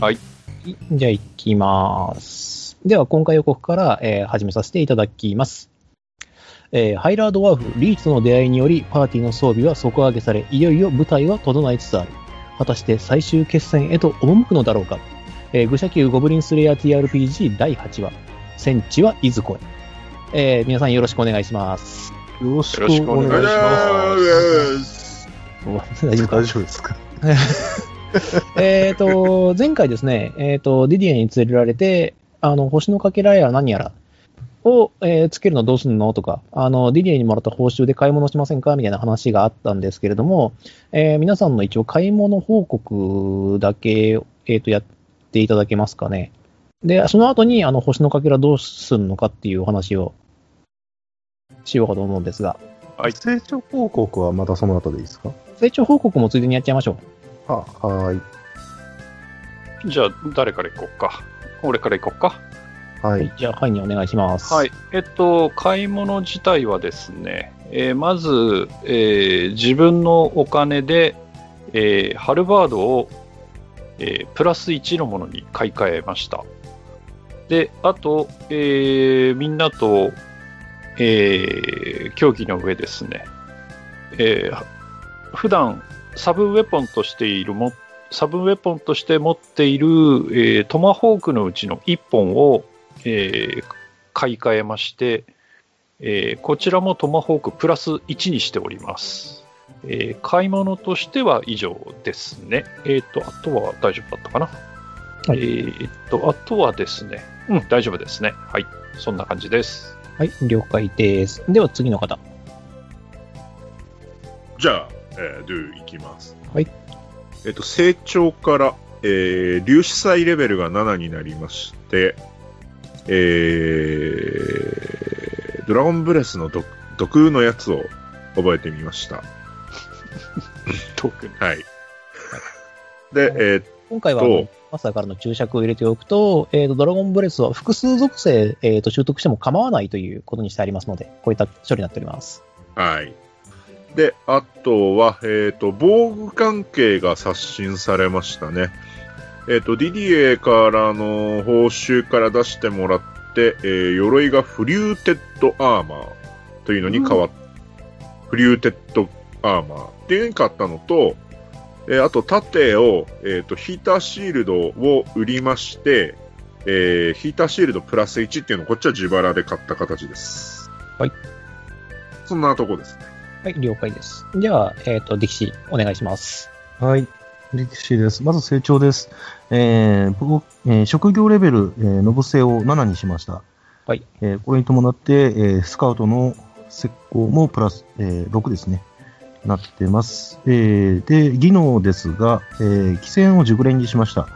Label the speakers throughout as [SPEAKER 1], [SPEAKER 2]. [SPEAKER 1] はい。
[SPEAKER 2] じゃあ、いきます。では、今回予告から、えー始めさせていただきます。えーハイラードワーフ、リーチとの出会いにより、パーティーの装備は底上げされ、いよいよ舞台は整えつつある。果たして最終決戦へと赴くのだろうか。えー、愚者級ゴブリンスレイヤー TRPG 第8話、戦地はいずこへ。えー皆さんよろしくお願いします。
[SPEAKER 3] よろし
[SPEAKER 1] くお願いし
[SPEAKER 3] ます。
[SPEAKER 2] 大丈夫か
[SPEAKER 3] 大丈夫ですか
[SPEAKER 2] えっと、前回ですね、えっ、と、ディディエに連れられて、あの、星のかけらやら何やらを、えーつけるのどうすんのとか、あの、ディディエにもらった報酬で買い物しませんかみたいな話があったんですけれども、えー皆さんの一応買い物報告だけ、えっ、と、やっていただけますかね。で、その後に、あの、星のかけらどうすんのかっていうお話をしようかと思うんですが、
[SPEAKER 1] はい
[SPEAKER 3] 成長報告はまたその後でいいですか
[SPEAKER 2] 成長報告もついでにやっちゃいましょう。
[SPEAKER 3] あ、はーい。
[SPEAKER 1] じゃあ、誰から行こうか。俺から行こうか。
[SPEAKER 3] は
[SPEAKER 2] はいい。、じゃあ、会にお願いします。
[SPEAKER 1] はい。。えっと、買い物自体はですね、えーまず、えー自分のお金で、えーハルバードを、えープラス1のものに買い替えました。で、あと、えーみんなと、えー協議の上ですね、えー普段サブウェポンとしているも、サブウェポンとして持っている、えートマホークのうちの1本を、えー買い替えまして、えーこちらもトマホークプラス1にしております。えー買い物としては以上ですね。えっ、と、あとは大丈夫だったかな。
[SPEAKER 2] はい
[SPEAKER 1] えーっと、あとはですね、うん、大丈夫ですね。はい、そんな感じです。
[SPEAKER 2] はい、了解です。では、次の方。
[SPEAKER 4] じゃあ、えー、ドゥいきます。
[SPEAKER 2] はい。
[SPEAKER 4] えっ、と、成長から、えー、粒子祭レベルが7になりまして、えー、ドラゴンブレスの毒毒のやつを覚えてみました。
[SPEAKER 1] 特に。
[SPEAKER 4] はい。で、えー
[SPEAKER 2] 今回は、
[SPEAKER 4] どう
[SPEAKER 2] マスターからの注釈を入れておくと、えーと、ドラゴンブレスは複数属性、えーと、習得しても構わないということにしてありますので、こういった処理になっております。
[SPEAKER 4] はい。で、あとは、えっ、と、防具関係が刷新されましたね。えっ、と、ディディエからの報酬から出してもらって、えー鎧がフリューテッドアーマーというのに変わっ、フリューテッドアーマーっていうのに変わったのと、えーあと、盾を、えっ、と、ヒーターシールドを売りまして、えーヒーターシールドプラス1っていうのをこっちは自腹で買った形です。
[SPEAKER 2] はい。
[SPEAKER 4] そんなとこです。
[SPEAKER 2] はい、了解です。では、えっ、と、ディキシー、お願いします。
[SPEAKER 3] はい。力士です。まず成長です。えー僕えー職業レベル、えー、のぶせを7にしました。
[SPEAKER 2] はい。
[SPEAKER 3] えーこれに伴って、えースカウトの石膏もプラス、えー6ですね。なってます。えーで、技能ですが、えー、規制を熟練にしました。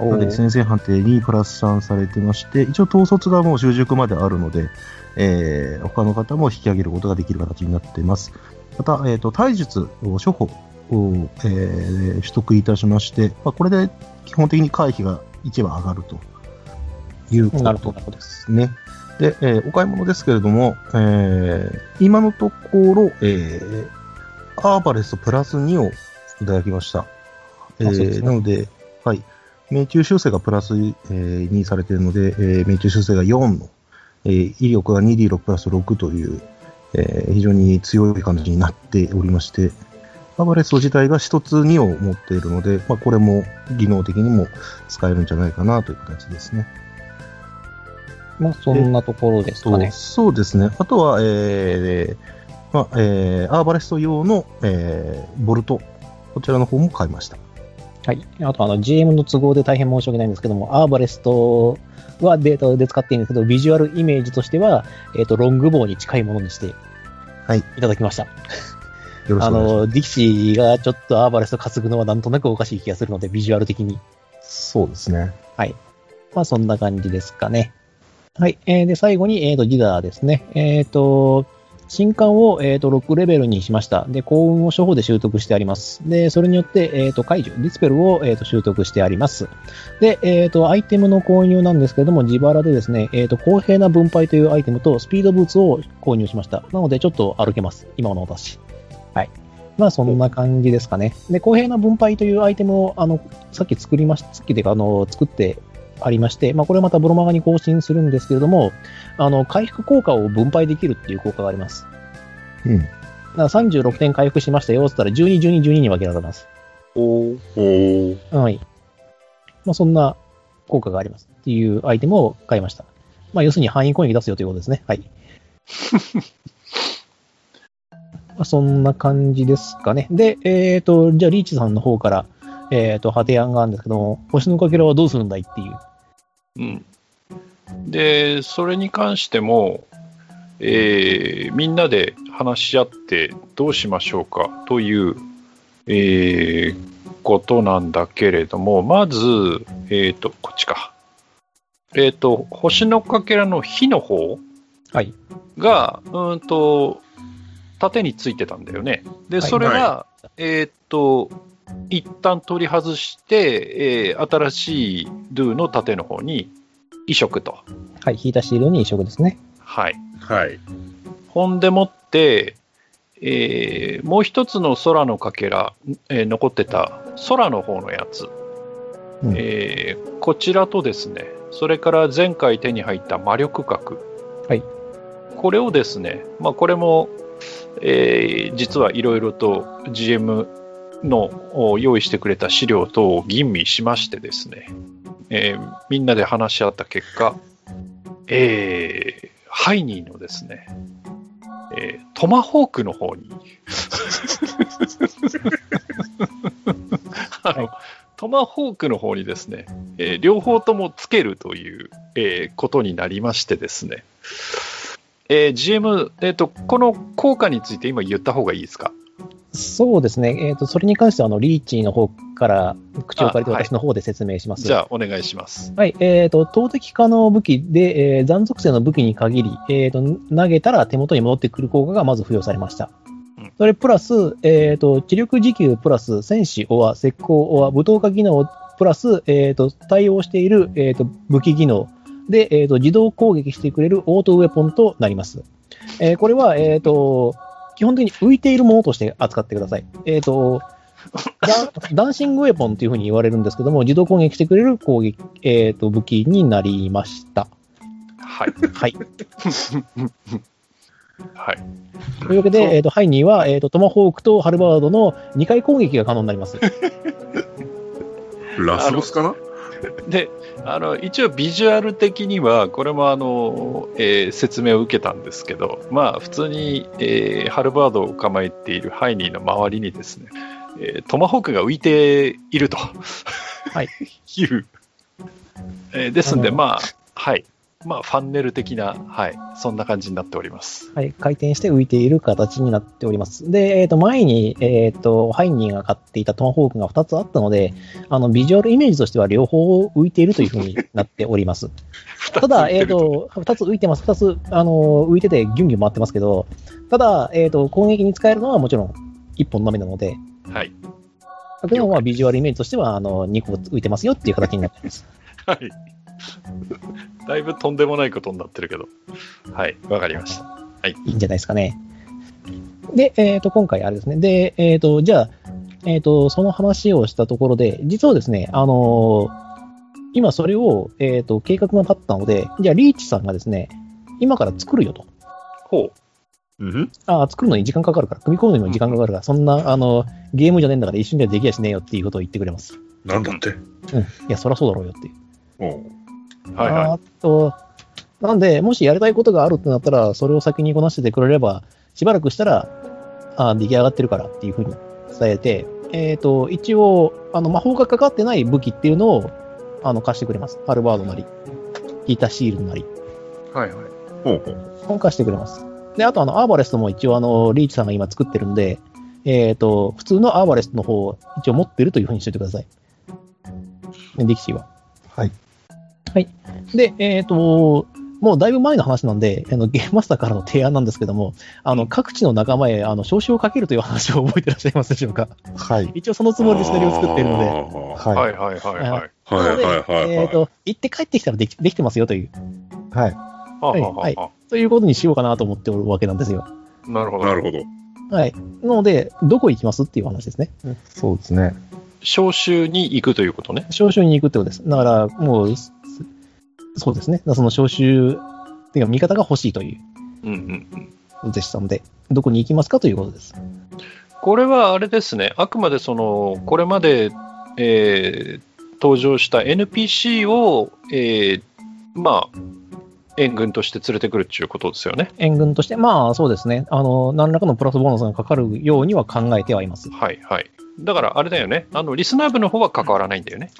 [SPEAKER 3] なので、先生判定にプラス3されてまして、一応統率がもう習熟まであるので、えー他の方も引き上げることができる形になっています。また、えっ、と、体術を処方を、えー取得いたしまして、まあ、これで基本的に回避が1は上がるというこ
[SPEAKER 2] なるほど、
[SPEAKER 3] と
[SPEAKER 2] なるほどです。
[SPEAKER 3] ね。で、えーお買い物ですけれども、えー今のところ、えーアーバレストプラス2をいただきました。え
[SPEAKER 2] そうです
[SPEAKER 3] ー
[SPEAKER 2] ね
[SPEAKER 3] なので、はい。命中修正がプラス、えー2されているので、えー命中修正が4の、えー威力が 2D6 プラス6という、えー非常に強い感じになっておりまして、アーバレスト自体が1つ2を持っているので、まあ、これも技能的にも使えるんじゃないかなという形ですね。
[SPEAKER 2] まあ、そんなところですかね。
[SPEAKER 3] そうですね。あとは、えーまあえーアーバレスト用の、えーボルト。こちらの方も買いました。
[SPEAKER 2] はい。あと、あの、GM の都合で大変申し訳ないんですけども、アーバレストはデータで使っているんですけど、ビジュアルイメージとしては、えっ、と、ロング棒に近いものにして、
[SPEAKER 3] はい。
[SPEAKER 2] いただきました。あ
[SPEAKER 3] よろしくお願いします。
[SPEAKER 2] の、ディキシーがちょっとアーバレスト担ぐのはなんとなくおかしい気がするので、ビジュアル的に。
[SPEAKER 3] そうですね。
[SPEAKER 2] まあ、そんな感じですかね。はい。えーで、最後に、えっ、と、ギダーですね。えっ、と、新刊を、えー、と6レベルにしました。で、幸運を処方で習得してあります。で、それによって、えー、と解除、ディスペルを、えー、と習得してあります。で、えー、とアイテムの購入なんですけれども、自腹でですね、えー、と公平な分配というアイテムとスピードブーツを購入しました。なので、ちょっと歩けます。今の私。はい。まあそんな感じですかね。で、公平な分配というアイテムを、あの、さっき作りまし、さっきでか、あの、作ってありまして、まあこれまたブロマガに更新するんですけれども、あの、回復効果を分配できるっていう効果があります。
[SPEAKER 3] うん。
[SPEAKER 2] だから36点回復しましたよ、つったら12、12、12に分けられます。
[SPEAKER 1] お
[SPEAKER 4] おー
[SPEAKER 2] はい。まあそんな効果がありますっていうアイテムを買いました。まあ要するに範囲攻撃出すよということですね。はい。 まあそんな感じですかね。で、えっ、と、じゃあリーチさんの方から、えっ、と、派手案があるんですけども、星のかけらはどうするんだいっていう。
[SPEAKER 1] うん、でそれに関しても、えーみんなで話し合ってどうしましょうかという、えーことなんだけれどもまず、えー、とこっちか、えー、と星のかけらの火の方
[SPEAKER 2] はい。
[SPEAKER 1] がうーんと縦についてたんだよね。で
[SPEAKER 2] はい
[SPEAKER 1] それは、えーっと一旦取り外して、えー新しい Do の縦の方に移植と。
[SPEAKER 2] はい。引いたシールに移植ですね。
[SPEAKER 1] はい、
[SPEAKER 4] はい。
[SPEAKER 1] ほんでもって、えーもう一つの空のかけら、えー残ってた空の方のやつ、
[SPEAKER 3] うん
[SPEAKER 1] えーこちらとですね、それから前回手に入った魔力角、
[SPEAKER 2] はい
[SPEAKER 1] これをですね、まあ、これも、えー実はいろいろと GM のお用意してくれた資料等を吟味しましてですね、えーみんなで話し合った結果、えーハイニーのですね、えートマホークの方にあの、
[SPEAKER 2] はい
[SPEAKER 1] トマホークの方にですね、えー両方ともつけるという、えーことになりましてですね、えー GM、えーと、この効果について今言った方がいいですか
[SPEAKER 2] そうですね。えっ、と、それに関しては、あの、リーチの方から、口を借りて
[SPEAKER 1] あはい
[SPEAKER 2] 私の方で説明します。
[SPEAKER 1] じゃあお願いします。
[SPEAKER 2] はい、えー、と、投擲可能武器で、えー残属性の武器に限り、えー、と、投げたら手元に戻ってくる効果がまず付与されました
[SPEAKER 1] うん。
[SPEAKER 2] それプラス、えー、と、知力時給プラス、戦士オア、石膏オア、武闘家技能プラス、えー、と、対応している、えー、と、武器技能で、えー、と、自動攻撃してくれるオートウェポンとなります。えーこれは、えー、と、基本的に浮いているものとして扱ってください。えー、と、ダンダンシングウェポンというふうに言われるんですけども、自動攻撃してくれる攻撃、えー、と武器になりま した。
[SPEAKER 1] はい。
[SPEAKER 2] はい。
[SPEAKER 1] はい。
[SPEAKER 2] というわけで、えー、とハイニーは、えー、とトマホークとハルバードの2回攻撃が可能になり ます。
[SPEAKER 4] ラスボスかな
[SPEAKER 1] で、あの、一応ビジュアル的には、これもあの、えー説明を受けたんですけど、まあ、普通に、えーハルバードを構えているハイニーの周りにですね、えートマホークが浮いていると、
[SPEAKER 2] い
[SPEAKER 1] いう。えーですんで、
[SPEAKER 2] あの
[SPEAKER 1] まあ、はい。まあ、ファンネル的な、はい。そんな感じになっております。
[SPEAKER 2] はい、回転して浮いている形になっております。で、えー、と前に、えー、とハイニーが買っていたトマホークが2つあったので、あのビジュアルイメージとしては両方浮いているというふうになっており ます。
[SPEAKER 1] 二つ
[SPEAKER 2] ただ、えっ、
[SPEAKER 1] 言ってると
[SPEAKER 2] と、二つ浮いてます。二つ、あのー浮いててギュンギュン回ってますけど、ただ、えっ、と、攻撃に使えるのはもちろん一本のみなので、
[SPEAKER 1] はい。
[SPEAKER 2] でもまあビジュアルイメージとしては、あの、二個浮いてますよっていう形になってます。
[SPEAKER 1] はい。だいぶとんでもないことになってるけど。はい。わかりました。
[SPEAKER 2] いいんじゃないですかね。で、えっ、と、今回あれですね。で、えっ、と、じゃあ、えっ、と、その話をしたところで、実はですね、あのー今それを、えっ、と、計画が立ったので、じゃあ、リーチさんがですね、今から作るよと。
[SPEAKER 1] ほ
[SPEAKER 4] うん
[SPEAKER 2] ああ、作るのに時間かかるから、組み込むのにも時間かかるから、そんな、あの、ゲームじゃねえんだから一瞬ではできやしねえよっていうことを言ってくれます。
[SPEAKER 4] なんだって。
[SPEAKER 2] うん。いや、そりゃそうだろうよっていう。
[SPEAKER 4] おう
[SPEAKER 1] う。はいはい。
[SPEAKER 2] あーっと、なんで、もしやりたいことがあるってなったら、それを先にこなしててくれれば、しばらくしたら、あー出来上がってるからっていうふうに伝えて、えっ、と、一応、あの、魔法がかかってない武器っていうのを、あの、貸してくれます。ハルバードなり、ヒーターシールなり。
[SPEAKER 1] はいはい。
[SPEAKER 4] ほうほう。
[SPEAKER 2] 本化してくれます。で、あとあの、アーバレストも一応あの、リーチさんが今作ってるんで、えっ、と、普通のアーバレストの方を一応持ってるというふうにしておいてください。力士は。
[SPEAKER 3] はい。
[SPEAKER 2] はい。で、えっ、と、もうだいぶ前の話なんで、あの、ゲームマスターからの提案なんですけども、あの、各地の仲間へ、あの、招集をかけるという話を覚えてらっしゃいますでしょうか。
[SPEAKER 3] はい。
[SPEAKER 2] 一応そのつもりでシナリオを作っているので。
[SPEAKER 4] は
[SPEAKER 3] はい。
[SPEAKER 1] はいはいはい
[SPEAKER 4] いは
[SPEAKER 1] はい。
[SPEAKER 4] いはいはい。
[SPEAKER 2] えっ、と、行って帰ってきたらできできてますよという、
[SPEAKER 3] はい。
[SPEAKER 1] はあはあはあ
[SPEAKER 2] はいということにしようかなと思っておるわけなんですよ。
[SPEAKER 1] なるほど。
[SPEAKER 4] なるほど。
[SPEAKER 2] はい。なので、どこ行きますっていう話ですね。
[SPEAKER 3] そうですね。
[SPEAKER 1] 召集に行くということね。
[SPEAKER 2] 招集に行くってことです。だから、もう、すそうですね。だからその招集、っていうか、味方が欲しいという
[SPEAKER 1] うんうんうん。
[SPEAKER 2] ことでしたので、どこに行きますかということです。
[SPEAKER 1] これはあれですね、あくまでその、これまで、えー登場した NPC を、えーまあ、援軍として連れてくるっていうことですよね。
[SPEAKER 2] 援軍として、まあそうですね。あの、何らかのプラスボーナスがかかるようには考えてはいます。
[SPEAKER 1] はいはい。だからあれだよね、あのリスナー部の方は関わらないんだよね。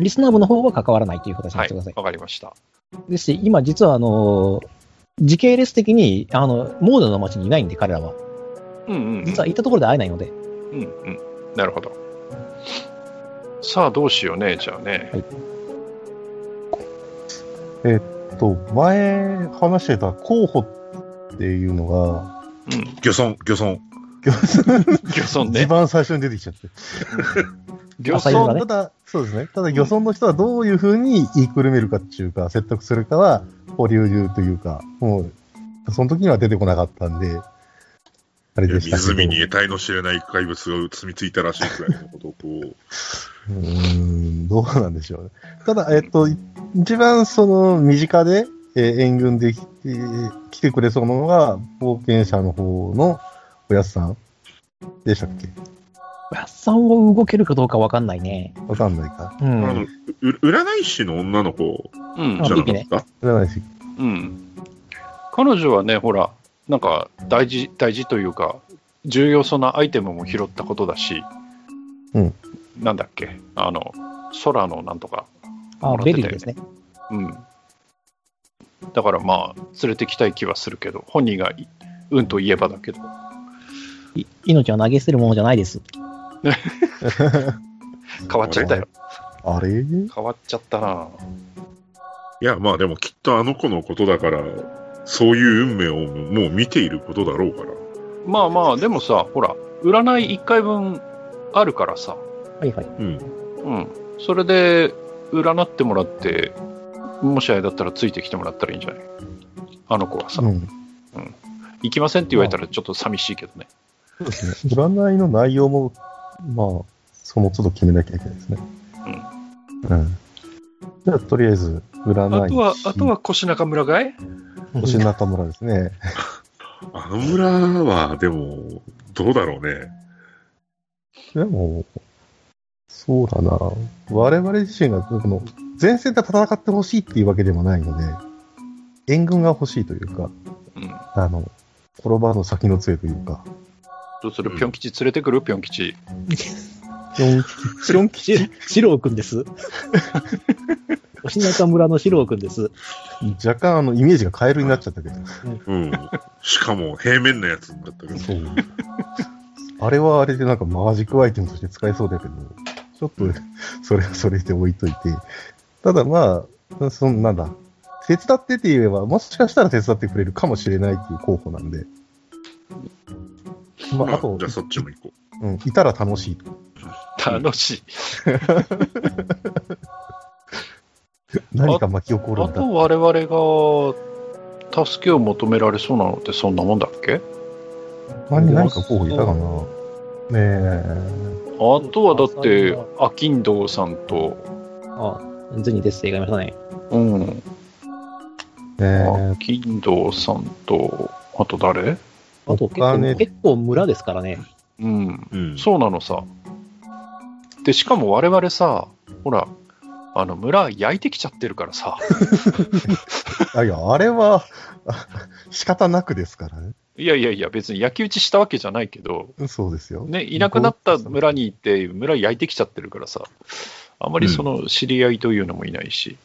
[SPEAKER 2] リスナー部の方は関わらないという形に
[SPEAKER 1] は
[SPEAKER 2] し
[SPEAKER 1] い、
[SPEAKER 2] てください。
[SPEAKER 1] わかりました。
[SPEAKER 2] ですし、今実はあの、時系列的に、あの、モードの街にいないんで、彼らは。
[SPEAKER 1] うんうん、うん。
[SPEAKER 2] 実は行ったところで会えないので。
[SPEAKER 1] うんうん。なるほど。さあ、どうしようね、じゃあね。
[SPEAKER 3] と、前話してた候補っていうのが、
[SPEAKER 1] うん。
[SPEAKER 4] 漁村、漁村。
[SPEAKER 1] 漁村
[SPEAKER 3] 一
[SPEAKER 1] ね。
[SPEAKER 3] 番最初に出てきちゃって。
[SPEAKER 1] 漁
[SPEAKER 2] 浅いのが
[SPEAKER 1] 村
[SPEAKER 2] ね
[SPEAKER 3] ただ、そうですね。ただ、漁村の人はどういうふうに言いくるめるかっていうか、説得するかは、保留流というか、もう、その時には出てこなかったんで、あれでしたけど。
[SPEAKER 4] 湖に得体の知れない怪物が住み着いたらしいくらいのことをこう。
[SPEAKER 3] うーん、どうなんでしょうね。ただ、えっと、い一番その、身近で、えー援軍できて、来てくれそうなのが、冒険者の方のおやつさんでしたっけ
[SPEAKER 2] バッサンを動けるかどうかわかんないね。
[SPEAKER 3] わかんないか。
[SPEAKER 2] う
[SPEAKER 4] あの、
[SPEAKER 2] ん。
[SPEAKER 4] う占い師の女の子
[SPEAKER 1] うん
[SPEAKER 4] じゃなか
[SPEAKER 2] あピ
[SPEAKER 4] っ
[SPEAKER 2] ピ
[SPEAKER 4] た、
[SPEAKER 3] 占い師。
[SPEAKER 1] うん。彼女はね、ほら、なんか大事、大事というか、重要そうなアイテムも拾ったことだし、
[SPEAKER 3] うん
[SPEAKER 1] なんだっけ、あの、空のなんとか、
[SPEAKER 2] あ、ベリーですね。
[SPEAKER 1] うん。だからまあ、連れてきたい気はするけど、本人がいうんと言えばだけど、
[SPEAKER 2] い命は投げ捨てるものじゃないです。
[SPEAKER 1] 変わっちゃったよ。
[SPEAKER 3] あれ
[SPEAKER 1] 変わっちゃったな。
[SPEAKER 4] いや、まあでもきっとあの子のことだから、そういう運命をもう見ていることだろうから。
[SPEAKER 1] まあまあ、でもさ、ほら、占い1回分あるからさ、
[SPEAKER 2] はいはい。
[SPEAKER 4] うん。
[SPEAKER 1] うん。それで、占ってもらって、もしあれだったらついてきてもらったらいいんじゃないあの子はさ、
[SPEAKER 3] うん。
[SPEAKER 1] 行きませんって言われたらちょっと寂しいけどね。
[SPEAKER 3] そうですね。占いの内容も、まあ、その都度決めなきゃいけないですね。うん。じゃあ、とりあえず、占い
[SPEAKER 1] あとは、
[SPEAKER 3] 師
[SPEAKER 1] あとは、腰中村がい
[SPEAKER 3] 星中村ですね。
[SPEAKER 4] あの村は、でも、どうだろうね。
[SPEAKER 3] でも、そうだな。我々自身が、この、前線で戦ってほしいっていうわけでもないので、援軍が欲しいというか、
[SPEAKER 1] うん。
[SPEAKER 3] あの、転ばの先の杖というか、
[SPEAKER 1] どうするぴょん吉連れてくるぴょん吉。
[SPEAKER 3] ピョン吉、ピョン吉、
[SPEAKER 2] シロウくんです。星中村のシロウくんです。
[SPEAKER 3] 若干あの、イメージがカエルになっちゃったけど。
[SPEAKER 4] うん。しかも、平面なやつになったけど。
[SPEAKER 3] そう。あれはあれでなんかマジックアイテムとして使えそうだけど、ちょっと、それはそれで置いといて。ただまあ、そんなんだ。手伝ってって言えば、もしかしたら手伝ってくれるかもしれないっていう候補なんで。ま
[SPEAKER 4] ま
[SPEAKER 3] あ、
[SPEAKER 4] あ
[SPEAKER 3] あと
[SPEAKER 4] じゃ、あそっちも行こ
[SPEAKER 3] うん、いたら楽しいと。
[SPEAKER 1] 楽しい。
[SPEAKER 3] 何か巻き起こる
[SPEAKER 1] あ
[SPEAKER 3] んだ。
[SPEAKER 1] と我々が助けを求められそうなのってそんなもんだっけ
[SPEAKER 3] 他に何か候補いたかなね
[SPEAKER 1] あとはだって、あきんどうさんと、
[SPEAKER 2] あ、銭哲生がいましたね。
[SPEAKER 1] うん。
[SPEAKER 3] え。ね
[SPEAKER 1] あきんどうさんと、あと誰
[SPEAKER 2] あと結
[SPEAKER 3] 他
[SPEAKER 2] 構、
[SPEAKER 3] ね
[SPEAKER 2] 結構村ですからね。
[SPEAKER 1] うん。
[SPEAKER 4] う。うん。
[SPEAKER 1] そうなのさ。で、しかも我々さ、ほら、あの村焼いてきちゃってるからさ。
[SPEAKER 3] え。あいや、あれは、あ仕方なくですからね。
[SPEAKER 1] いやいやいや、別に焼き討ちしたわけじゃないけど、
[SPEAKER 3] そうですよ。
[SPEAKER 1] ね、いなくなった村に行って、村焼いてきちゃってるからさ。あまりその知り合いというのもいないし。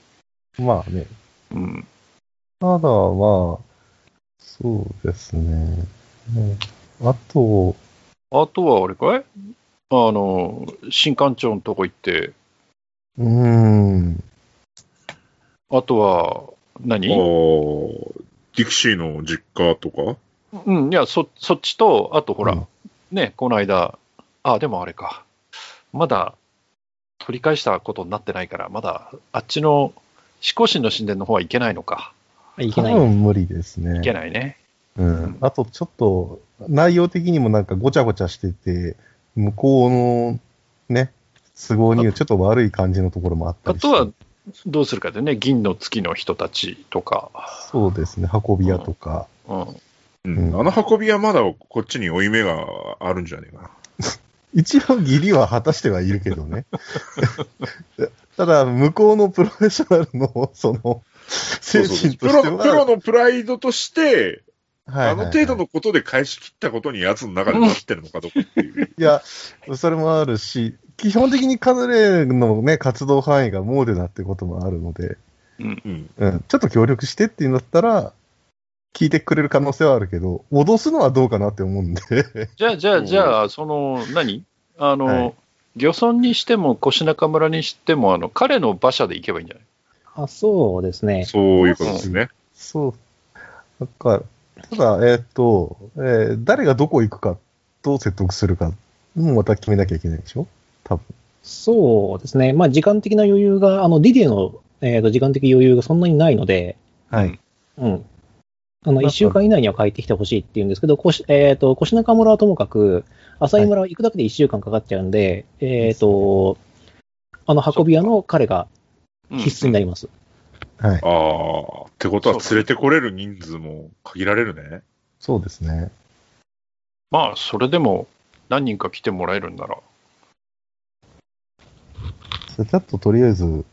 [SPEAKER 3] まあね。
[SPEAKER 1] うん。
[SPEAKER 3] ただは、そうですね。うんあと、
[SPEAKER 1] あとはあれかいあの、新館長のとこ行って、
[SPEAKER 3] うーん。
[SPEAKER 1] あとは何、
[SPEAKER 4] あーディクシーの実家とか
[SPEAKER 1] うん、いや、そ、そっちと、あとほら、
[SPEAKER 3] うん
[SPEAKER 1] ね、この間、あ、でもあれか。まだ、取り返したことになってないから、まだ、あっちの、思考神の神殿の方は行けないのか。
[SPEAKER 2] い
[SPEAKER 3] 多
[SPEAKER 2] けない。
[SPEAKER 3] 分無理ですね。
[SPEAKER 1] 行けないね。
[SPEAKER 3] うん。あと、ちょっと、内容的にもなんかごちゃごちゃしてて、向こうの、ね、都合にちょっと悪い感じのところもあった
[SPEAKER 1] あ
[SPEAKER 3] りして
[SPEAKER 1] とは、どうするかでね、銀の月の人たちとか、
[SPEAKER 3] そうですね、運び屋とか。
[SPEAKER 1] うん、
[SPEAKER 4] うんあの運びはまだこっちに負い目があるんじゃねえかな。
[SPEAKER 3] 一応、義理は果たしてはいるけどね。ただ、向こうのプロフェッショナルの、その、精神として
[SPEAKER 4] プロ
[SPEAKER 3] は。
[SPEAKER 4] プロのプライドとして、
[SPEAKER 3] はいはいは
[SPEAKER 4] あ
[SPEAKER 3] い
[SPEAKER 4] の程度のことで返し切ったことにやつの中でなってるのかどうかっていう。
[SPEAKER 3] いや、それもあるし、基本的にカヌレのね、活動範囲がモーデだってこともあるので、
[SPEAKER 4] うん、
[SPEAKER 3] うん、ちょっと協力してっていうんだったら、聞いてくれる可能性はあるけど、脅すのはどうかなって思うんで、
[SPEAKER 1] じゃあ、じゃ
[SPEAKER 4] う
[SPEAKER 1] あ、
[SPEAKER 4] ん
[SPEAKER 1] じゃあ、その、何あの、
[SPEAKER 3] はい
[SPEAKER 1] 漁村にしても、越中村にしても、あの彼の馬車で行けばいいんじゃない
[SPEAKER 2] あ、そうですね。
[SPEAKER 4] そういうことですね。
[SPEAKER 3] そう。だから、ただ、えーっと、えー誰がどこ行くか、どう説得するか、もうまた決めなきゃいけないでしょ多分。
[SPEAKER 2] そうですね。まあ、時間的な余裕が、あの、ディディエの、えーと、時間的余裕がそんなにないので、
[SPEAKER 3] はい。
[SPEAKER 2] うん。あの、
[SPEAKER 3] なんか
[SPEAKER 2] 一週間以内には帰ってきてほしいっていうんですけど、こし、えっ、と、越中村はともかく、浅井村は行くだけで一週間かかっちゃうんで、えっ、と、あの、運び屋の彼が
[SPEAKER 1] うん
[SPEAKER 2] 必須になります。
[SPEAKER 3] はい。
[SPEAKER 4] ああ、ってことは連れてこれる人数も限られるね。
[SPEAKER 3] そうですね。
[SPEAKER 1] まあ、それでも、何人か来てもらえるんなら、
[SPEAKER 3] じゃあちょっととりあえず、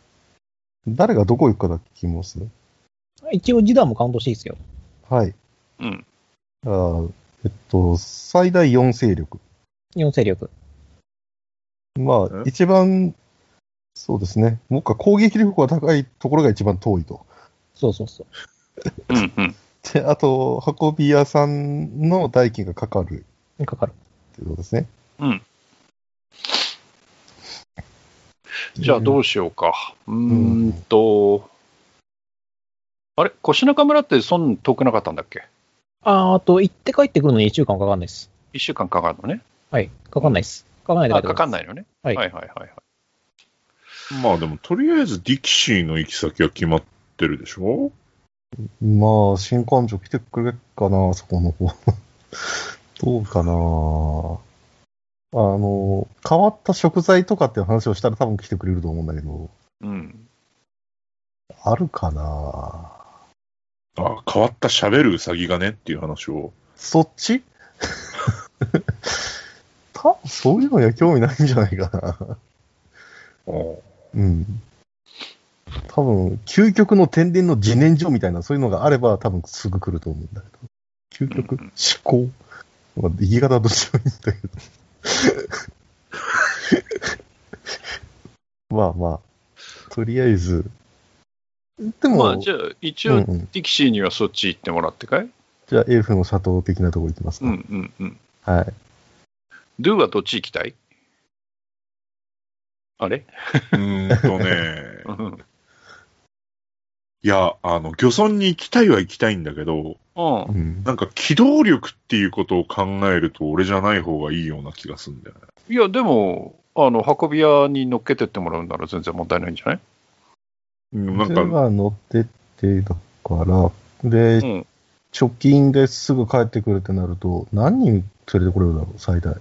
[SPEAKER 3] 誰がどこ行くかだけ聞きます
[SPEAKER 2] 一応、時短もカウントしていいですよ。
[SPEAKER 3] はい。
[SPEAKER 1] うん、
[SPEAKER 3] あーえっと、最大4勢力。
[SPEAKER 2] 4勢力。
[SPEAKER 3] まあ
[SPEAKER 4] え、
[SPEAKER 3] 一番、そうですね。もう一回攻撃力が高いところが一番遠いと。
[SPEAKER 2] そうそうそう。
[SPEAKER 1] うん、うん、
[SPEAKER 3] で、あと、運び屋さんの代金がかかる
[SPEAKER 2] かかる。
[SPEAKER 3] っていうことですね。
[SPEAKER 1] うん。じゃあ、どうしようか。うーんと、あれ、越中村ってそんな遠くなかったんだっけ
[SPEAKER 2] あーあと、行って帰ってくるのに一週間かかんないです。
[SPEAKER 1] 一週間かかるのね。
[SPEAKER 2] はい。かかんないです。かかんないで帰っ
[SPEAKER 1] あ、
[SPEAKER 2] て
[SPEAKER 1] か
[SPEAKER 2] く
[SPEAKER 1] か
[SPEAKER 2] る
[SPEAKER 1] んないのね。
[SPEAKER 2] は
[SPEAKER 1] はいい、はい、はい、はい。
[SPEAKER 4] まあでも、とりあえずディキシーの行き先は決まってるでしょ
[SPEAKER 3] まあ、新幹線来てくれっかな、そこの方。 どうかな。あの、変わった食材とかっていう話をしたら多分来てくれると思うんだけど、
[SPEAKER 1] うん。
[SPEAKER 3] あるかな。
[SPEAKER 4] ああ、変わった喋るウサギがねっていう話を。
[SPEAKER 3] そっち 多分そういうのには興味ないんじゃないかな。
[SPEAKER 4] あー
[SPEAKER 3] うん。多分、究極の天然の自燃所みたいな、そういうのがあれば多分すぐ来ると思うんだけど。究極
[SPEAKER 1] うん
[SPEAKER 3] 思考まあ言い方はどっちでもいいんだけど。ま あまあ、とりあえず。でも、
[SPEAKER 1] まあ、じゃあ、一応、
[SPEAKER 3] うん
[SPEAKER 1] デ
[SPEAKER 3] うん
[SPEAKER 1] ィキシーにはそっち行ってもらってかい
[SPEAKER 3] じゃあエルフの佐藤的なとこ行きます
[SPEAKER 1] う
[SPEAKER 3] か。
[SPEAKER 1] ん、うん、うん。
[SPEAKER 3] はい。
[SPEAKER 1] ドゥはどっち行きたいあれ
[SPEAKER 4] うーんとね。
[SPEAKER 1] うん。
[SPEAKER 4] いや、あの、漁村に行きたいは行きたいんだけど、
[SPEAKER 1] うん
[SPEAKER 3] うん
[SPEAKER 4] なんか機動力っていうことを考えると、俺じゃない方がいいような気がするんだよね。
[SPEAKER 1] いや、でも、あの、運び屋に乗っけてってもらうなら全然問題ないんじゃない
[SPEAKER 4] うん、なん
[SPEAKER 3] 船
[SPEAKER 4] か、
[SPEAKER 3] が乗ってってだから、で、
[SPEAKER 1] うん。
[SPEAKER 3] 貯金ですぐ帰ってくるってなると、何人連れてこれるだろう、最大。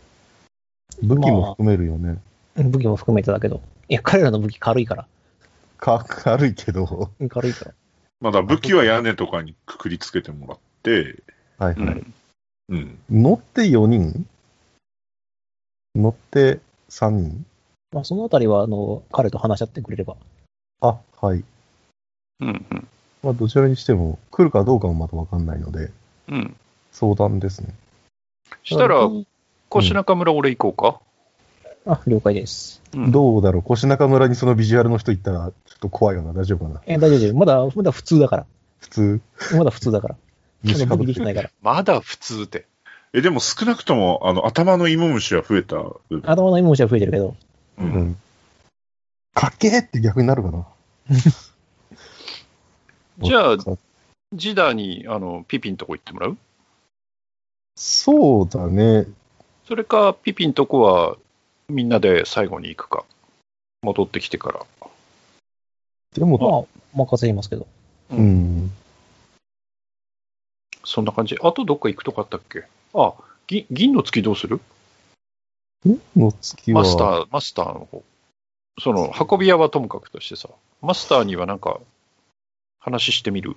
[SPEAKER 3] 武器も含めるよね。
[SPEAKER 2] 武器も含めてだけど。いや、彼らの武器軽いから。
[SPEAKER 3] か、軽いけど。
[SPEAKER 2] うん軽いから。
[SPEAKER 4] まだ武器は屋根とかにくくりつけてもらって、
[SPEAKER 3] はいうはい。
[SPEAKER 1] ん。
[SPEAKER 4] うん。
[SPEAKER 3] 乗って4人乗って3人
[SPEAKER 2] まあ、そのあたりは、あの、彼と話し合ってくれれば。
[SPEAKER 3] あ、はい。
[SPEAKER 1] うん。うん
[SPEAKER 3] まあ、どちらにしても、来るかどうかもまだわかんないので、
[SPEAKER 1] うん。
[SPEAKER 3] 相談ですね。
[SPEAKER 1] したら、
[SPEAKER 3] ど
[SPEAKER 1] 越中村俺行こ
[SPEAKER 2] あ、了解です。
[SPEAKER 1] うか。うん
[SPEAKER 3] どうだろう越中村にそのビジュアルの人行ったら、ちょっと怖いよな、大丈夫かな。
[SPEAKER 2] え、大丈夫です。まだ、まだ普通だから。
[SPEAKER 3] 普通、
[SPEAKER 2] まだ普通だ から。まだ
[SPEAKER 3] か
[SPEAKER 2] 武器
[SPEAKER 3] ぶ
[SPEAKER 2] で
[SPEAKER 3] って
[SPEAKER 2] きてないから。
[SPEAKER 1] まだ普通って。
[SPEAKER 4] え、でも少なくとも、あの、頭の芋虫は増えた。うん
[SPEAKER 2] 頭の芋虫は増えてるけど。
[SPEAKER 4] う。
[SPEAKER 3] うんん。かっけーって逆になるかな。
[SPEAKER 1] じゃあ、
[SPEAKER 3] そ
[SPEAKER 1] ジダーに、あの、ピピンとこ行ってもらう
[SPEAKER 3] そうだね。
[SPEAKER 1] それか、ピピンとこは、みんなで最後に行くか。戻ってきてから。
[SPEAKER 3] でも、
[SPEAKER 2] まあ、任せますけど。
[SPEAKER 3] うん。
[SPEAKER 1] そんな感じ。あとどっか行くとこあったっけあ、ぎ銀の月どうする
[SPEAKER 3] の月は。
[SPEAKER 1] マスター、マスターの方。その、運び屋はともかくとしてさ、マスターにはなんか、話してみる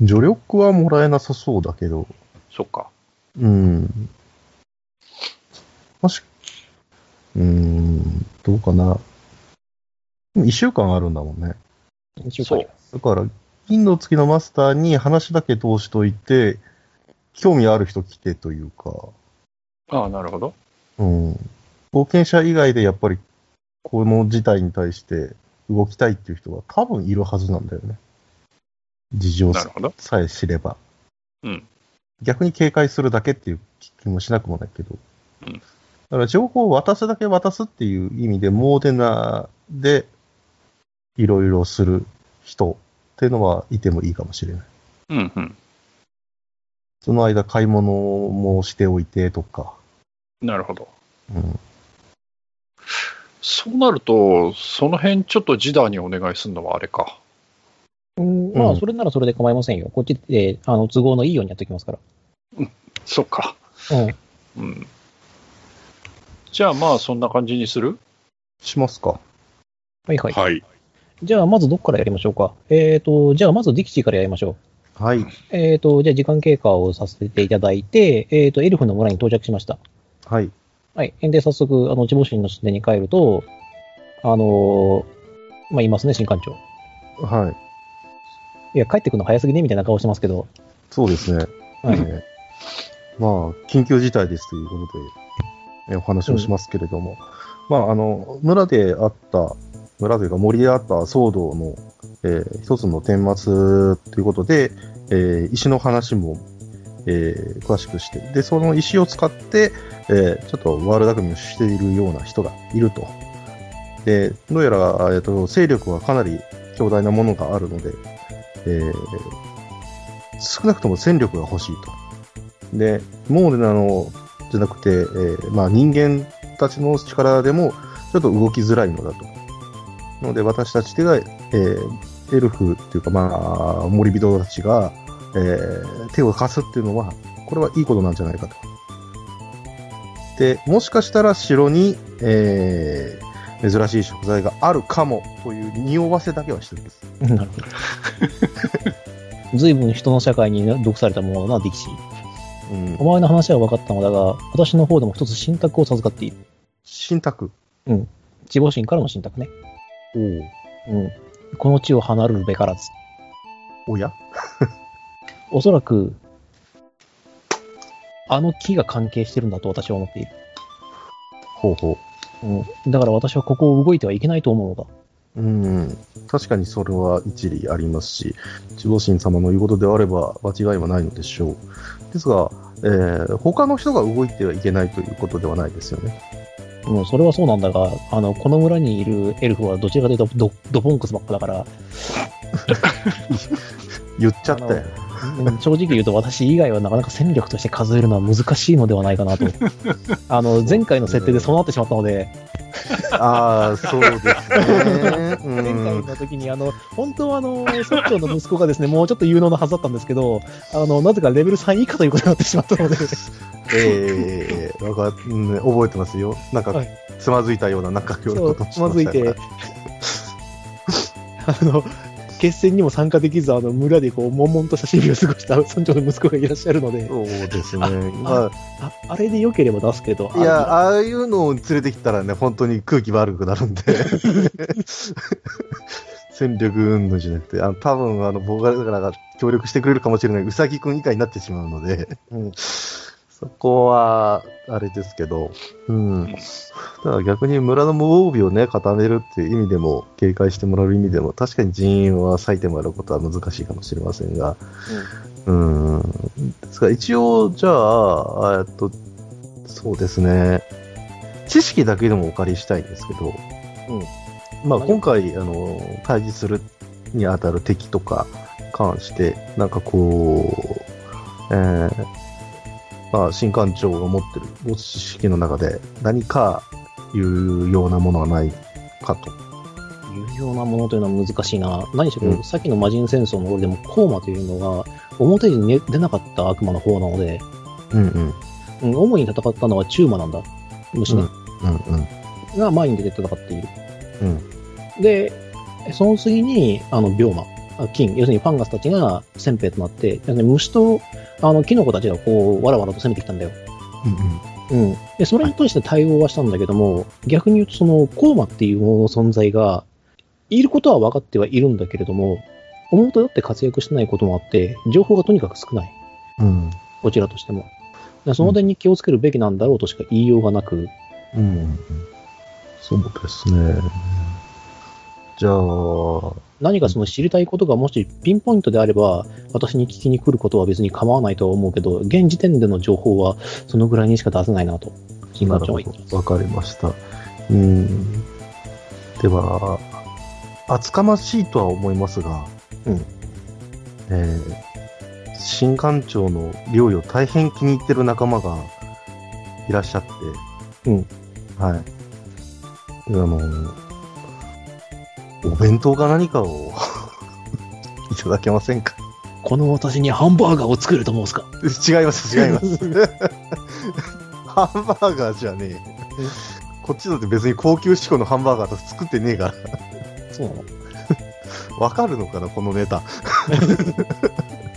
[SPEAKER 3] 助力はもらえなさそうだけど、
[SPEAKER 1] そっか。
[SPEAKER 3] うん。もし、うん、どうかな。でも一週間あるんだもんね。
[SPEAKER 2] 一応
[SPEAKER 1] そう。
[SPEAKER 3] だから、銀の月のマスターに話だけ通しといて、興味ある人来てというか、
[SPEAKER 1] ああ、なるほど。
[SPEAKER 3] うん。冒険者以外でやっぱり、この事態に対して動きたいっていう人が多分いるはずなんだよね。事情
[SPEAKER 1] なるほど。
[SPEAKER 3] さえ知れば。
[SPEAKER 1] うん。
[SPEAKER 3] 逆に警戒するだけっていう気もしなくもないけど。
[SPEAKER 1] うん
[SPEAKER 3] だから情報を渡すだけ渡すっていう意味で、モーデナーでいろいろする人っていうのはいてもいいかもしれない。
[SPEAKER 1] うんうん。
[SPEAKER 3] その間買い物もしておいてとか。
[SPEAKER 1] なるほど。
[SPEAKER 3] うん。
[SPEAKER 1] そうなると、その辺ちょっとジダーにお願いするのはあれか。
[SPEAKER 2] うん、ま
[SPEAKER 3] う
[SPEAKER 2] あ、
[SPEAKER 3] ん
[SPEAKER 2] それならそれで構いませんよ。こっちで、あの、都合のいいようにやっておきますか
[SPEAKER 1] そっか。
[SPEAKER 2] ら。うん。
[SPEAKER 1] うん。じゃあまあ、そんな感じにする
[SPEAKER 3] しますか。
[SPEAKER 2] はいはい。
[SPEAKER 4] はい。
[SPEAKER 2] じゃあ、まずどっからやりましょうか。えっ、と、じゃあ、まずディキシーからやりましょ
[SPEAKER 3] はい。
[SPEAKER 2] う。えっ、と、じゃあ、時間経過をさせていただいて、えっ、と、エルフの村に到着しました。
[SPEAKER 3] はい。
[SPEAKER 2] はい。で、早速、あの、地方神の神殿に帰ると、あのーまあ、いますね、新館長。
[SPEAKER 3] はい。
[SPEAKER 2] いや、帰ってくるの早すぎね、みたいな顔してますけど。
[SPEAKER 3] そうですね。
[SPEAKER 2] はい。
[SPEAKER 3] えーまあ、緊急事態ですということで、えーお話をしますけれども、まあ、あの、村であった、村というか森であった騒動の、えー一つの顛末ということで、えー石の話も、えー詳しくして、で、その石を使って、えーちょっと悪巧みをしているような人がいると。で、どうやら、えーと、勢力はかなり強大なものがあるので、えー少なくとも戦力が欲しいと。で、モーデナのじゃなくて、えーまあ、人間たちの力でもちょっと動きづらいのだと。なので私たちが、えーエルフっていうか、まあ、森人たちが、えー手を貸すっていうのは、これはいいことなんじゃないかと。で、もしかしたら城に、えー珍しい食材があるかもという匂わせだけはしてるんです。
[SPEAKER 2] なるほど。 随分人の社会に毒されたものだな、ディキシー。
[SPEAKER 3] うん
[SPEAKER 2] お、前の話は分かったのだが、私の方でも一つ信託を授かっている。
[SPEAKER 3] 新宅。
[SPEAKER 2] 地方神からの信託ね。
[SPEAKER 3] おう
[SPEAKER 2] うん。この地を離れるべからず。
[SPEAKER 3] おや
[SPEAKER 2] おそらく、あの木が関係してるんだと私は思っている。
[SPEAKER 3] ほうほ
[SPEAKER 2] うん。だから私はここを動いてはいけないと思うのだ。
[SPEAKER 3] う。うん。確かにそれは一理ありますし、地方神様の言うことであれば間違いはないのでしょう。ですが、えー他の人が動いてはいけないということではないですよね。
[SPEAKER 2] うん、それはそうなんだが、あの、この村にいるエルフはどちらかというとドドポンクスばっかだ から、
[SPEAKER 3] 言っちゃったよ。
[SPEAKER 2] うん正直言うと私以外はなかなか戦力として数えるのは難しいのではないかな と。あの、前回の設定でそうなってしまったので、
[SPEAKER 3] ああ、そうです ね。う
[SPEAKER 2] 前回
[SPEAKER 3] ん。
[SPEAKER 2] の時に、あの、本当はあの、村長の息子がですね、もうちょっと有能なはずだったんですけど、あの、なぜかレベル3以下ということになってしまったので、
[SPEAKER 3] ええー、わか、うん、覚えてますよ。なんか、
[SPEAKER 2] はい
[SPEAKER 3] つまずいたような、なんか、
[SPEAKER 2] そう、つまずいて、 あの、決戦にも参加できず、あの、村でこう、悶々とした日々を過ごした村長の息子がいらっしゃるので、
[SPEAKER 3] そうで すね。
[SPEAKER 2] あ
[SPEAKER 3] ま
[SPEAKER 2] ああれで良ければ出すけど、
[SPEAKER 3] あ、いや、ああいうのを連れてきたらね、本当に空気悪くなるんで。 戦力運動じゃなくて、あの多分あの、僕らが協力してくれるかもしれない、うさぎくん以下になってしまうので、そこは、あれですけど、うん。
[SPEAKER 1] ん
[SPEAKER 3] ただ逆に村の無防備をね、固めるっていう意味でも、警戒してもらう意味でも、確かに人員は割いてもらうことは難しいかもしれませんが、うん。ですから一応、じゃあ、えっと、そうですね、知識だけでもお借りしたいんですけど、まあ、今回、あの、対峙するにあたる敵とか関して、なんかこう、えー、まあ、新館長が持ってるご知識の中で何か有用なものはないかと。
[SPEAKER 2] 有用なものというのは難しいな。何しろ、
[SPEAKER 3] うん
[SPEAKER 2] さっきの魔人戦争の俺でも、コーマというのが、表に出なかった悪魔の方なので、
[SPEAKER 3] うんうん。
[SPEAKER 2] うん、主に戦ったのは中馬なんだ。虫ね、
[SPEAKER 3] うんうん。
[SPEAKER 2] が前に出て戦っている。
[SPEAKER 3] うん。
[SPEAKER 2] で、その次に、あの、病魔、あ金、要するにファンガスたちが先兵となって、要するに虫と、あの、キノコたちがこう、わらわらと攻めてきたんだよ。うん。で、それに対して対応はしたんだけども、逆に言うと、その、コーマっていうものの存在が、いることは分かってはいるんだけれども、表だって活躍してないこともあって、情報がとにかく少ない。
[SPEAKER 3] うん。
[SPEAKER 2] こちらとしても。だからその点に気をつけるべきなんだろうとしか言いようがなく、
[SPEAKER 3] うん。うん。そうですね。じゃあ、
[SPEAKER 2] 何かその知りたいことがもしピンポイントであれば、私に聞きに来ることは別に構わないとは思うけど、現時点での情報はそのぐらいにしか出せないなと。
[SPEAKER 3] なるほど。わかりました。うん。では、厚かましいとは思いますが、
[SPEAKER 2] うん。
[SPEAKER 3] えー新館長の料理を大変気に入ってる仲間がいらっしゃって、
[SPEAKER 2] うん。
[SPEAKER 3] はい。あの、お弁当か何かを いただけませんか
[SPEAKER 2] この私にハンバーガーを作ると申すか。
[SPEAKER 3] 違います、違います。ハンバーガーじゃねえ。こっちだって別に高級志向のハンバーガーとか作ってねえから。
[SPEAKER 2] そうなの
[SPEAKER 3] わかるのかな、このネタ。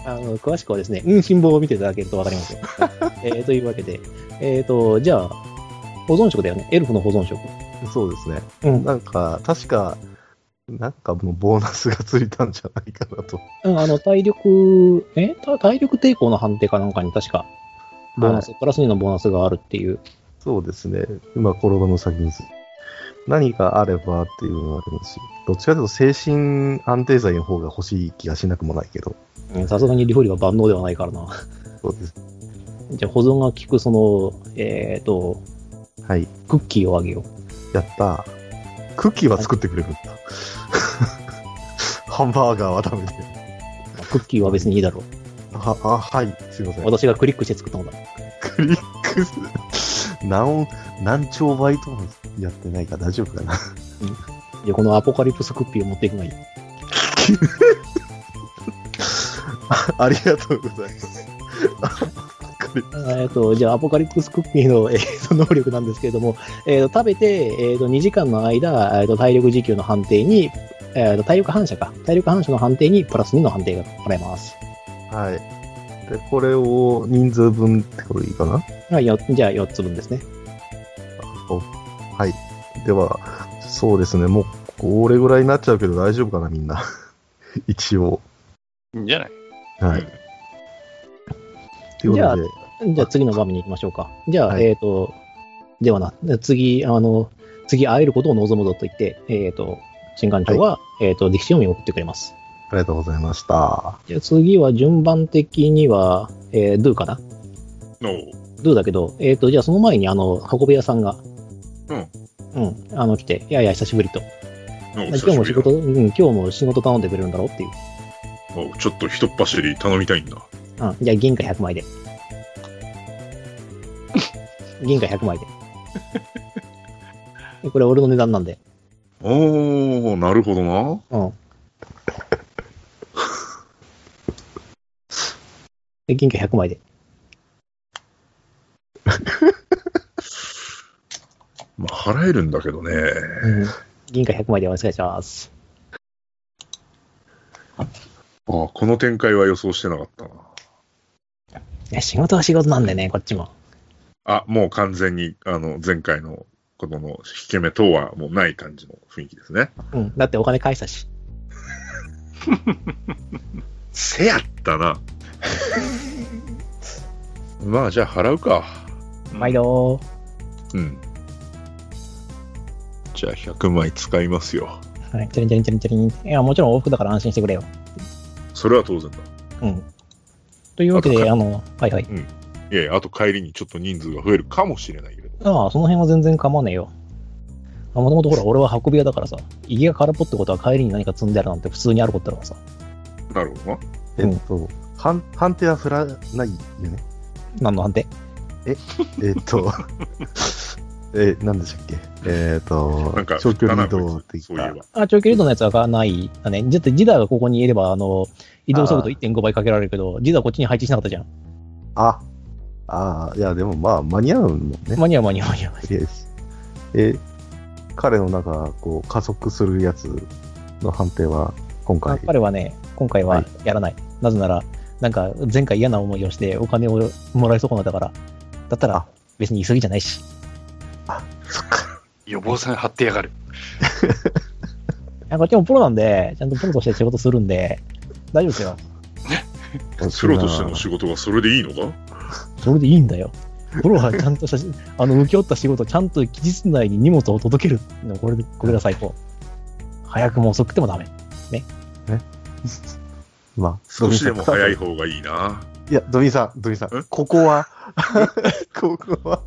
[SPEAKER 2] あの、詳しくはですね、うん、辛抱を見ていただけるとわかりますよ。 えー、というわけで、えーと、じゃあ、保存食だよね。エルフの保存食。
[SPEAKER 3] そうですね。
[SPEAKER 2] うん。
[SPEAKER 3] なんか、確か、なんかもうボーナスがついたんじゃないかなと。
[SPEAKER 2] うん、あの、体力、えた体力抵抗の判定かなんかに確か、ボーナス、プラス2のボーナスがあるっていう。
[SPEAKER 3] そうですね。今、転ばの先にず何かあればっていうのがありますし、どっちかというと精神安定剤の方が欲しい気がしなくもないけど。
[SPEAKER 2] うんさすがに料理は万能ではないからな。
[SPEAKER 3] そうです。
[SPEAKER 2] じゃあ保存が効く、その、えっ、と、
[SPEAKER 3] はい。
[SPEAKER 2] クッキーをあげよう。
[SPEAKER 3] やったー。クッキーは作ってくれるんだ。ハンバーガーはダメで。
[SPEAKER 2] クッキーは別にいいだろう。
[SPEAKER 3] は、あ、はい。すいません。
[SPEAKER 2] 私がクリックして作ったのだ。
[SPEAKER 3] クリックす。何、何兆倍ともやってないから大丈夫かな。
[SPEAKER 2] じゃあこのアポカリプスクッキーを持っていくがいい。
[SPEAKER 3] ありがとうございます。
[SPEAKER 2] えっ、と、じゃあアポカリプスクッキーの、えーと能力なんですけれども、 えーと食べて、えーと2時間の間、えーと体力時給の判定に、えーと体力反射か。体力反射の判定にプラス2の判定がもらえます。
[SPEAKER 3] はい。で、これを人数分ってこれいいかな
[SPEAKER 2] はい、よじゃあ4つ分ですね。
[SPEAKER 3] はい。では、そうですね。もう、これぐらいになっちゃうけど大丈夫かな、みんな。 一応。
[SPEAKER 1] いいんじゃない
[SPEAKER 3] はい。という
[SPEAKER 2] じゃ
[SPEAKER 3] こ
[SPEAKER 2] あ
[SPEAKER 3] とで、
[SPEAKER 2] じゃあ次の場面に行きましょうか。じゃあ、
[SPEAKER 3] はい
[SPEAKER 2] えっ、と、ではな、次、あの、次会えることを望むぞと言って、えっ、と、新館長は、えっ、と、ディクシオンを送ってくれます。
[SPEAKER 3] ありがとうございました。
[SPEAKER 2] じゃあ次は順番的には、えー、ドゥかな
[SPEAKER 4] の、
[SPEAKER 2] ドゥだけど、えっ、と、じゃあその前に、あの、運び屋さんが、
[SPEAKER 4] うん。
[SPEAKER 2] うん、あの、来て、いやいや、久しぶりと。
[SPEAKER 4] の、
[SPEAKER 2] 今日も仕
[SPEAKER 4] 久しぶ
[SPEAKER 2] 事、
[SPEAKER 4] り
[SPEAKER 2] うん、今日も仕事頼んでくれるんだろうっていう。
[SPEAKER 4] だのちょっと一っ走り頼みたいんだ。
[SPEAKER 2] うん、じゃあ銀貨100枚 で。銀貨100枚で。これ俺の値段なんで。
[SPEAKER 4] おー、なるほどな。
[SPEAKER 2] うん。で銀貨100枚で。
[SPEAKER 4] まあ、払えるんだけどね。
[SPEAKER 2] 銀貨100枚でお願いします。
[SPEAKER 4] ああこの展開は予想してなかったな。
[SPEAKER 2] いや仕事は仕事なんでね、こっちも。
[SPEAKER 4] あ、もう完全に、あの、前回のことの引け目等はもうない感じの雰囲気ですね。
[SPEAKER 2] うん。だってお金返したし。
[SPEAKER 4] せやったな。 まあ、じゃあ払うか。
[SPEAKER 2] 毎度。
[SPEAKER 4] うん。じゃあ100枚使いますよ。
[SPEAKER 2] はい。チャリンチャリンチャリンチャリン。いや、もちろん往復だから安心してくれよ。
[SPEAKER 4] それは当然だ。
[SPEAKER 2] うん。というわけ
[SPEAKER 4] あと
[SPEAKER 2] で、
[SPEAKER 4] か
[SPEAKER 2] あの、はいはい。
[SPEAKER 4] いやいや、あと帰りにちょっと人数が増えるかもしれないけれど。
[SPEAKER 2] ああ、その辺は全然構わねえよ。もともと ほら、俺は運び屋だからさ、家が空っぽってことは帰りに何か積んであるなんて普通にあることだからさ。
[SPEAKER 4] なるほどな。
[SPEAKER 3] えっと、判判定は振らないよね。
[SPEAKER 2] 何の判定
[SPEAKER 3] えっと、えー、なんでしたっけえっ、と
[SPEAKER 4] なんか、、
[SPEAKER 3] 長距離移
[SPEAKER 4] だな
[SPEAKER 3] 動
[SPEAKER 4] こ
[SPEAKER 3] って
[SPEAKER 4] い
[SPEAKER 3] い
[SPEAKER 4] つ
[SPEAKER 3] っ
[SPEAKER 4] そういえ
[SPEAKER 3] た。
[SPEAKER 4] ば。
[SPEAKER 2] あ、長距離移動のやつはない。だね。だってジダーがここにいれば、あの、移動速度1.5倍かけられるけど、ジダーこっちに配置しなかったじゃん。
[SPEAKER 3] あ、ああ、いや、でもまあ、間に合うもんね。
[SPEAKER 2] 間に合う間に合う間に合う。
[SPEAKER 3] とりあえずえ、彼のなんか、こう、加速するやつの判定は、今
[SPEAKER 2] あ
[SPEAKER 3] 回。
[SPEAKER 2] 彼はね、今回はやらない。なぜなら、なんか前回嫌な思いをしてお金をもらい損なったから。だったら、別に急ぎじゃないし。
[SPEAKER 1] 予防線張ってやがる。
[SPEAKER 2] あこっちもプロなんで、ちゃんとプロとして仕事するんで、大丈夫ですよ。
[SPEAKER 4] プロとしての仕事がそれでいいの か
[SPEAKER 2] それでいいんだよ。プロはちゃんとしたし、 あの、請け負った仕事、ちゃんと期日内に荷物を届ける。これで、これが最高。早くも遅くてもダメ。
[SPEAKER 3] まあ、
[SPEAKER 4] 少しでも早い
[SPEAKER 3] ドミ
[SPEAKER 4] 方がいいな。
[SPEAKER 3] さん。いや、ドミさん、ドミさ
[SPEAKER 4] え
[SPEAKER 3] ん、こ こは、ここは、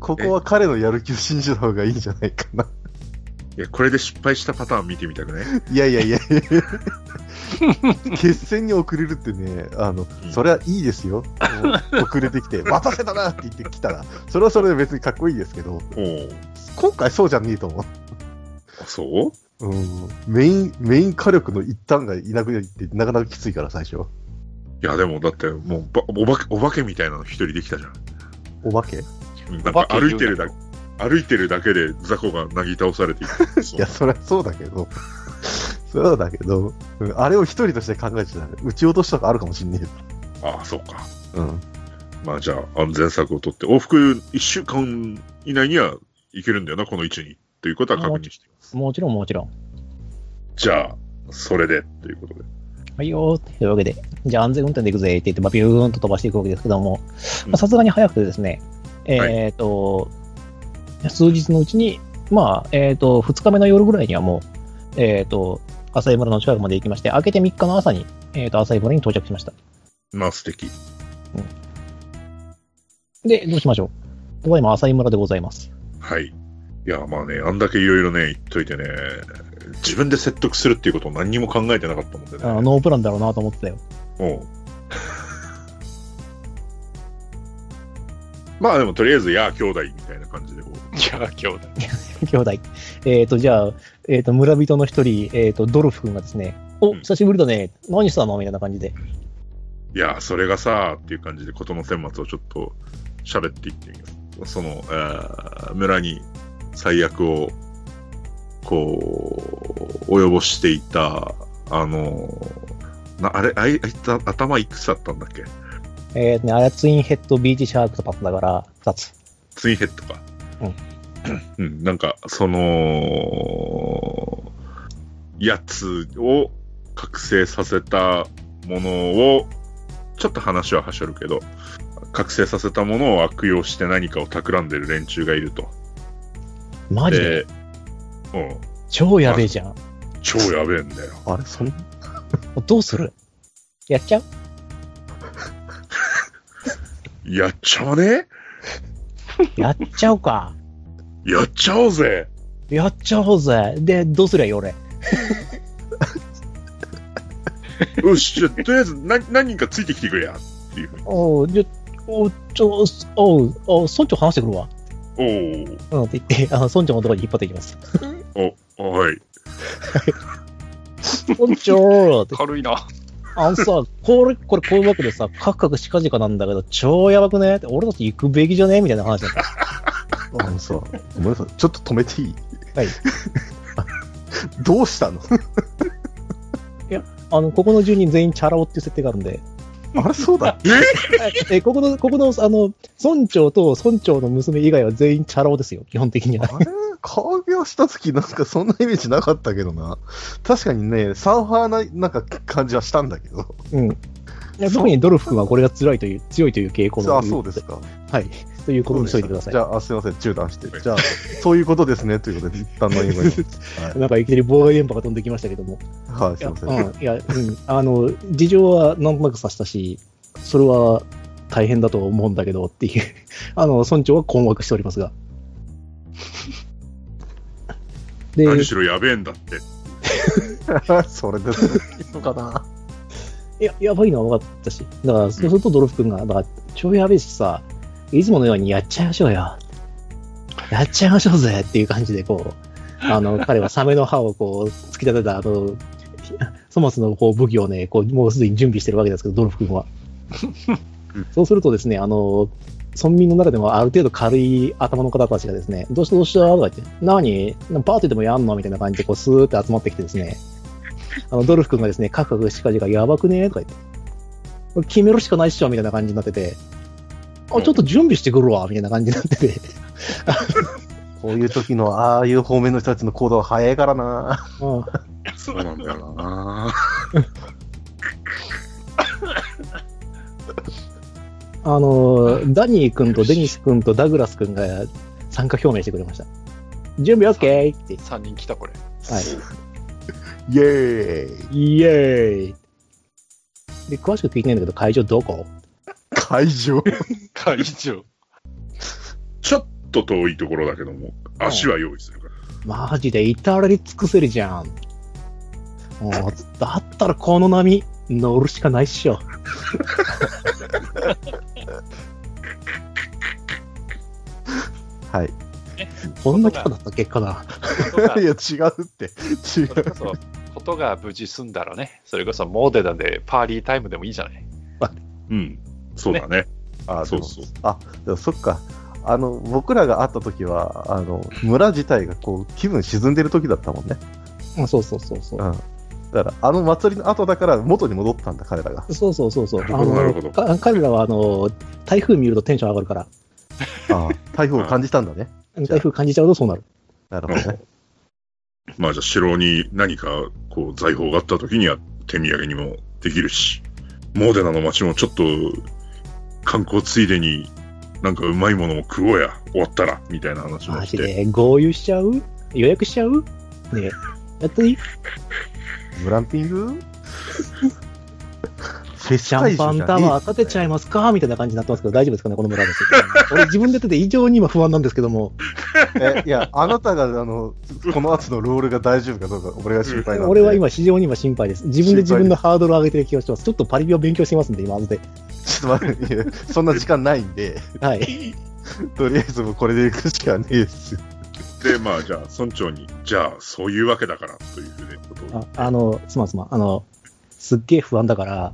[SPEAKER 3] ここは彼のやる気を信じた方がいいんじゃないかな。
[SPEAKER 4] いや、これで失敗したパターン見てみたくね。
[SPEAKER 3] いやいやいや決戦に遅れるってね、あの、
[SPEAKER 4] うん
[SPEAKER 3] それはいいですよ。もう遅れてきて、待たせたなって言ってきたら、それはそれで別にかっこいいですけど、
[SPEAKER 4] おう
[SPEAKER 3] 今回そうじゃねえと思う。
[SPEAKER 4] あそう
[SPEAKER 3] うん、メイン、メイン火力の一端がいなくなって、なかなかきついから、最初。
[SPEAKER 4] いや、でもだって、もうばお化け、お化けみたいなの一人できたじゃん。
[SPEAKER 3] お化けい
[SPEAKER 4] うんなんか
[SPEAKER 1] お化け
[SPEAKER 4] 歩いてるだ
[SPEAKER 1] 言
[SPEAKER 4] 歩いてるだけで雑魚がなぎ倒されていく。そう
[SPEAKER 3] や、そりゃそうだけど。そうだけど、うんあれを一人として考えてたら、撃ち落としとかあるかもしんね
[SPEAKER 4] ああ、そうか。
[SPEAKER 3] え。うん。
[SPEAKER 4] まあじゃあ、あの前作を取って、往復1週間以内には行けるんだよな、この位置に。ということは確認しています。
[SPEAKER 2] もちろん、もちろん。
[SPEAKER 4] じゃあ、それで、ということで。
[SPEAKER 2] はいよーというわけで、じゃあ安全運転で行くぜって言って、まあビューンと飛ばしていくわけですけども、
[SPEAKER 4] うん
[SPEAKER 2] まあさすがに早くてですね、
[SPEAKER 4] はい
[SPEAKER 2] えっ、と、数日のうちに、まあ、えっ、と、2日目の夜ぐらいにはもう、えっ、と、浅井村の近くまで行きまして、明けて3日の朝に、えっ、と、浅井村に到着しました。
[SPEAKER 4] まあ素敵。
[SPEAKER 2] で、どうしましょうただいま浅井村でございます。
[SPEAKER 4] はい。いや、まあね、あんだけいろいろね、言っといてね、自分で説得するっていうことを何にも考えてなかったもんでね。
[SPEAKER 2] あノープランだろうなと思ってたよ。
[SPEAKER 4] おうまあでもとりあえず、やあ兄弟みたいな感じでこう、
[SPEAKER 1] いや、兄弟。
[SPEAKER 2] 兄弟。えっ、と、じゃあ、えっ、と、村人の一人、えっ、と、ドルフ君がですね、お、
[SPEAKER 4] うん
[SPEAKER 2] 久しぶりだね。何したのみたいな感じで。
[SPEAKER 4] いやあそれがさあっていう感じで事の顛末をちょっと喋っていってみよう。その、えー村に最悪を、こう、及ぼしていた、あのーなあれ、あいあいつ頭いくつだったんだっけ
[SPEAKER 2] えーとね、あれはツインヘッド、ビーチシャークとパスだから、2つ。
[SPEAKER 4] ツインヘッドか。うん。なんか、その、やつを覚醒させたものを、ちょっと話ははしょるけど、覚醒させたものを悪用して何かを企んでる連中がいると。
[SPEAKER 2] マジで、
[SPEAKER 4] で、うん。
[SPEAKER 2] 超やべえじゃん。も
[SPEAKER 4] 超やべえんだよ。
[SPEAKER 3] あれ、そん
[SPEAKER 2] うどうするやっちゃう
[SPEAKER 4] やっちゃわね
[SPEAKER 2] やっちゃうか。
[SPEAKER 4] やっちゃおうぜ
[SPEAKER 2] やっちゃおうぜ。で、どうすりゃいい俺。
[SPEAKER 4] よし、じゃあとりあえず何何人かついてきてくれやっていうふうに。
[SPEAKER 2] おう、じゃ、おう、ちょ、おう、おう、村長話してくるわ。
[SPEAKER 4] おー
[SPEAKER 2] うん、って言って、あの、村長のところに引っ張っていきます。
[SPEAKER 4] お、はい。
[SPEAKER 2] 村長って、
[SPEAKER 1] 軽いな。
[SPEAKER 2] あのさ、これ、これこういうわけでさ、カクカクしかじかなんだけど、超やばくねって、俺たち行くべきじゃねみたいな話だった。
[SPEAKER 3] あのさ、ごめんなさい、ちょっと止めていい
[SPEAKER 2] はい。
[SPEAKER 3] どうしたの
[SPEAKER 2] あの、ここの住人全員チャラ男っていう設定があるんで、
[SPEAKER 3] あれ、そうだ。
[SPEAKER 2] えーここの、ここの、あの、村長と村長の娘以外は全員チャラ男ですよ、基本的には。
[SPEAKER 3] あれ顔描した時なんかそんなイメージなかったけどな。確かにね、サーファーな、なんか感じはしたんだけど。
[SPEAKER 2] うん。いや特にドルフ君はこれが辛いという、強いという傾向の。
[SPEAKER 3] あ、そうです。か。
[SPEAKER 2] はい。ということにしといてください。
[SPEAKER 3] じゃああ、すいません、中断して。じゃあ、そういうことですね、ということで、一旦の英語に。はい
[SPEAKER 2] なんかいきなり妨害電波が飛んできましたけども。
[SPEAKER 3] はい、
[SPEAKER 2] い
[SPEAKER 3] すい
[SPEAKER 2] や、
[SPEAKER 3] ません。
[SPEAKER 2] うん、いや、うん。あの、事情はなんとなく察したし、それは大変だと思うんだけどっていう、あの、村長は困惑しております が。で、
[SPEAKER 4] 何しろやべえんだって。
[SPEAKER 3] それですね。いいのかな。
[SPEAKER 2] いや、やばいのは分かったし。だから、そうするとドルフ君が、だから、ちょいやべえしさ、いつものようにやっちゃいましょうよ。やっちゃいましょうぜっていう感じで、こう、あ の、彼はサメの歯をこう、突き立てた、あの、そもそもこう武器をね、こう、もうすでに準備してるわけですけど、ドルフ君は
[SPEAKER 4] うん。
[SPEAKER 2] そうするとですね、あの、村民の中でもある程度軽い頭の方たちがですね、どうしたどうしたとか言って、何パーティーでもやんのみたいな感じで、こう、スーって集まってきてですね、あの、ドルフ君がですね、カクカクしかじかやばくねとか言って、これ決めるしかないっしょみたいな感じになってて、あ、ちょっと準備してくるわみたいな感じになってて、
[SPEAKER 3] こういう時の、ああいう方面の人たちの行動は早いからな。
[SPEAKER 2] うん
[SPEAKER 4] そうなんだよな。
[SPEAKER 2] あの、ダニー君とデニス君とダグラス君が参加表明してくれました。準備 OK! って。
[SPEAKER 1] 3人来たこれ
[SPEAKER 2] は
[SPEAKER 3] イエーイ
[SPEAKER 2] い。イエーイで、詳しく聞いてないんだけど、会場どこ
[SPEAKER 3] 会 場
[SPEAKER 1] 会長
[SPEAKER 4] ちょっと遠いところだけども、足は用意するから。
[SPEAKER 2] マジで至れり尽くせりじゃん。もう、だったらこの波、乗るしかないっしょ。
[SPEAKER 3] はい。
[SPEAKER 2] こんなキャラだったっけかな。
[SPEAKER 1] ことが
[SPEAKER 3] いや、違うって。違
[SPEAKER 1] それ
[SPEAKER 3] う。
[SPEAKER 1] こそことが無事済んだらねそれこそモーデダでパーリータイムでもいいじゃない
[SPEAKER 4] うん。そうだね。
[SPEAKER 3] あ
[SPEAKER 4] そうそう。
[SPEAKER 3] あ、でもそっか。あの、僕らが会った時は、あの、村自体がこう、気分沈んでる時だったもんね。
[SPEAKER 2] うんそうそうそうそう
[SPEAKER 3] う。ん。だから、あの祭りの後だから元に戻ったんだ、彼らが。
[SPEAKER 2] そうそうそうそう。
[SPEAKER 4] なるほどなるほど
[SPEAKER 2] あのか彼らは、あの、台風見るとテンション上がるから、
[SPEAKER 3] ああ、台風を感じたんだね。じゃあ
[SPEAKER 2] 台風感じちゃうとそうなる。
[SPEAKER 3] なるほどね。
[SPEAKER 4] まあじゃあ、城に何か、こう、財宝があった時には手土産にもできるし、モーデナの街もちょっと、観光ついでに、なんかうまいものも食おうや、終わったら、みたいな話も
[SPEAKER 2] マ
[SPEAKER 4] し
[SPEAKER 2] ジ
[SPEAKER 4] て。
[SPEAKER 2] で、合流しちゃう予約しちゃうねえやっといい
[SPEAKER 3] グランピングフェス
[SPEAKER 2] シャンパンタワー建てちゃ
[SPEAKER 3] い。
[SPEAKER 2] いますかみたいな感じになってますけど、大丈夫ですかねこの村です。俺自分でやってて異常に今不安なんですけども、
[SPEAKER 3] えいや、あなたが、あの、この後のロールが大丈夫かどうか、俺が心配なんで。
[SPEAKER 2] 俺は、今非常に今心配です。自分で自分のハードルを上げてる気がします。ちょっとパリピを勉強してますんで、今後で。
[SPEAKER 3] ちょっと待っていや、そんな時間ないんで、
[SPEAKER 2] はい。
[SPEAKER 3] とりあえずもうこれで行くしかねえです。
[SPEAKER 4] で、まあじゃあ、村長に、じゃあ、そういうわけだから、というふうなことを。
[SPEAKER 2] ああの、すまんすまん。あの、すっげえ不安だから、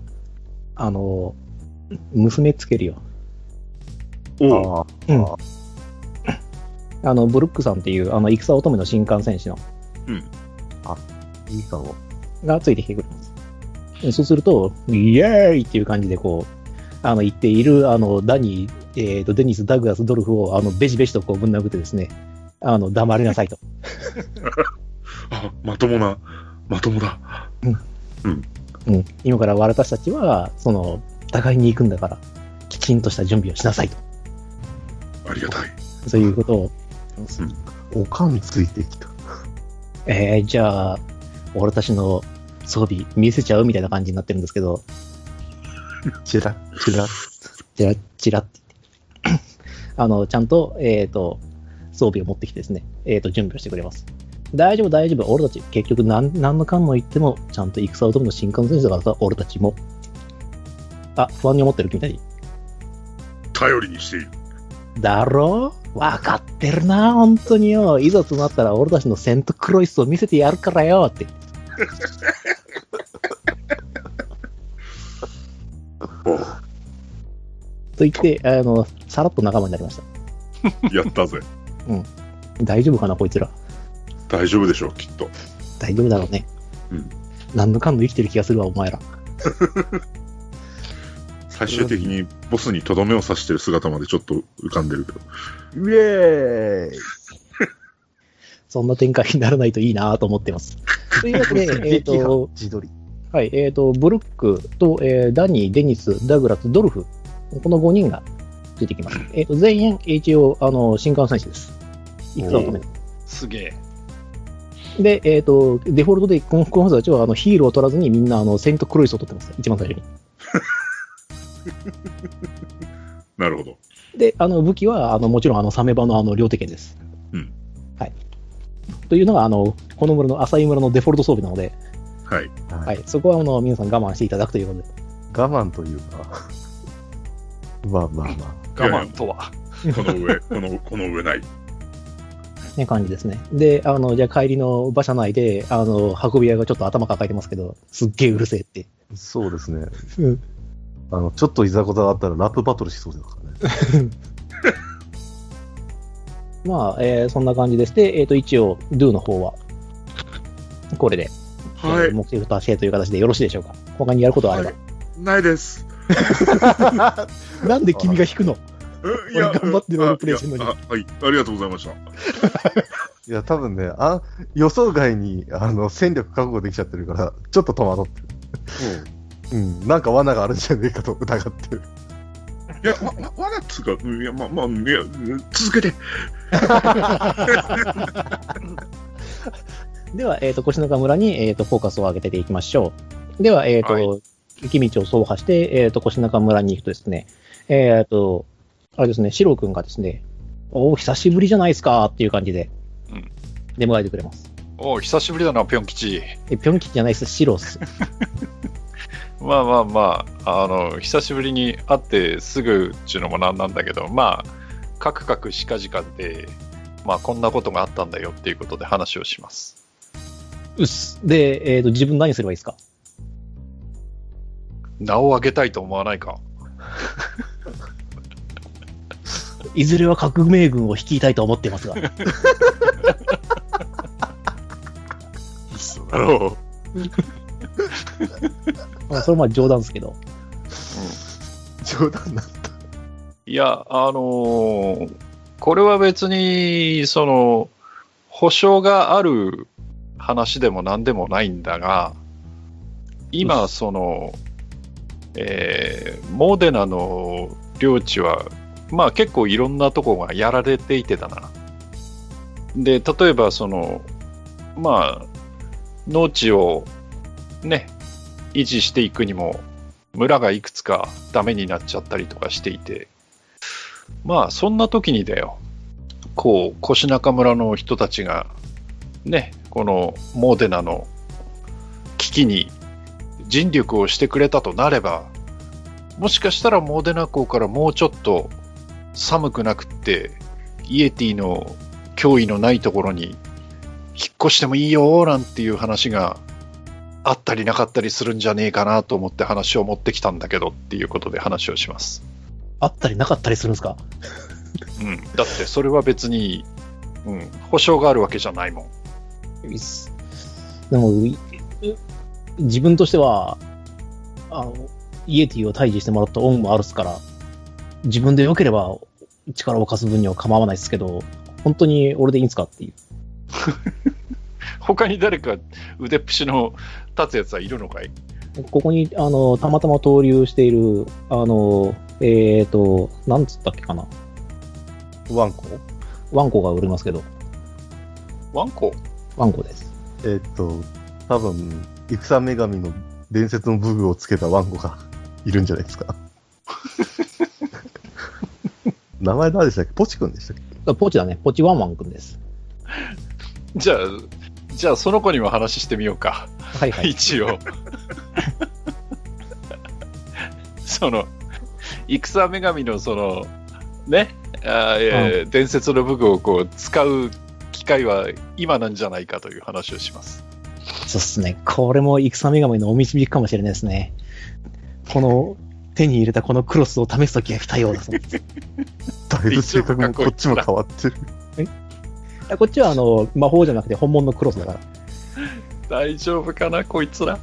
[SPEAKER 2] あの、娘つけるよ。
[SPEAKER 4] おう
[SPEAKER 3] ああ
[SPEAKER 2] うん。あの、ブルックさんっていう、あの、戦乙女の新幹線士の、
[SPEAKER 3] いいかも。
[SPEAKER 2] がついてきてくれます。えそうすると、イエーイっていう感じでこう、あの、言っている、あの、ダニー、えっ、と、デニス、ダグラス、ドルフを、あの、ベシベシとこう、ぶん殴ってですね、あの、黙りなさいと。
[SPEAKER 4] あ、まともな、まともだ。
[SPEAKER 2] うん。今から私たちは、その、互いに行くんだから、きちんとした準備をしなさいと。
[SPEAKER 4] ありがたい。
[SPEAKER 2] そういうことを、
[SPEAKER 3] おかんついてきた。
[SPEAKER 2] えー、じゃあ、俺たちの装備見せちゃうみたいな感じになってるんですけど、
[SPEAKER 3] チラッ、チラッ。
[SPEAKER 2] チラッチラッって言ってあの、ちゃんと、えっ、と、装備を持ってきてですね、えっ、と、準備をしてくれます。大丈夫、大丈夫。俺たち、結局何、何のかんの言っても、ちゃんと戦を取るの新幹線士だからさ、俺たちも。あ、不安に思ってる君たち。
[SPEAKER 4] 頼りにしている。
[SPEAKER 2] だろわかってるな、本当によ。いざとなったら、俺たちのセントクロイスを見せてやるからよ、って。
[SPEAKER 4] おう
[SPEAKER 2] と言って、あの、さらっと仲間になりました。
[SPEAKER 4] やったぜ。
[SPEAKER 2] 大丈夫かな、こいつら。
[SPEAKER 4] 大丈夫でしょう、きっと。
[SPEAKER 2] 大丈夫だろうね。
[SPEAKER 4] うん。
[SPEAKER 2] 何のかんの生きてる気がするわ、お前ら。
[SPEAKER 4] 最終的にボスにとどめを刺してる姿までちょっと浮かんでるけど。
[SPEAKER 3] イェーイ
[SPEAKER 2] そんな展開にならないといいなと思ってます。 というわけで、 えっ、と、
[SPEAKER 3] 自撮り。
[SPEAKER 2] はい、えっ、と、ブルックと、えーダニー、デニス、ダグラス、ドルフ、この5人がついてきます。えっ、と、全員、一応、あの、新幹線士です。いくつか止める
[SPEAKER 1] すげえ
[SPEAKER 2] で、えっ、と、デフォルトで、この、この人たちは、あの、ヒールを取らずに、みんな、あの、セントクロイスを取ってます。一番最初に。
[SPEAKER 4] なるほど。
[SPEAKER 2] で、あの、武器は、あの、もちろん、あの、サメ場の、あの、両手剣です。
[SPEAKER 4] うん。
[SPEAKER 2] はい。というのが、あの、この村の、浅井村のデフォルト装備なので、
[SPEAKER 4] はい。
[SPEAKER 3] は。
[SPEAKER 2] はいい、そこはあの皆さん我慢していただくということで。
[SPEAKER 3] 我慢というか、 まあまあまあ。
[SPEAKER 1] 我慢とは
[SPEAKER 4] この上、この、この上ない。
[SPEAKER 2] ね、感じですね。で、あの、じゃあ帰りの馬車内で、あの、運び屋がちょっと頭抱えてますけど、すっげえうるせえって。
[SPEAKER 3] そうですね。
[SPEAKER 2] うん
[SPEAKER 3] あの、ちょっといざこざがあったらラップバトルしそうですからね。
[SPEAKER 2] まあ、えーそんな感じでして、えっ、と、一応、do の方は、これで、
[SPEAKER 4] は
[SPEAKER 2] えー
[SPEAKER 4] い。
[SPEAKER 2] 目的達成という形でよろしいでしょうか。他にやることはあれば。
[SPEAKER 4] ないです。
[SPEAKER 2] なんで君が弾くの
[SPEAKER 4] うん
[SPEAKER 2] 俺頑張ってロールプレイしてんのに
[SPEAKER 4] いやあはい。ありがとうございました。
[SPEAKER 3] いや、多分ね、あ予想外にあの戦力確保できちゃってるから、ちょっと戸惑ってる。うん、なんか罠があるんじゃねえかと疑ってる。
[SPEAKER 4] いや、わ、わわらっつうか、うんいや、ま、ま、いや、うん続けて。
[SPEAKER 2] では、えっ、と、腰の中村に、えっ、と、フォーカスを上げていきましょう。では、えっ、と、
[SPEAKER 4] は
[SPEAKER 2] 雪道を走破して、えっ、と、腰の中村に行くとですね、えっ、と、あれですね、シロ君がですね、おお、久しぶりじゃないですかっていう感じで
[SPEAKER 1] うん、
[SPEAKER 2] 出迎えてくれます。
[SPEAKER 1] おう久しぶりだな、ぴょん吉。
[SPEAKER 2] え、ぴょんきじゃないです、シロっす。
[SPEAKER 1] まあまあまあ、あの、久しぶりに会ってすぐっていうのもなんなんだけど、まあ、カクカクしかじかで、まあ、こんなことがあったんだよっていうことで話をします。
[SPEAKER 2] うっす。で、えっ、と、自分何すればいいですか
[SPEAKER 1] 名を上げたいと思わないか。
[SPEAKER 2] いずれは革命軍を率いたいと思っていますが。
[SPEAKER 4] 嘘だろ
[SPEAKER 2] まあそれはまあ冗談ですけど。
[SPEAKER 3] 冗談なんだ。
[SPEAKER 1] いや、あのーこれは別に、その、保証がある話でも何でもないんだが、今、その、えーモデナの領地は、まあ結構いろんなとこがやられていてだな。で、例えば、その、まあ、農地をね、維持していくにも、村がいくつかダメになっちゃったりとかしていて、まあそんな時にだよ、こう、腰中村の人たちが、ね、このモーデナの危機に尽力をしてくれたとなれば、もしかしたらモーデナ港からもうちょっと寒くなくって、イエティの脅威のないところに引っ越してもいいよなんていう話があったりなかったりするんじゃねえかなと思って話を持ってきたんだけどっていうことで話をします。
[SPEAKER 2] あったりなかったりするんですか
[SPEAKER 1] うん、だってそれは別に、うん、保証があるわけじゃないもん。
[SPEAKER 2] ういっすでも、ういう自分としては、あの、イエティを退治してもらった恩もあるっすから、自分で良ければ力を貸す分には構わないですけど、本当に俺でいいんですかっていう。
[SPEAKER 1] 他に誰か腕っぷしの立つやつはいるのかい
[SPEAKER 2] ここに、あの、たまたま登竜している、あの、えっ、と、なんつったっけかな。
[SPEAKER 3] ワンコ
[SPEAKER 2] ワンコが売れますけど、
[SPEAKER 1] ワンコ
[SPEAKER 2] ワンコです。
[SPEAKER 3] えっと、多分、戦女神の伝説の武具をつけたワンコがいるんじゃないです か。名前誰でしたっけポチ君でしたっけ
[SPEAKER 2] あポチだね。ポチワンワンくんです。
[SPEAKER 1] じゃあ、じゃあその子にも話してみようか。
[SPEAKER 2] はいはい。
[SPEAKER 1] 一応。その、戦女神のその、ね、あーえー伝説の武具をこう使う機会は今なんじゃないかという話をします。
[SPEAKER 2] そうっすね。これも戦女神のお導きかもしれないですね。この、手に入れたこのクロスを試すときが来たようだそうです。
[SPEAKER 3] だいぶ性格もこっちも変わってる。
[SPEAKER 2] あ こっちはあの、魔法じゃなくて本物のクロスだから。
[SPEAKER 1] 大丈夫かな、こいつら。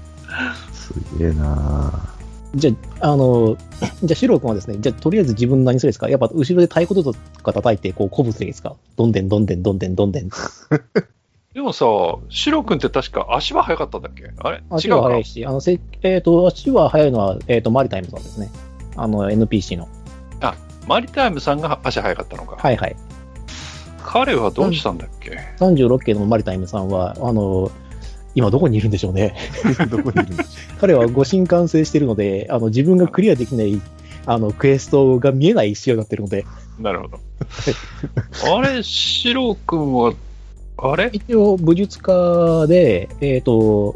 [SPEAKER 3] すげえな
[SPEAKER 2] じゃあ、あ の、じゃあ、シロー君はですね、じゃあ、とりあえず自分何するんですかやっぱ、後ろで太鼓とか叩いて、こう、鼓舞するんですかどんでんどんでんどんでんどんでん。
[SPEAKER 1] でもさ、シロ君って確か足は速かったんだっけあれ違
[SPEAKER 2] 足
[SPEAKER 1] う
[SPEAKER 2] は
[SPEAKER 1] か
[SPEAKER 2] 速いし、あの、せえっ、と、足は速いのは、えっ、と、マリタイムさんですね。あの、NPC の。
[SPEAKER 1] マリタイムさんが足速かったのか。
[SPEAKER 2] はいはい。
[SPEAKER 1] 彼はどうしたんだっけ、
[SPEAKER 2] 36系のマリタイムさんは、あの、今どこにいるんでしょうね。
[SPEAKER 3] あ どこにいるんでし
[SPEAKER 2] 彼はご神完成しているので、あの、自分がクリアできない、あの、クエストが見えない仕様になってるので、
[SPEAKER 1] なるほど。あれ、シロ君は、あれ
[SPEAKER 2] 一応、武術家で、えっ、と、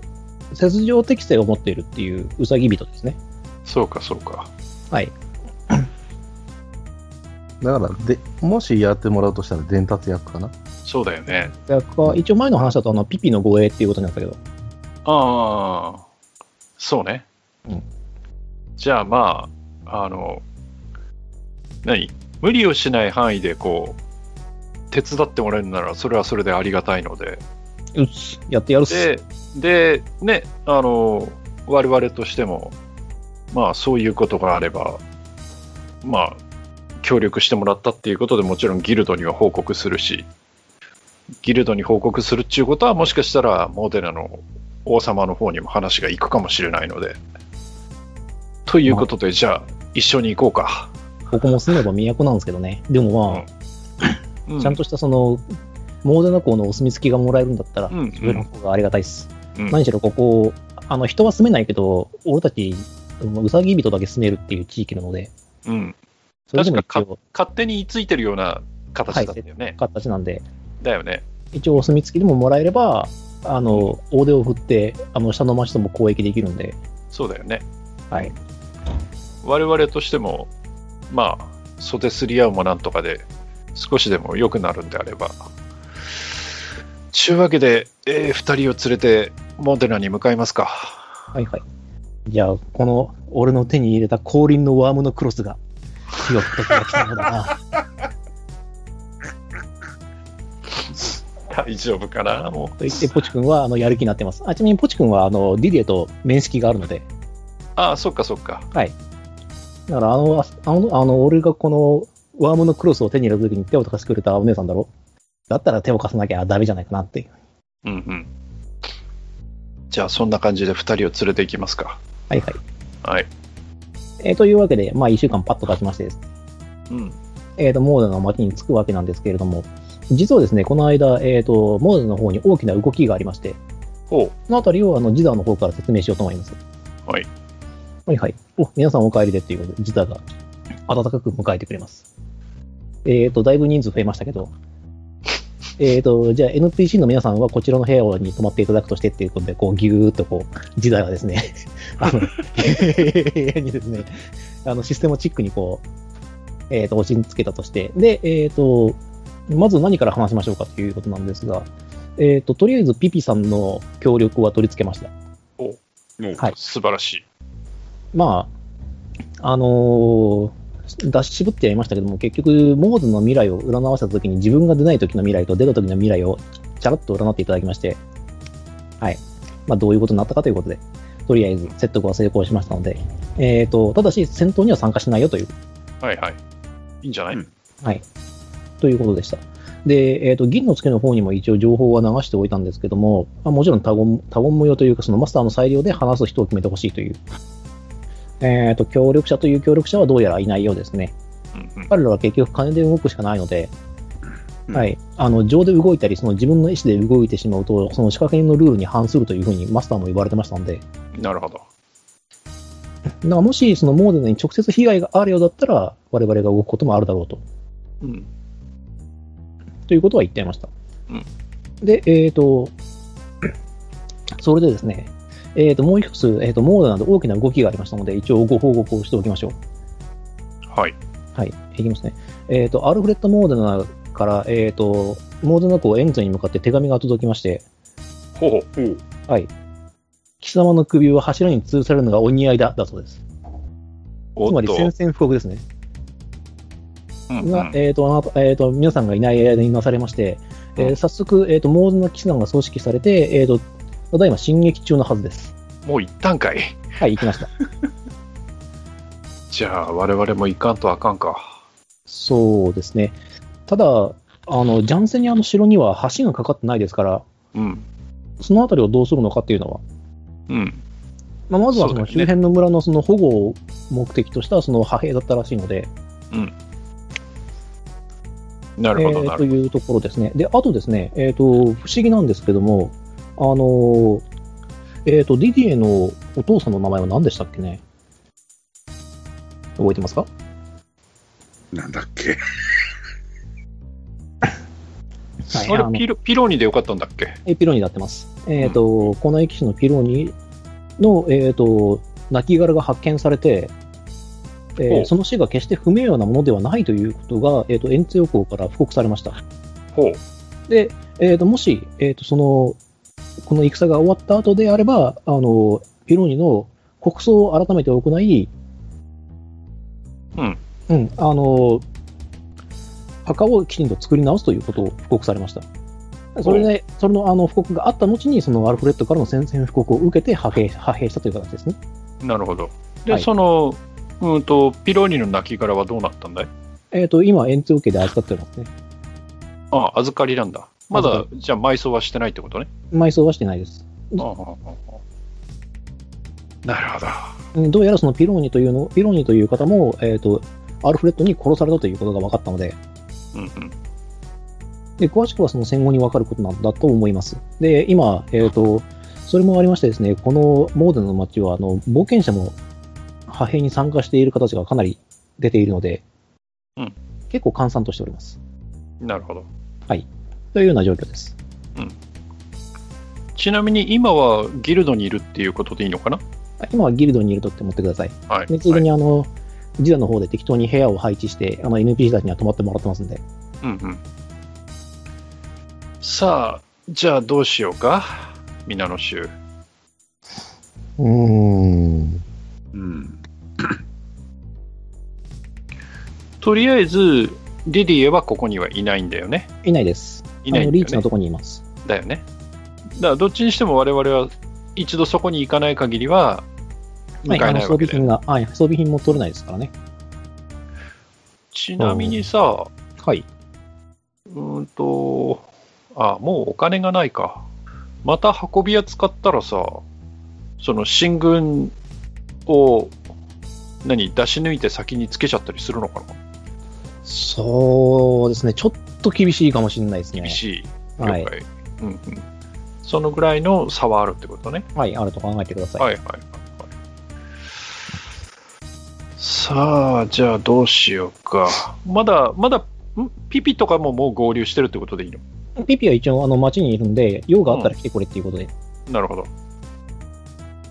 [SPEAKER 2] 雪上適性を持っているっていうウサギ人ですね。
[SPEAKER 1] そうか、そうか。
[SPEAKER 2] はい。
[SPEAKER 3] ょうだから、で、もしやってもらうとしたら伝達役かな
[SPEAKER 1] そうだよね。
[SPEAKER 2] だから一応前の話だとあのピピの護衛っていうことになったけど、
[SPEAKER 1] ああ、そうね。
[SPEAKER 2] うん
[SPEAKER 1] じゃあまあ、あの、何無理をしない範囲でこう、手伝ってもらえるなら、それはそれでありがたいので。
[SPEAKER 2] うっす、やってやるっす。
[SPEAKER 1] で、で、ね、あの、我々としても、まあそういうことがあれば、まあ、協力してもらったっていうことでもちろんギルドには報告するし、ギルドに報告するっていうことはもしかしたらモデナの王様の方にも話が行くかもしれないので。ということで、じゃあ一緒に行こうか。
[SPEAKER 2] 僕も住めば都なんですけどね。でもまあ、
[SPEAKER 1] う
[SPEAKER 2] ちゃん
[SPEAKER 1] と、
[SPEAKER 2] としたその、モーデナ港のお墨付きがもらえるんだったら、
[SPEAKER 1] うんうん
[SPEAKER 2] それの方がありがたいっす。
[SPEAKER 1] うん
[SPEAKER 2] 何しろここ、あの、人は住めないけど、俺たち、うさぎ人だけ住めるっていう地域なので、
[SPEAKER 1] うん、
[SPEAKER 2] それでも
[SPEAKER 1] 確
[SPEAKER 2] 一
[SPEAKER 1] か
[SPEAKER 2] 応、
[SPEAKER 1] 勝手に居ついてるような形だったよね。
[SPEAKER 2] 形なんで、
[SPEAKER 1] だよね。
[SPEAKER 2] 一応お墨付きでももらえれば、あの、大手を振って、あの、下の町とも交易できるんで、
[SPEAKER 1] そうだよね。
[SPEAKER 2] はい。
[SPEAKER 1] 我々としても、まあ、袖すり合うもなんとかで、少しでも良くなるんであれば。ちゅうわけで、えー、二人を連れて、モデナに向かいますか。
[SPEAKER 2] はいはい。じゃあ、この、俺の手に入れた降臨のワームのクロスが、火を吹く時が来たのだ な。
[SPEAKER 1] 大丈夫かなもう。
[SPEAKER 2] と言って、ポチ君は、あの、やる気になってます。あ、ちなみにポチ君は、あの、ディディエと面識があるので、
[SPEAKER 1] ああ、そっかそっか。
[SPEAKER 2] だから、あの、ああの、あの俺がこの、ワームのクロスを手に入れた時に手を貸してくれたお姉さんだろだったら手を貸さなきゃダメじゃないかなっていう。
[SPEAKER 1] うんうん。じゃあ、そんな感じで二人を連れて行きますか。
[SPEAKER 2] はいはい。
[SPEAKER 1] はい。
[SPEAKER 2] えーというわけで、まあ、一週間パッと経ちましてですね、
[SPEAKER 1] うん。
[SPEAKER 2] えーと、モーデの街に着くわけなんですけれども、実はですね、この間、えーと、モーデの方に大きな動きがありまして、
[SPEAKER 1] ほ
[SPEAKER 2] このあたりをあのジダの方から説明しようと思います。
[SPEAKER 1] はい。
[SPEAKER 2] はいはい。お、皆さんお帰りでっていうことで、ジダが温かく迎えてくれます。えっ、と、だいぶ人数増えましたけ ど、えっと、じゃあ NPC の皆さんはこちらの部屋に泊まっていただくとしてっていうことで、こうギューっとこう、ジダがですね、 あの、部屋にですね、あの、システムチックにこう、えっ、と、押し付けたとして、で、えっ、と、まず何から話しましょうかということなんですが、えっ、と、とりあえずピピさんの協力は取り付けました。
[SPEAKER 4] もう
[SPEAKER 1] う、
[SPEAKER 2] はい
[SPEAKER 1] 素晴らしい。
[SPEAKER 2] まあ、あのー出し渋ってやりましたけども、結局、モーズの未来を占わせたときに、自分が出ないときの未来と出たときの未来を、ちゃらっと占っていただきまして、はい。まあ、どういうことになったかということで、とりあえず説得は成功しましたので、えっ、と、ただし、戦闘には参加しないよという、
[SPEAKER 1] はいはい。いいんじゃない、
[SPEAKER 4] うん
[SPEAKER 2] はい。ということでした。で、えっ、と、銀の付けの方にも一応情報は流しておいたんですけども、まあ、もちろん他言、他言無用というか、そのマスターの裁量で話す人を決めてほしいという。えっ、と、協力者という協力者はどうやらいないようですね。
[SPEAKER 1] うんうん、
[SPEAKER 2] 彼らは結局金で動くしかないので、
[SPEAKER 4] うん
[SPEAKER 2] はい。あの、情で動いたり、その自分の意思で動いてしまうと、その仕掛け人のルールに反するというふうにマスターも言われてましたので、
[SPEAKER 1] なるほど。
[SPEAKER 2] だからもし、そのモーデナに直接被害があるようだったら、我々が動くこともあるだろうと。
[SPEAKER 1] うん。
[SPEAKER 2] ということは言っていました。
[SPEAKER 1] うん
[SPEAKER 2] で、えっ、と、 それでですね、えっ、と、もう一つ、えっ、と、モードなど大きな動きがありましたので、一応ご報告をしておきましょう。
[SPEAKER 1] はい。
[SPEAKER 2] はい、いきますね。えっ、と、アルフレッド・モーデナから、えっ、と、モーデナ公エンズに向かって手紙が届きまして、
[SPEAKER 1] ほうほう。
[SPEAKER 4] ほう。
[SPEAKER 2] はい。貴様の首は柱に吊るされるのがお似合いだ、だそうです。つ
[SPEAKER 1] お
[SPEAKER 2] ま
[SPEAKER 1] っ
[SPEAKER 2] り
[SPEAKER 1] と。
[SPEAKER 2] 宣戦布告ですね。
[SPEAKER 1] うんうん
[SPEAKER 2] が、えっ、と、あなたえっ、と、皆さんがいない間になされまして、えー
[SPEAKER 1] うん
[SPEAKER 2] 早速、えっ、と、モードの騎士団が組織されて、えっ、と、ただいま進撃中のはずです。
[SPEAKER 1] もう行ったんかい。
[SPEAKER 2] はい、行きま した。
[SPEAKER 1] じゃあ、我々も行かんとあかんか。
[SPEAKER 2] そうですね。ただ、あの、ジャンセニアの城には橋がかかってないですから、
[SPEAKER 1] うん。
[SPEAKER 2] そのあたりをどうするのかっていうのは、
[SPEAKER 1] うん。
[SPEAKER 2] まあ、まずはそ
[SPEAKER 1] そう
[SPEAKER 2] の
[SPEAKER 1] だよね
[SPEAKER 2] 周辺の村のその保護を目的としたその派兵だったらしいので、
[SPEAKER 1] なるほど、
[SPEAKER 2] えー
[SPEAKER 1] な
[SPEAKER 2] と
[SPEAKER 1] るほ
[SPEAKER 2] いうところですね。で、あとですね、えっ、と、不思議なんですけども、あのーえっ、と、ディディエのお父さんの名前は何でしたっけね覚えてますか
[SPEAKER 4] なんだっけ。
[SPEAKER 2] はい
[SPEAKER 1] ど。あ
[SPEAKER 2] あの
[SPEAKER 1] れピロ、ピローニでよかったんだっけ
[SPEAKER 2] えピローニになってます。えっ、と、この駅士のピローニの、えっ、と、亡骸が発見されて、えー
[SPEAKER 1] ほう
[SPEAKER 2] その死が決して不名誉なものではないということが、えっ、と、遠征予行から布告されました。
[SPEAKER 1] ほう。
[SPEAKER 2] で、えー、ともし、えー、とそのこの戦が終わった後であれば、あのピローニの国葬を改めて行い、
[SPEAKER 1] うん、
[SPEAKER 2] うん、あの墓をきちんと作り直すということを布告されました。それで、それのあの布告があった後に、そのアルフレッドからの宣戦布告を受けて派兵派兵したという形ですね。
[SPEAKER 1] なるほど。で、
[SPEAKER 2] はい
[SPEAKER 1] その、うんと、ピローニの亡骸はどうなったんだい
[SPEAKER 2] えっ、と、今、円筒形で扱ってますね。
[SPEAKER 1] ああ、預かりなんだ。ま
[SPEAKER 2] 預
[SPEAKER 1] だ
[SPEAKER 2] か、
[SPEAKER 1] じゃあ埋葬はしてないってことね。
[SPEAKER 2] 埋葬はしてないです。
[SPEAKER 1] ああああああなるほど。
[SPEAKER 2] うんどうやらそのピローニというの、ピローニという方も、えっ、と、アルフレッドに殺されたということが分かったので、
[SPEAKER 1] うんうん。
[SPEAKER 2] で、詳しくはその戦後に分かることなんだと思います。で、今、えっ、と、それもありましてですね、このモーデンの街は、あの、冒険者も派兵に参加している形がかなり出ているので、
[SPEAKER 1] うん
[SPEAKER 2] 結構閑散としております。
[SPEAKER 1] なるほど。
[SPEAKER 2] というような状況です。
[SPEAKER 1] ちなみに今はギルドにいるっていうことでいいのかな
[SPEAKER 2] 今はギルドにいるとって思ってください。
[SPEAKER 1] はい。
[SPEAKER 2] で、つい
[SPEAKER 1] は
[SPEAKER 2] で
[SPEAKER 1] い
[SPEAKER 2] にあの、ジダの方で適当に部屋を配置して、あの、NPC たちには泊まってもらってますんで。
[SPEAKER 1] うんうん。さあ、じゃあどうしようか。皆の衆。
[SPEAKER 3] うーん。
[SPEAKER 4] うん。
[SPEAKER 1] とりあえず、リディエはここにはいないんだよね。
[SPEAKER 2] いないです。
[SPEAKER 1] いない
[SPEAKER 2] あ
[SPEAKER 1] ん
[SPEAKER 2] の
[SPEAKER 1] だ
[SPEAKER 2] リー
[SPEAKER 1] よ
[SPEAKER 2] チ
[SPEAKER 1] ね
[SPEAKER 2] のと。こにいます。
[SPEAKER 1] だよね。だからどっちにしても我々は一度そこに行かない限りは
[SPEAKER 2] は
[SPEAKER 1] 向
[SPEAKER 2] い、
[SPEAKER 1] か
[SPEAKER 2] あ
[SPEAKER 1] え
[SPEAKER 2] の
[SPEAKER 1] ない
[SPEAKER 2] 装
[SPEAKER 1] わけ
[SPEAKER 2] 備
[SPEAKER 1] だよ
[SPEAKER 2] 品が、はい、装備品も取れないですからね。
[SPEAKER 1] ちなみにさ、
[SPEAKER 2] はい。
[SPEAKER 1] うーんと、あ、もうお金がないか。また運び屋使ったらさ、その進軍を何出し抜いて先につけちゃったりするのかな
[SPEAKER 2] そうですね、ちょっと厳しいかもしれないですね。
[SPEAKER 1] 厳しい。了
[SPEAKER 2] は
[SPEAKER 1] 解。
[SPEAKER 2] い、
[SPEAKER 1] うんうん。そのぐらいの差はあるってことね。
[SPEAKER 2] はい、あると考えてください。
[SPEAKER 1] はいはいはいはい。さあ、じゃあどうしようか。まだ、まだ、んピピとかももう合流してるってことでいいの
[SPEAKER 2] ピピは一応、あの、街にいるんで、用があったら来てこれっていうことで。
[SPEAKER 1] なるほど。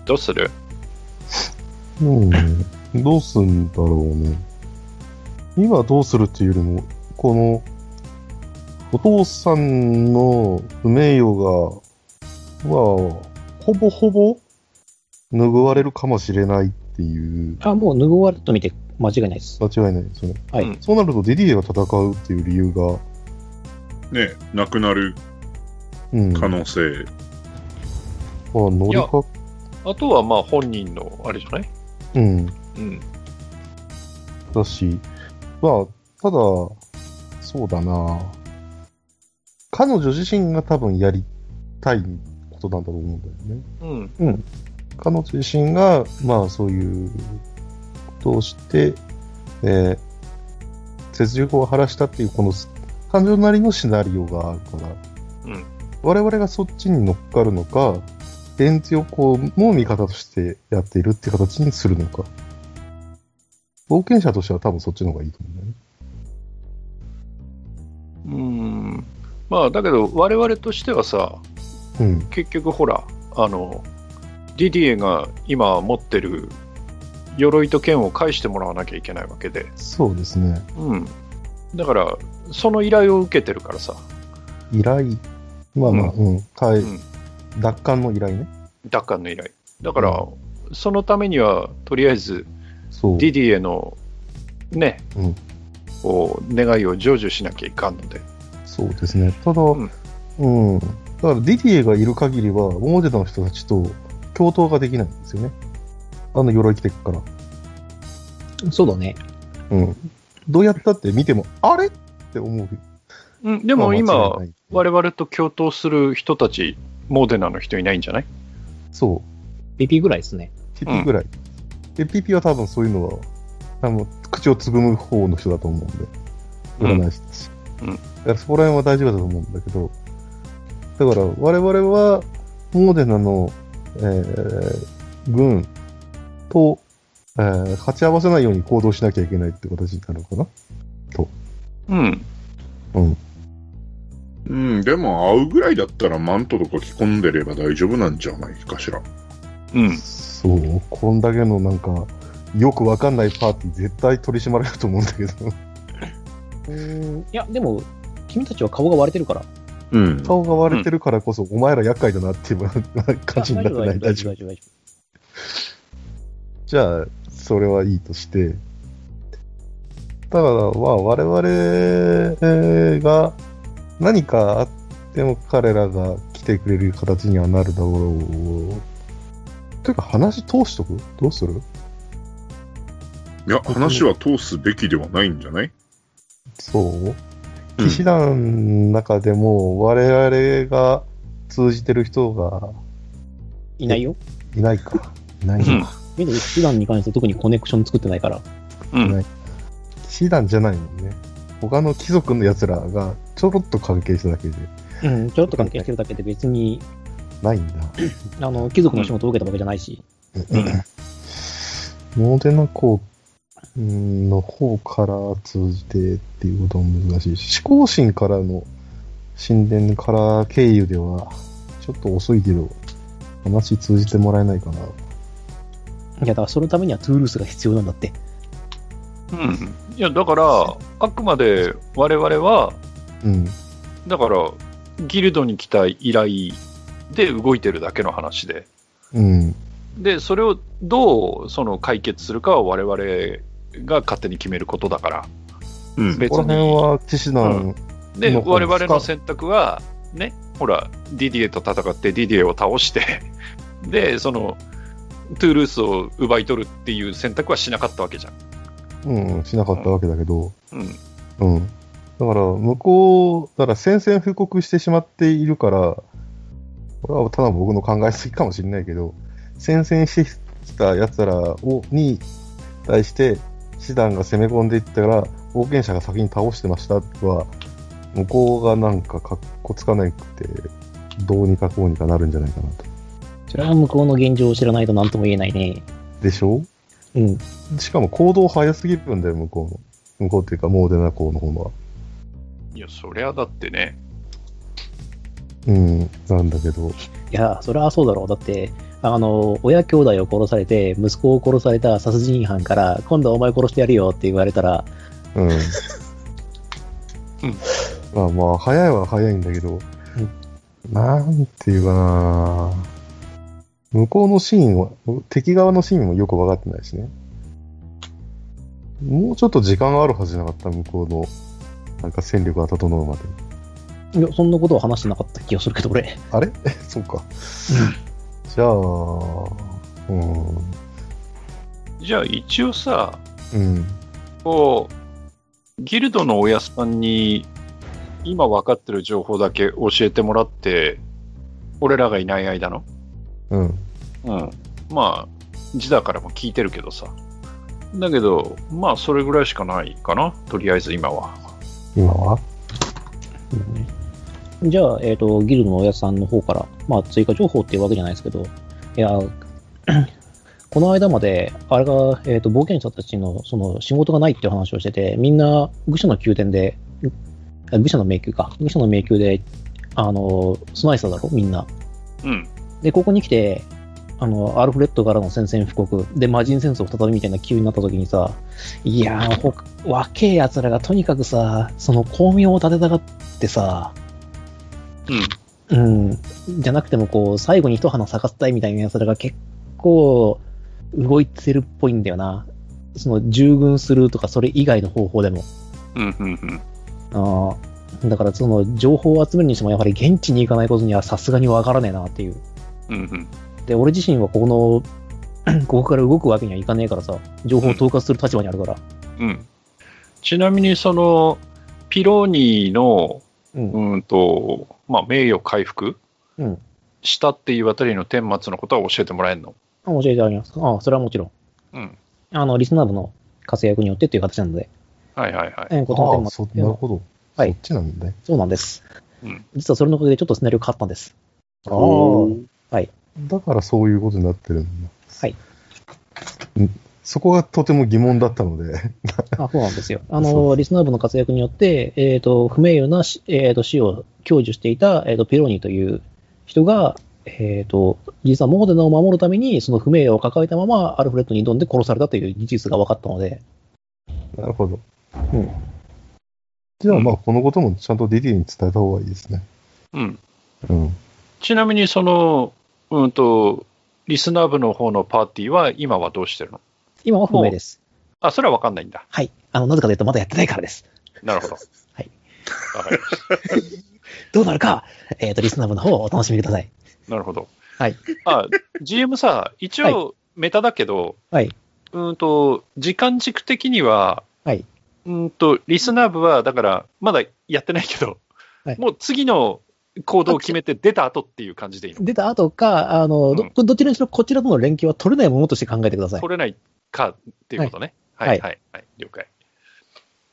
[SPEAKER 1] どうする
[SPEAKER 3] うん。どうすんだろうね。今どうするっていうよりも、この、お父さんの不名誉が、まあ、ほぼほぼ、拭われるかもしれないっていう、
[SPEAKER 2] あ、もう、脱ぐわると見て間違いないです。
[SPEAKER 3] 間違いないですよね。
[SPEAKER 2] はい。
[SPEAKER 1] うん
[SPEAKER 3] そうなると、ディディエが戦うっていう理由が、
[SPEAKER 4] ね、なくなる
[SPEAKER 3] うん。
[SPEAKER 4] 可
[SPEAKER 3] まあ、
[SPEAKER 4] 能性。
[SPEAKER 3] 乗りか、
[SPEAKER 1] あとはまあ本人のあれじゃない
[SPEAKER 3] うん。
[SPEAKER 1] うん。
[SPEAKER 3] だし、まあ、ただ、そうだな彼女自身が多分やりたいことなんだと思うんだよね。
[SPEAKER 1] うん。
[SPEAKER 3] 彼女自身が、まあそういうことをして、えー、雪辱を晴らしたっていう、この感情なりのシナリオがあるから、
[SPEAKER 1] うん
[SPEAKER 3] 我々がそっちに乗っかるのか、電通をこう、もう味方としてやっているって形にするのか。冒険者としては多分そっちの方がいいと思うんだよね。
[SPEAKER 1] うん。まあだけど我々としてはさ、
[SPEAKER 3] うん。
[SPEAKER 1] 結局ほら、あの、ディディエが今持ってる鎧と剣を返してもらわなきゃいけないわけで。
[SPEAKER 3] そうですね。
[SPEAKER 1] うん。だから、その依頼を受けてるからさ、
[SPEAKER 3] 依頼。まあまあ、
[SPEAKER 1] う
[SPEAKER 3] うん。対
[SPEAKER 1] うん
[SPEAKER 3] 奪還の依頼ね。
[SPEAKER 1] 奪還の依頼。だから、そのためには、とりあえず、
[SPEAKER 3] そう。
[SPEAKER 1] ディディへの、ね、
[SPEAKER 3] うん
[SPEAKER 1] こう願いを成就しなきゃいかんので。
[SPEAKER 3] そうですね。ただ、うんん。だから、ディディエがいる限りは、モーデナの人たちと共闘ができないんですよね。あの鎧着てっから。
[SPEAKER 2] そうだね。
[SPEAKER 3] うん。どうやったって見ても、あれって思う。
[SPEAKER 1] うん、で
[SPEAKER 3] ま
[SPEAKER 1] も
[SPEAKER 3] あ
[SPEAKER 1] 今、
[SPEAKER 3] 間違いない
[SPEAKER 1] 我々と共闘する人たち、モーデナの人いないんじゃない
[SPEAKER 3] そ
[SPEAKER 2] ピピぐらいですね。
[SPEAKER 3] う。ピピぐらい。で、ピピは多分そういうのは、多分口をつぐむ方の人だと思うんで。
[SPEAKER 1] うん
[SPEAKER 3] 占い師だし。
[SPEAKER 1] うん
[SPEAKER 3] だからそこら辺は大丈夫だと思うんだけど、だから我々は、モーデナの、えー軍と、えー勝ち合わせないように行動しなきゃいけないって形になるのかな
[SPEAKER 1] うん。
[SPEAKER 3] うん。
[SPEAKER 4] うん、でも会うぐらいだったらマントとか着込んでれば大丈夫なんじゃないかしら。
[SPEAKER 1] うん。
[SPEAKER 3] そう。こんだけのなんか、よくわかんないパーティー絶対取り締まれると思うんだけど。
[SPEAKER 2] うん、いや、でも、君たちは顔が割れてるから。
[SPEAKER 4] うん。
[SPEAKER 3] 顔が割れてるからこそ、お前ら厄介だなっていう感じになってない。大
[SPEAKER 2] 大丈夫大丈夫
[SPEAKER 3] 丈夫。
[SPEAKER 2] 大丈
[SPEAKER 3] じゃあ、それはいいとして。ただから、まあ、我々えーが何かあっても彼らが来てくれる形にはなるだろう。というか、話通しとくどうする
[SPEAKER 4] いや、話は通すべきではないんじゃない
[SPEAKER 3] そう
[SPEAKER 4] うん
[SPEAKER 3] 騎士団の中でも我々が通じてる人が
[SPEAKER 2] 夫いないよ。
[SPEAKER 3] いないか。いない
[SPEAKER 1] うん
[SPEAKER 3] な。
[SPEAKER 2] けど、一段に関しては特にコネクション作ってないから。
[SPEAKER 1] うん
[SPEAKER 3] 騎士団じゃないもんね。他の貴族の奴らがちょろっと関係しただけで
[SPEAKER 2] うん、ちょろっと関係してるだけで別に、
[SPEAKER 3] ないんだ。
[SPEAKER 2] あの、貴族の仕事を受けたわけじゃないし。
[SPEAKER 1] うん
[SPEAKER 3] モデナ校の方から通じてっていうことも難しいし、思考心からの神殿から経由ではちょっと遅いけど、話通じてもらえないかな。
[SPEAKER 2] いや、だからそのためにはトゥールースが必要なんだって。
[SPEAKER 1] うんいやだからあくまで我々は
[SPEAKER 3] うん。
[SPEAKER 1] だからギルドに来た依頼で動いてるだけの話で
[SPEAKER 3] うん。
[SPEAKER 1] でそれをどうその解決するかは我々が勝手に決めることだから
[SPEAKER 4] うん。
[SPEAKER 1] 別
[SPEAKER 3] ここら辺は騎士団、
[SPEAKER 1] で
[SPEAKER 3] の方
[SPEAKER 1] 我
[SPEAKER 3] ですか
[SPEAKER 1] 々の選択はねほらディディエと戦ってディディエを倒して でそのトゥールースを奪い取るっていう選択はしなかったわけじゃん、
[SPEAKER 3] うん、しなかったわけだけど、
[SPEAKER 1] うん、
[SPEAKER 3] うん。だから、向こう、だから宣戦布告してしまっているから、これはただ僕の考えすぎかもしれないけど、宣戦してきた奴らを、に対して、師団が攻め込んでいったら、冒険者が先に倒してましたは、向こうがなんかかっこつかなくて、どうにかこうにかなるんじゃないかなと。
[SPEAKER 2] それは向こうの現状を知らないと何とも言えないね。
[SPEAKER 3] でしょ
[SPEAKER 2] うん。
[SPEAKER 3] しかも行動早すぎるんだよ、向こうの。向こうっていうか、モーデナ校の方は。
[SPEAKER 1] いやそりゃだってね
[SPEAKER 3] うん、なんだけど。
[SPEAKER 2] いや、それはそうだろう。だって、あの、親兄弟を殺されて、息子を殺された殺人犯から、今度はお前殺してやるよって言われたら、
[SPEAKER 3] うん。まあまあ、早いは早いんだけど、なんていうかな向こうのシーンは、敵側のシーンもよく分かってないしね。もうちょっと時間があるはずじゃなかった、向こうの、なんか戦力が整うまで。
[SPEAKER 2] いや、そんなことは話してなかった気がするけど、俺。
[SPEAKER 3] あれ そうか。じゃあ、うん。
[SPEAKER 1] じゃあ一応さ
[SPEAKER 3] うん。
[SPEAKER 1] こうギルドのおやすさんに今分かってる情報だけ教えてもらって俺らがいない間の
[SPEAKER 3] うん。
[SPEAKER 1] うん、まあ、ジダからも聞いてるけどさ。だけど、まあ、それぐらいしかないかな、とりあえず今は。
[SPEAKER 3] 今は
[SPEAKER 2] じゃあ、えっ、と、ギルドのおやつさんの方から、まあ、追加情報っていうわけじゃないですけど、いや、 この間まで、あれが、えっ、と、冒険者たちの、その、仕事がないっていう話をしてて、みんな、愚者の宮殿で、あ愚者の迷宮か、愚者の迷宮で、あの、備えてただろ、みんな。
[SPEAKER 1] うん。
[SPEAKER 2] で、ここに来て、あの、アルフレッドからの宣戦布告、で、魔人戦争再びみたいな急になった時にさ、いやー、ほ若え奴らがとにかくさ、その巧妙を立てたがってさ、
[SPEAKER 1] う
[SPEAKER 2] うん、じゃなくてもこう、最後に一花咲かせたいみたいな奴らが結構、動いてるっぽいんだよな。その、従軍するとか、それ以外の方法でも。
[SPEAKER 1] ん。うん、うん、うん。
[SPEAKER 2] あーだから、その、情報を集めるにしても、やはり現地に行かないことにはさすがにわからねえなっていう。
[SPEAKER 1] うん、
[SPEAKER 2] で、俺自身はここの、 ここから動くわけにはいかねえからさ、情報を統括する立場にあるから。
[SPEAKER 1] うん。うん。ちなみに、その、ピローニの、
[SPEAKER 2] うん
[SPEAKER 1] うーんと、まあ、名誉回復
[SPEAKER 2] うん
[SPEAKER 1] したっていうあたりの顛末のことは教えてもらえんの
[SPEAKER 2] あ教えてあげます。あそれはもちろん。
[SPEAKER 1] うん。
[SPEAKER 2] あの、リスナー部の活躍によってっていう形なので、
[SPEAKER 1] はいはいはい。
[SPEAKER 2] えー、ことの
[SPEAKER 3] ああ
[SPEAKER 2] 顛末
[SPEAKER 3] そ
[SPEAKER 2] っ
[SPEAKER 3] う
[SPEAKER 2] てい
[SPEAKER 3] な
[SPEAKER 2] うの
[SPEAKER 3] る
[SPEAKER 2] は
[SPEAKER 3] ほど。
[SPEAKER 2] はい
[SPEAKER 3] そっちなんだね。
[SPEAKER 2] そうなんです。
[SPEAKER 1] うん。
[SPEAKER 2] 実はそれのおかげでちょっとスネル変わったんです。
[SPEAKER 3] ああ
[SPEAKER 2] はい。
[SPEAKER 3] だからそういうことになってるんだ。
[SPEAKER 2] はい
[SPEAKER 3] ん。そこがとても疑問だったので。
[SPEAKER 2] あそうなんですよ。 あ
[SPEAKER 3] そ
[SPEAKER 2] の、リスナー部の活躍によって、えっ、と、不名誉なし、えー、と死を享受していた、えー、とピローニという人が、えっ、と、実はモーデナを守るために、その不名誉を抱えたまま、アルフレッドに挑んで殺されたという事実が分かったので、
[SPEAKER 3] なるほど。
[SPEAKER 2] うん
[SPEAKER 3] じゃあまあ、このこともちゃんとディディに伝えた方がいいですね。
[SPEAKER 1] うん。
[SPEAKER 5] うん。
[SPEAKER 1] ちなみに、その、うんと、リスナー部の方のパーティーは今はどうしてるの
[SPEAKER 2] 今は不明です。
[SPEAKER 1] あ、それは分かんないんだ。
[SPEAKER 2] はい。あの、なぜかというとまだやってないからです。
[SPEAKER 1] なるほど。
[SPEAKER 2] はい
[SPEAKER 1] わかりまし
[SPEAKER 2] どうなるか、えっ、と、リスナー部の方をお楽しみください。
[SPEAKER 1] た。なるほど。
[SPEAKER 2] はい。
[SPEAKER 1] あ、GM さ、一
[SPEAKER 2] は
[SPEAKER 1] 応メタだけど、
[SPEAKER 2] はい。
[SPEAKER 1] うんと、時間軸的には、
[SPEAKER 2] はい。
[SPEAKER 1] うんと、リスナー部は、だから、まだやってないけど、
[SPEAKER 2] はい
[SPEAKER 1] もう次の行動を決めて出た後っていう感じでいいの
[SPEAKER 2] 出た後か、あの、どどっちにしろこちらとの連携は取れないものとして考えてください。
[SPEAKER 1] 取れないかっていうことね。は、
[SPEAKER 2] はいい
[SPEAKER 1] はい、はい、了解。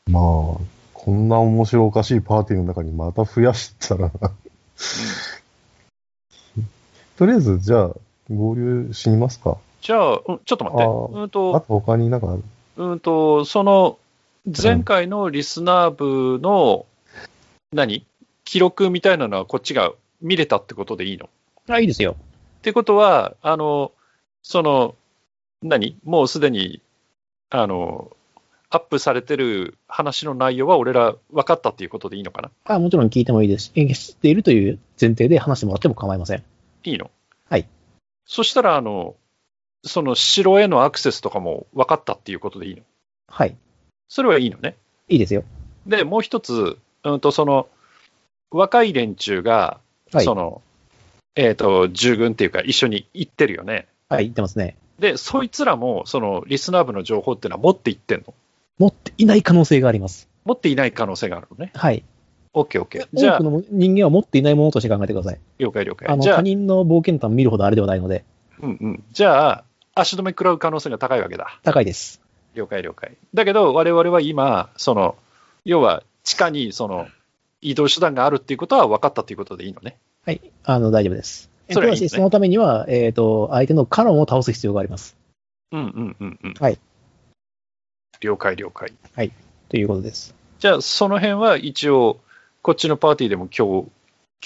[SPEAKER 5] まあ、こんな面白おかしいパーティーの中にまた増やしたら、 とりあえず、じゃあ、合流しますか。
[SPEAKER 1] じゃあ、うん、ちょっと待って。
[SPEAKER 5] あー
[SPEAKER 1] うん
[SPEAKER 5] あと
[SPEAKER 1] と、
[SPEAKER 5] 他になんかある
[SPEAKER 1] うんと、その、前回のリスナー部の、何記録みたいなのはこっちが見れたってことでいいの
[SPEAKER 2] あ、いいですよ。
[SPEAKER 1] ってことは、あの、その、何もうすでに、あの、アップされてる話の内容は俺ら分かったっていうことでいいのかな
[SPEAKER 2] あ、もちろん聞いてもいいですしえ、知っているという前提で話してもらっても構いません。
[SPEAKER 1] いいの
[SPEAKER 2] はい。
[SPEAKER 1] そしたら、あの、その城へのアクセスとかも分かったっていうことでいいの
[SPEAKER 2] はい。
[SPEAKER 1] それはいいのね。
[SPEAKER 2] いいですよ。
[SPEAKER 1] で、もう一つ、うんと、その、若い連中が、
[SPEAKER 2] はい
[SPEAKER 1] そ。の、えっ、と、従軍っていうか、一緒に行ってるよね。
[SPEAKER 2] はい、言ってますね。
[SPEAKER 1] で、そいつらも、その、リスナー部の情報っていうのは持って行ってんの
[SPEAKER 2] 持っていない可能性があります。
[SPEAKER 1] 持っていない可能性があるのね。
[SPEAKER 2] はい。
[SPEAKER 1] オッケーオッケー。じゃ
[SPEAKER 2] 多
[SPEAKER 1] あ
[SPEAKER 2] く、の人間は持っていないものとして考えてください。
[SPEAKER 1] 了解了
[SPEAKER 2] あ
[SPEAKER 1] 解。
[SPEAKER 2] の、
[SPEAKER 1] じゃ
[SPEAKER 2] 他
[SPEAKER 1] あ、
[SPEAKER 2] 人の冒険談を見るほどあれではないので、
[SPEAKER 1] うんうん。じゃあ、足止め食らう可能性が高いわけだ。
[SPEAKER 2] 高いです。
[SPEAKER 1] 了解了解。だけど、我々は今、その、要は、地下に、その、移動手段があるっていうことは分かったっていうことでいいのね。
[SPEAKER 2] はい。あの、大丈夫です。え
[SPEAKER 1] それはいい
[SPEAKER 2] た
[SPEAKER 1] で
[SPEAKER 2] だし
[SPEAKER 1] すね
[SPEAKER 2] そのためには、えっ、と、相手のカロンを倒す必要があります。
[SPEAKER 1] うんうんうんうん。
[SPEAKER 2] はい。
[SPEAKER 1] 了解了解。
[SPEAKER 2] ということです。
[SPEAKER 1] じゃあ、その辺は一応、こっちのパーティーでも共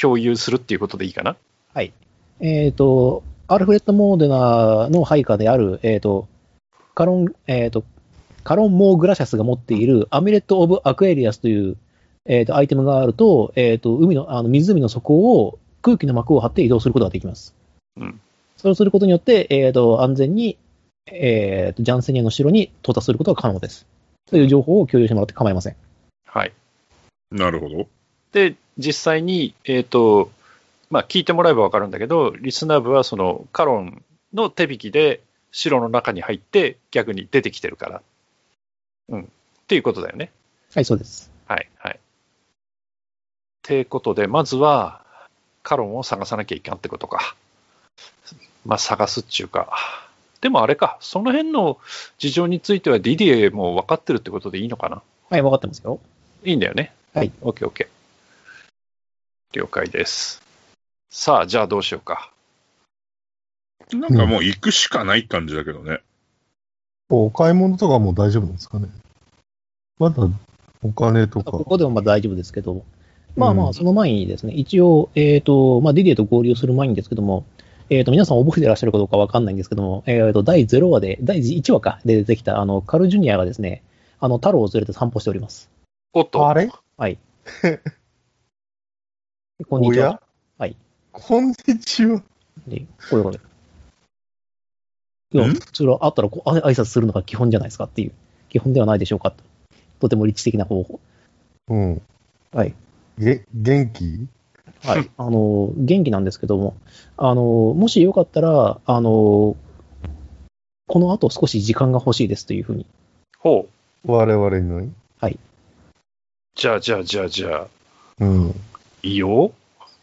[SPEAKER 1] 共有するっていうことでいいかな
[SPEAKER 2] えっ、と、アルフレッド・モーデナの配下である、えっ、と、カロン、えっ、と、カロン・モー・グラシャスが持っているアミュレット・オブ・アクエリアスという、えっ、と、アイテムがあると、えっ、と、海の、あの、湖の底を空気の膜を張って移動することができます。
[SPEAKER 1] うん。
[SPEAKER 2] そうすることによって、えっ、と、安全に、えっ、と、ジャンセニアの城に到達することが可能です。という情報を共有してもらって構いません。
[SPEAKER 1] はい。
[SPEAKER 4] なるほど。
[SPEAKER 1] で、実際に、えっ、と、まあ、聞いてもらえば分かるんだけど、リスナー部はそのカロンの手引きで城の中に入って逆に出てきてるから。うん。っていうことだよね。
[SPEAKER 2] はい、そうです。
[SPEAKER 1] はい。はい。ってことで、まずはカロンを探さなきゃいかんってことか。まあ、探すっちゅうか。でもあれか、その辺の事情については DDA も分かってるってことでいいのかな
[SPEAKER 2] はい、わかってますよ。
[SPEAKER 1] いいんだよね。
[SPEAKER 2] はい。
[SPEAKER 1] オッケーオッケー。了解です。さあ、じゃあどうしようか。
[SPEAKER 4] なんかもう行くしかない感じだけどね。
[SPEAKER 5] お買い物とかもう大丈夫なんですかねまだお金とか。
[SPEAKER 2] ここでもまあ大丈夫ですけど、まあま
[SPEAKER 5] う
[SPEAKER 2] あ、その前にですね、一応、えっ、と、まあ、ディディエと合流する前にですけども、えっ、と、皆さん覚えてらっしゃるかどうかわかんないんですけども、えっ、と、第0話で、第1話か、で出てきた、あの、カルジュニアがですね、あの、太郎を連れて散歩しております。
[SPEAKER 1] おっと、
[SPEAKER 5] あれ
[SPEAKER 2] こんにち
[SPEAKER 5] おや
[SPEAKER 2] は。はい。
[SPEAKER 5] こんにちは。
[SPEAKER 2] でこういうことで。いや
[SPEAKER 4] ん、
[SPEAKER 2] それはあったらこうあ挨拶するのが基本じゃないですかっていう、基本ではないでしょうかと。とても理知的な方法。
[SPEAKER 5] うん。
[SPEAKER 2] はい。
[SPEAKER 5] げ、元気
[SPEAKER 2] はい、 あの元気なんですけども、あのもしよかったら、あのこの後少し時間が欲しいですというふうに、
[SPEAKER 1] ほう。
[SPEAKER 5] 我々の。
[SPEAKER 1] じゃあ、じゃあ、じゃあ、じゃあ、
[SPEAKER 5] うん。
[SPEAKER 1] いいよ。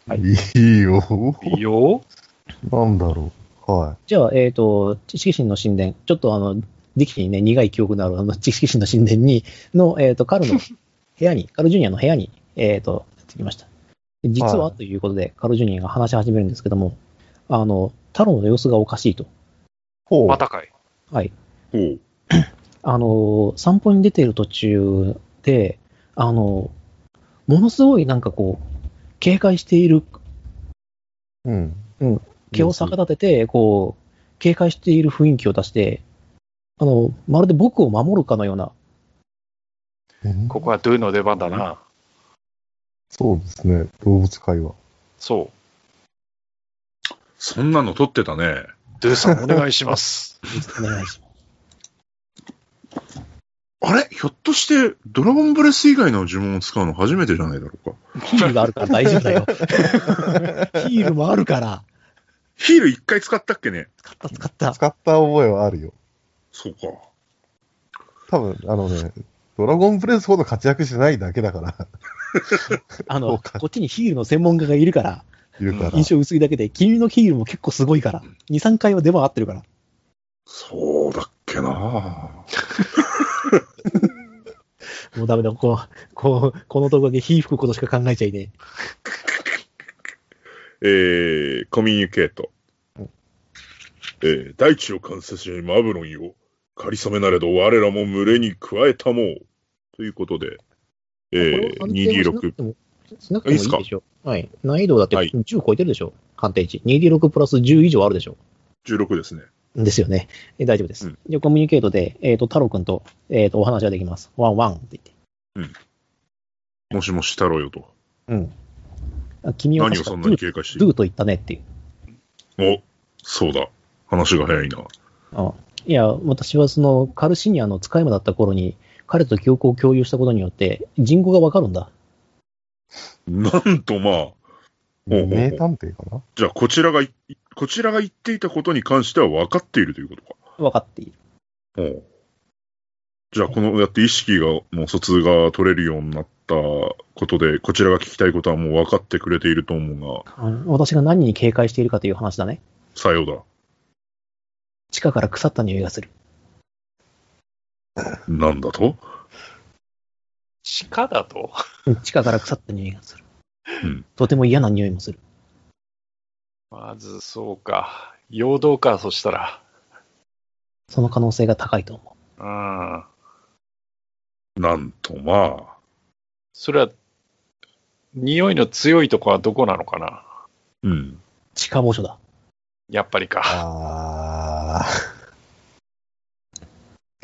[SPEAKER 2] はい
[SPEAKER 5] いいよ。
[SPEAKER 1] いいよ。
[SPEAKER 5] なんだろう。は
[SPEAKER 2] じゃあ、えっ、と、知識神の神殿、ちょっとあの、ディキにね、苦い記憶のあるあの知識神の神殿に、の、えっ、と、カ ルの部屋に、カルジュニアの部屋に、えっ、と、やってきました。で実は
[SPEAKER 5] はい
[SPEAKER 2] ということで、カルジュニアが話し始めるんですけども、あの、太郎の様子がおかしいと。
[SPEAKER 5] い。ほう。
[SPEAKER 1] またかい。
[SPEAKER 2] はい。
[SPEAKER 4] ほう。
[SPEAKER 2] あの、散歩に出ている途中で、あの、ものすごいなんかこう、警戒している、
[SPEAKER 5] うん。
[SPEAKER 2] 毛を逆立てて、こう、警戒している雰囲気を出して、あの、まるで僕を守るかのよう な、
[SPEAKER 5] うん
[SPEAKER 1] ここはドゥの出番だな。
[SPEAKER 5] そうですね。動物界は。
[SPEAKER 1] そ
[SPEAKER 4] そんなの撮ってたね。
[SPEAKER 1] う。ドゥさん、お願いします。
[SPEAKER 2] お願いしま
[SPEAKER 4] あれひょっとして、ドラゴンブレス以外の呪文を使うの初めてじゃないだろうか。
[SPEAKER 2] す。ヒールがあるから大丈夫だ よ。ヒールもあるから。
[SPEAKER 4] ヒール一回使ったっけね
[SPEAKER 2] 使った使った。
[SPEAKER 3] 使った覚えはあるよ。
[SPEAKER 4] そうか。
[SPEAKER 3] 多分、あのね、ドラゴンブレスほど活躍してないだけだから、
[SPEAKER 2] あ
[SPEAKER 3] そ
[SPEAKER 2] の、
[SPEAKER 3] うか
[SPEAKER 2] こっちにヒールの専門家がいるから、
[SPEAKER 3] いるから。
[SPEAKER 2] 印象薄いだけで、君のヒールも結構すごいから、2、3回は出回ってるから。
[SPEAKER 4] そうだっけな
[SPEAKER 2] もうダメだ、こう、こう、この動画で火吹くことしか考えちゃいね
[SPEAKER 4] えー、コミュニケート。えー、大地を観察しマブロンよ。かりそめなれど我らも群れに加えたもう。ということで、え
[SPEAKER 2] え。
[SPEAKER 4] ー、2D6。。
[SPEAKER 2] しなくてもいいでしょ。はい。難易度だって
[SPEAKER 4] はい
[SPEAKER 2] 10超えてるでしょ。判定値。2D6 プラス10以上あるでしょ。
[SPEAKER 4] 16ですね。
[SPEAKER 2] ですよね。え大丈夫で
[SPEAKER 4] う
[SPEAKER 2] す
[SPEAKER 4] ん。
[SPEAKER 2] じゃあコミュニケートで、えっと、太郎くんと、えっと、お話ができます。ワンワンって言って。
[SPEAKER 4] もしもし太郎よと。
[SPEAKER 2] あ君は
[SPEAKER 4] 何
[SPEAKER 2] 確か
[SPEAKER 4] をそん
[SPEAKER 2] ド
[SPEAKER 4] な
[SPEAKER 2] ゥ
[SPEAKER 4] に警戒してい
[SPEAKER 2] ド
[SPEAKER 4] る
[SPEAKER 2] ゥと言ったねっていう。
[SPEAKER 4] お、そうだ。話が早いな。
[SPEAKER 2] あいや、私はその、カルシニアの使い魔だった頃に、彼と記憶を共有したことによって、人語がわかるんだ。
[SPEAKER 4] なんとまあ、ほうほうほう
[SPEAKER 3] 名探偵かな
[SPEAKER 4] じゃあこちらがい、こちらが言っていたことに関しては分かっているということか。
[SPEAKER 2] わかっている。
[SPEAKER 4] おうじゃあ、このやって意識が、の疎通が取れるようになったことで、こちらが聞きたいことはもう分かってくれていると思うが、
[SPEAKER 2] うん私が何に警戒しているかという話だね。
[SPEAKER 4] さよう
[SPEAKER 2] 地下から腐った匂いがする。
[SPEAKER 4] だ。なんだと
[SPEAKER 1] 地下だと
[SPEAKER 2] 地下から腐った匂いがする。
[SPEAKER 4] うん
[SPEAKER 2] とても嫌な匂いもする。
[SPEAKER 1] まず、そうか。陽動か、そしたら。
[SPEAKER 2] その可能性が高いと思
[SPEAKER 1] うん。
[SPEAKER 4] なんとまあ、
[SPEAKER 1] それは、匂いの強いとこはどこなのかな
[SPEAKER 4] うん。
[SPEAKER 2] う。地下墓所だ。
[SPEAKER 1] やっぱりか。
[SPEAKER 3] あ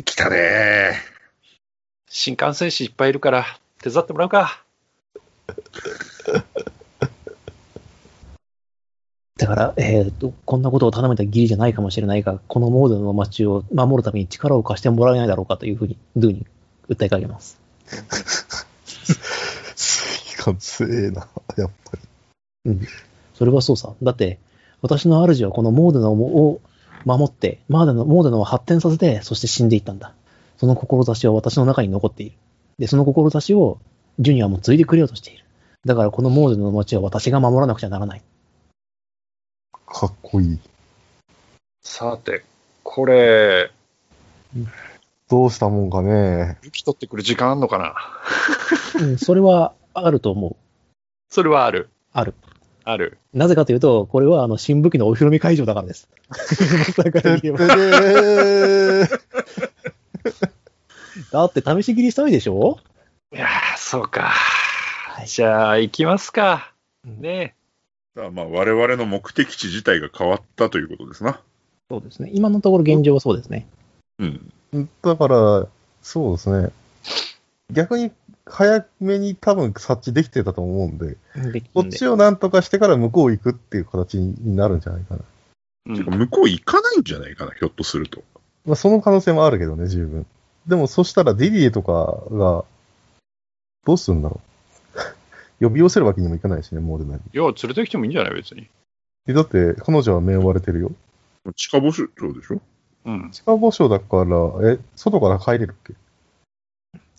[SPEAKER 4] 来たね
[SPEAKER 1] 新幹線士いっぱいいるから、手伝ってもらうか。
[SPEAKER 2] だから、えっ、と、こんなことを頼めた義理じゃないかもしれないが、このモードの街を守るために力を貸してもらえないだろうかというふうに、ドゥに訴えかけます。
[SPEAKER 3] ー、すげえ強えな、やっぱり。
[SPEAKER 2] それはそうさ。だって、私の主はこのモーデナを守って、モーデナモーデナを発展させて、そして死んでいったんだ。その志は私の中に残っている。で、その志をジュニアも継いでくれようとしている。だからこのモーデナの町は私が守らなくちゃならない。
[SPEAKER 3] かっこいい。
[SPEAKER 1] さて、これ、
[SPEAKER 3] どうしたもんかね。
[SPEAKER 1] 抜き取ってくる時間あんのかな
[SPEAKER 2] うん、それはあると思う。
[SPEAKER 1] それはある。
[SPEAKER 2] ある。
[SPEAKER 1] ある。
[SPEAKER 2] なぜかというと、これはあの、新武器のお披露目会場だからです。だから言えばだって試し切りしたいでしょ
[SPEAKER 1] いやー、そうか。じゃあ、行きますか。ね
[SPEAKER 4] さあまあ、我々の目的地自体が変わったということですな。
[SPEAKER 2] そうですね。今のところ現状はそうですね。
[SPEAKER 4] うん。
[SPEAKER 3] だから、そうですね。逆に、早めに多分察知できてたと思うんで、
[SPEAKER 2] でき
[SPEAKER 3] こ
[SPEAKER 2] る
[SPEAKER 3] っ
[SPEAKER 2] んで
[SPEAKER 3] ちをなんとかしてから向こう行くっていう形になるんじゃないかな。
[SPEAKER 1] う
[SPEAKER 4] てか
[SPEAKER 1] ん、
[SPEAKER 4] 向こう行かないんじゃないかな、ひょっとすると。
[SPEAKER 3] まあ、その可能性もあるけどね、十分。でも、そしたらディディエとかが、どうするんだろう。 呼び寄せるわけにもいかないしね、モーデナに。
[SPEAKER 1] いや、連れてきてもいいんじゃない別に。
[SPEAKER 3] えだって、彼女は目を割れてるよ。
[SPEAKER 4] 地下募集長でしょ
[SPEAKER 1] うん。
[SPEAKER 3] 地下墓所だから、え、外から帰れるっけ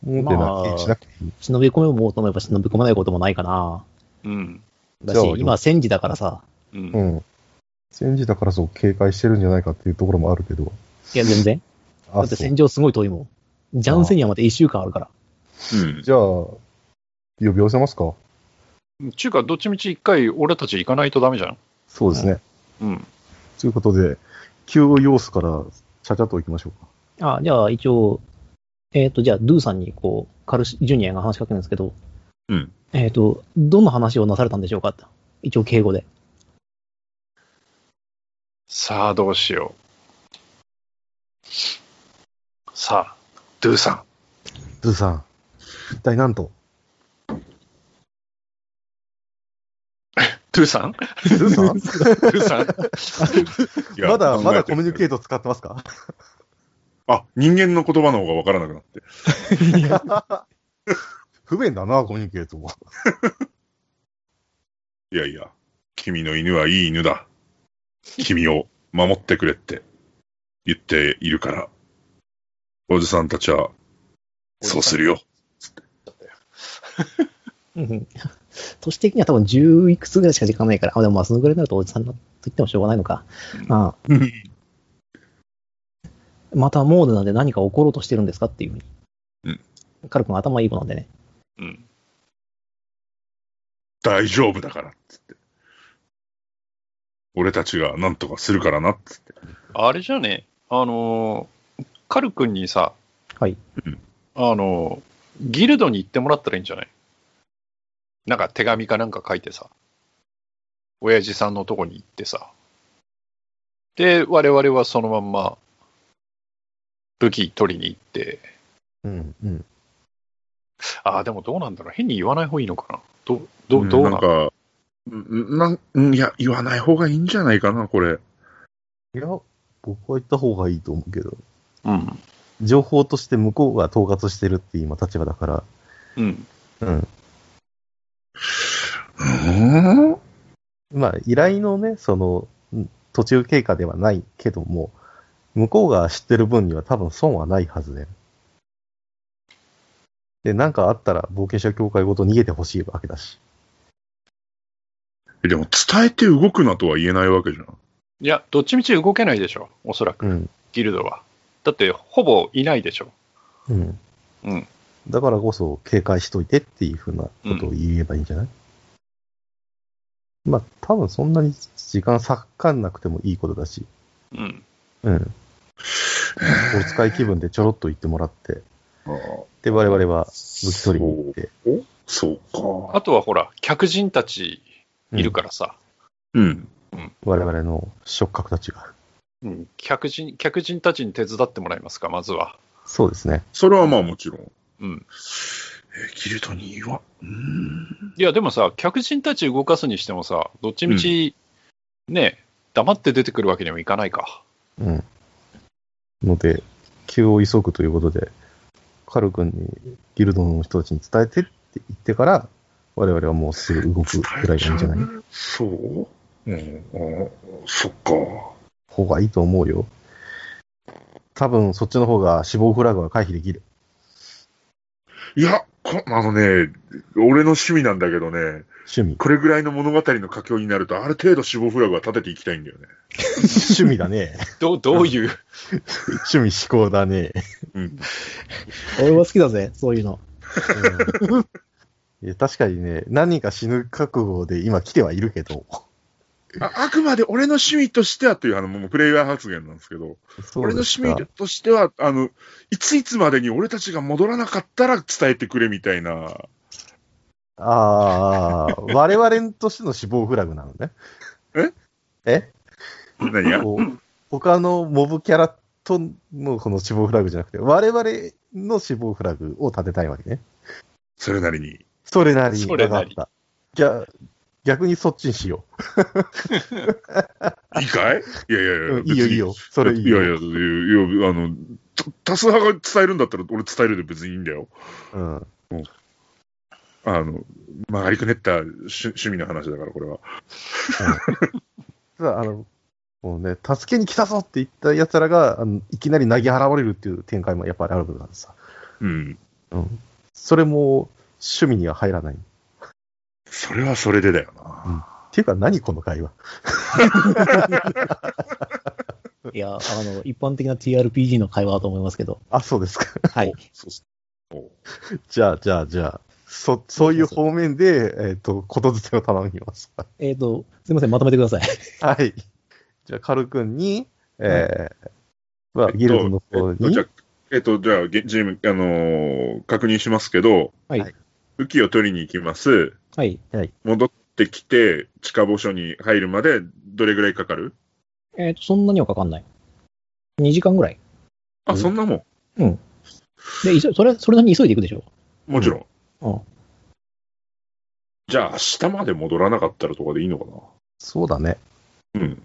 [SPEAKER 3] モーデナ経由しなくていい。
[SPEAKER 2] 忍び込めようと思えば忍び込まないこともないかな。
[SPEAKER 1] うん。
[SPEAKER 2] だ
[SPEAKER 3] じ
[SPEAKER 2] し
[SPEAKER 3] ゃあ、
[SPEAKER 2] 今戦時だからさ。
[SPEAKER 1] うん。
[SPEAKER 3] うん。戦時だからそう警戒してるんじゃないかっていうところもあるけど。
[SPEAKER 2] いや、全然。だ
[SPEAKER 3] あ、
[SPEAKER 2] って
[SPEAKER 3] そう
[SPEAKER 2] 戦場すごい遠いもん。ジャンセニアまで1週間あるから。
[SPEAKER 4] うん。
[SPEAKER 3] じゃあ、呼び寄せますか
[SPEAKER 1] ちゅうか、どっちみち一回俺たち行かないとダメじゃん。
[SPEAKER 3] そうですね。
[SPEAKER 1] うん。
[SPEAKER 3] ということで、急要素からちゃちゃっと行きましょうか。
[SPEAKER 2] あ、じゃあ一応、えっ、と、じゃあ、ドゥさんに、こう、カルシジュニアが話しかけるんですけど、
[SPEAKER 4] うん。
[SPEAKER 2] えっ、と、どんな話をなされたんでしょうかって一応、敬語で。
[SPEAKER 1] さあ、どうしよう。さあ、ドゥさん。
[SPEAKER 3] ドゥさん、 一体なんと
[SPEAKER 1] ドトゥーさん
[SPEAKER 3] スーさん
[SPEAKER 1] トゥー さん
[SPEAKER 4] いや
[SPEAKER 3] まだ、
[SPEAKER 4] 考えてる
[SPEAKER 3] まだコミュニケート使ってますか
[SPEAKER 4] あ、人間の言葉の方がわからなくなって。
[SPEAKER 3] いや。不便だな、コミュニケートも。
[SPEAKER 4] いやいや、君の犬はいい犬だ。君を守ってくれって言っているから、おじさんたちは、そうするよ。
[SPEAKER 2] うん年的には多分10いくつぐらいしか時間ないから、あ、でもまあそのぐらいになるとおじさんだと言ってもしょうがないのか。ああまたモードなんで何か起ころうとしてるんですかっていうふうに。カル君頭いい子なんでね。
[SPEAKER 1] うん。
[SPEAKER 4] 大丈夫だから、つって。俺たちが何とかするからな、つって。
[SPEAKER 1] あれじゃね、あのーカル君にさ、
[SPEAKER 2] はい
[SPEAKER 4] うん。
[SPEAKER 1] あのーギルドに行ってもらったらいいんじゃないなんか手紙かなんか書いてさ、親父さんのとこに行ってさ、で、我々はそのまんま、武器取りに行って、
[SPEAKER 3] うん、うん。
[SPEAKER 1] ああ、でもどうなんだろう。変に言わない方がいいのかな。どう、どう、ど
[SPEAKER 4] な
[SPEAKER 1] うなんんだ
[SPEAKER 4] か、んなんんいや、言わない方がいいんじゃないかな、これ。
[SPEAKER 3] いや、僕は行った方がいいと思うけど、
[SPEAKER 1] うん。
[SPEAKER 3] 情報として向こうが統括してるっていう今立場だから、
[SPEAKER 1] うん。
[SPEAKER 3] うん。
[SPEAKER 4] うーん
[SPEAKER 3] まあ、依頼のね、その、ん途中経過ではないけども、向こうが知ってる分には多分損はないはずで。で、なんかあったら冒険者協会ごと逃げてほしいわけだし。
[SPEAKER 4] でも伝えて動くなとは言えないわけじゃん。
[SPEAKER 1] いや、どっちみち動けないでしょ。おそらく、
[SPEAKER 3] うん。
[SPEAKER 1] ギルドは。だって、ほぼいないでしょ。
[SPEAKER 3] うん。
[SPEAKER 1] うん。
[SPEAKER 3] だからこそ警戒しといてっていうふうなことを言えばいいんじゃない、まあ、多分そんなに時間割かんなくてもいいことだし、
[SPEAKER 1] うん。
[SPEAKER 3] うん。お使い気分でちょろっと言ってもらって、
[SPEAKER 4] ああ
[SPEAKER 3] で、我々は武器取りに行って。
[SPEAKER 4] そうか。
[SPEAKER 1] あとはほら、客人たちいる
[SPEAKER 3] か。
[SPEAKER 1] からさ。
[SPEAKER 4] うん。
[SPEAKER 3] 我々の触覚たちが。
[SPEAKER 1] うん。客人、客人たちに手伝ってもらえますか、まずは。
[SPEAKER 3] そうですね。
[SPEAKER 4] それはまあもちろん。
[SPEAKER 1] うん。
[SPEAKER 4] えギルドに言わ、うーん。
[SPEAKER 1] いや、でもさ、客人たち動かすにしてもさ、どっちみち、ね、黙って出てくるわけにもいかないか。
[SPEAKER 3] うん。ので、急を急ぐということで、カル君にギルドの人たちに伝えてって言ってから、我々はもうすぐ動くくらいがいいんじゃない
[SPEAKER 4] そううん、うんそっか。
[SPEAKER 3] 方がいいと思うよ。多分そっちの方が死亡フラグは回避できる。
[SPEAKER 4] いや、こあのね、俺の趣味なんだけどね、
[SPEAKER 3] 趣味。
[SPEAKER 4] これぐらいの物語の佳境になると、ある程度死亡フラグは立てていきたいんだよね。
[SPEAKER 3] 趣味 だね。
[SPEAKER 1] どう、どういう、
[SPEAKER 3] 趣味思考だね。
[SPEAKER 4] うん。
[SPEAKER 2] 俺は好きだぜ、そういうの。
[SPEAKER 3] いや確かにね、何人か死ぬ覚悟で今来てはいるけど。
[SPEAKER 4] ああくまで俺の趣味としてはという、あの、もうプレイヤー発言なんですけど、
[SPEAKER 3] そう
[SPEAKER 4] 俺の
[SPEAKER 3] です
[SPEAKER 4] 趣
[SPEAKER 3] か
[SPEAKER 4] 味としては、あの、いついつまでに俺たちが戻らなかったら伝えてくれみたいな。
[SPEAKER 3] ああ、我々としての死亡フラグなのね。
[SPEAKER 4] 何や
[SPEAKER 3] こう他のモブキャラとのこの死亡フラグじゃなくて、我々の死亡フラグを立てたいわけね。
[SPEAKER 4] それなりに。
[SPEAKER 3] それなりに
[SPEAKER 1] それ
[SPEAKER 3] 分
[SPEAKER 1] な
[SPEAKER 3] かっ
[SPEAKER 1] り
[SPEAKER 3] た。逆逆にそっちにしよ
[SPEAKER 4] いいかいいやいやいや、
[SPEAKER 3] う。うんいいよいいよ。それ
[SPEAKER 4] 別
[SPEAKER 3] い
[SPEAKER 4] に。
[SPEAKER 3] い
[SPEAKER 4] いや
[SPEAKER 3] よ。
[SPEAKER 4] いや、いやいや、あの、た多数派が伝えるんだったら俺伝えるで別にいいんだよ。
[SPEAKER 3] うん。
[SPEAKER 4] あの、曲がりくねった趣趣味の話だから、これは。
[SPEAKER 3] ただ、あの、もうね、助けに来たぞって言った奴らが、あのいきなり投げ払われるっていう展開もやっぱりあるからさ。
[SPEAKER 4] うん。
[SPEAKER 3] うん。それも、趣味には入らない。っ
[SPEAKER 4] それはそれでだよな。
[SPEAKER 3] うんていうか、何この会話。
[SPEAKER 2] いや、あの、一般的な TRPG の会話だと思いますけど。
[SPEAKER 3] あ、そうですか。
[SPEAKER 2] はい。
[SPEAKER 4] そうっすお
[SPEAKER 3] じゃあ、じゃあ、じゃあ、そ、そういう方面で、えっ、と、ことづてを頼みます。
[SPEAKER 2] えっ、と、すいません、まとめてください。
[SPEAKER 3] はい。じゃあ、カル君に、えー、まあ、ギルドの
[SPEAKER 4] え
[SPEAKER 3] 方
[SPEAKER 4] っと
[SPEAKER 3] に
[SPEAKER 4] じゃ、あえっと、じゃあ、ゲジム、あのー確認しますけど、
[SPEAKER 2] はい
[SPEAKER 3] はい
[SPEAKER 4] 武器を取りに行きます。
[SPEAKER 2] はい。
[SPEAKER 4] 戻ってきて、地下墓所に入るまで、どれぐらいかかる
[SPEAKER 2] えっ、と、そんなにはかかんない。2時間ぐらい。
[SPEAKER 4] あ、そんなも
[SPEAKER 2] で、急いそれ、それなりに急いでいくでしょ。
[SPEAKER 4] ん。もちろ
[SPEAKER 2] う
[SPEAKER 4] ん。
[SPEAKER 2] ん。
[SPEAKER 4] じゃあ明日まで戻らなかったらとかでいいのか
[SPEAKER 3] そうだね。
[SPEAKER 4] なうん。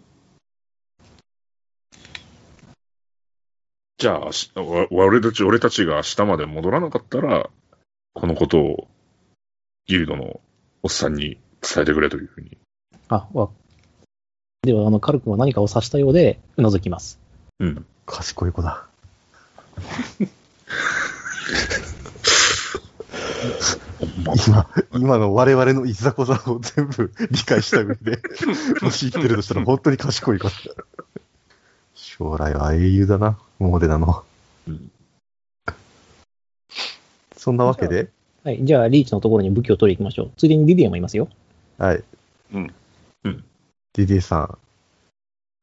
[SPEAKER 4] じゃあ明日、わ俺たち、俺たちが明日まで戻らなかったら、このことを、ギルドのおっさんに伝えてくれというふうに。
[SPEAKER 2] あ、わ。では、あの、カル君は何かを指したようで、うなずきます。
[SPEAKER 4] うん。
[SPEAKER 6] 賢い子だ。
[SPEAKER 3] 今、今の我々のいざこざを全部理解した上で、もし言ってるとしたら本当に賢いから。将来は英雄だな、モーデナの。
[SPEAKER 4] うん
[SPEAKER 3] そんなわけで、
[SPEAKER 2] はい。じゃあ、リーチのところに武器を取りに行きましょう。ついでにディディアもいますよ。
[SPEAKER 3] はい。
[SPEAKER 4] うん。うん。
[SPEAKER 3] DD さん、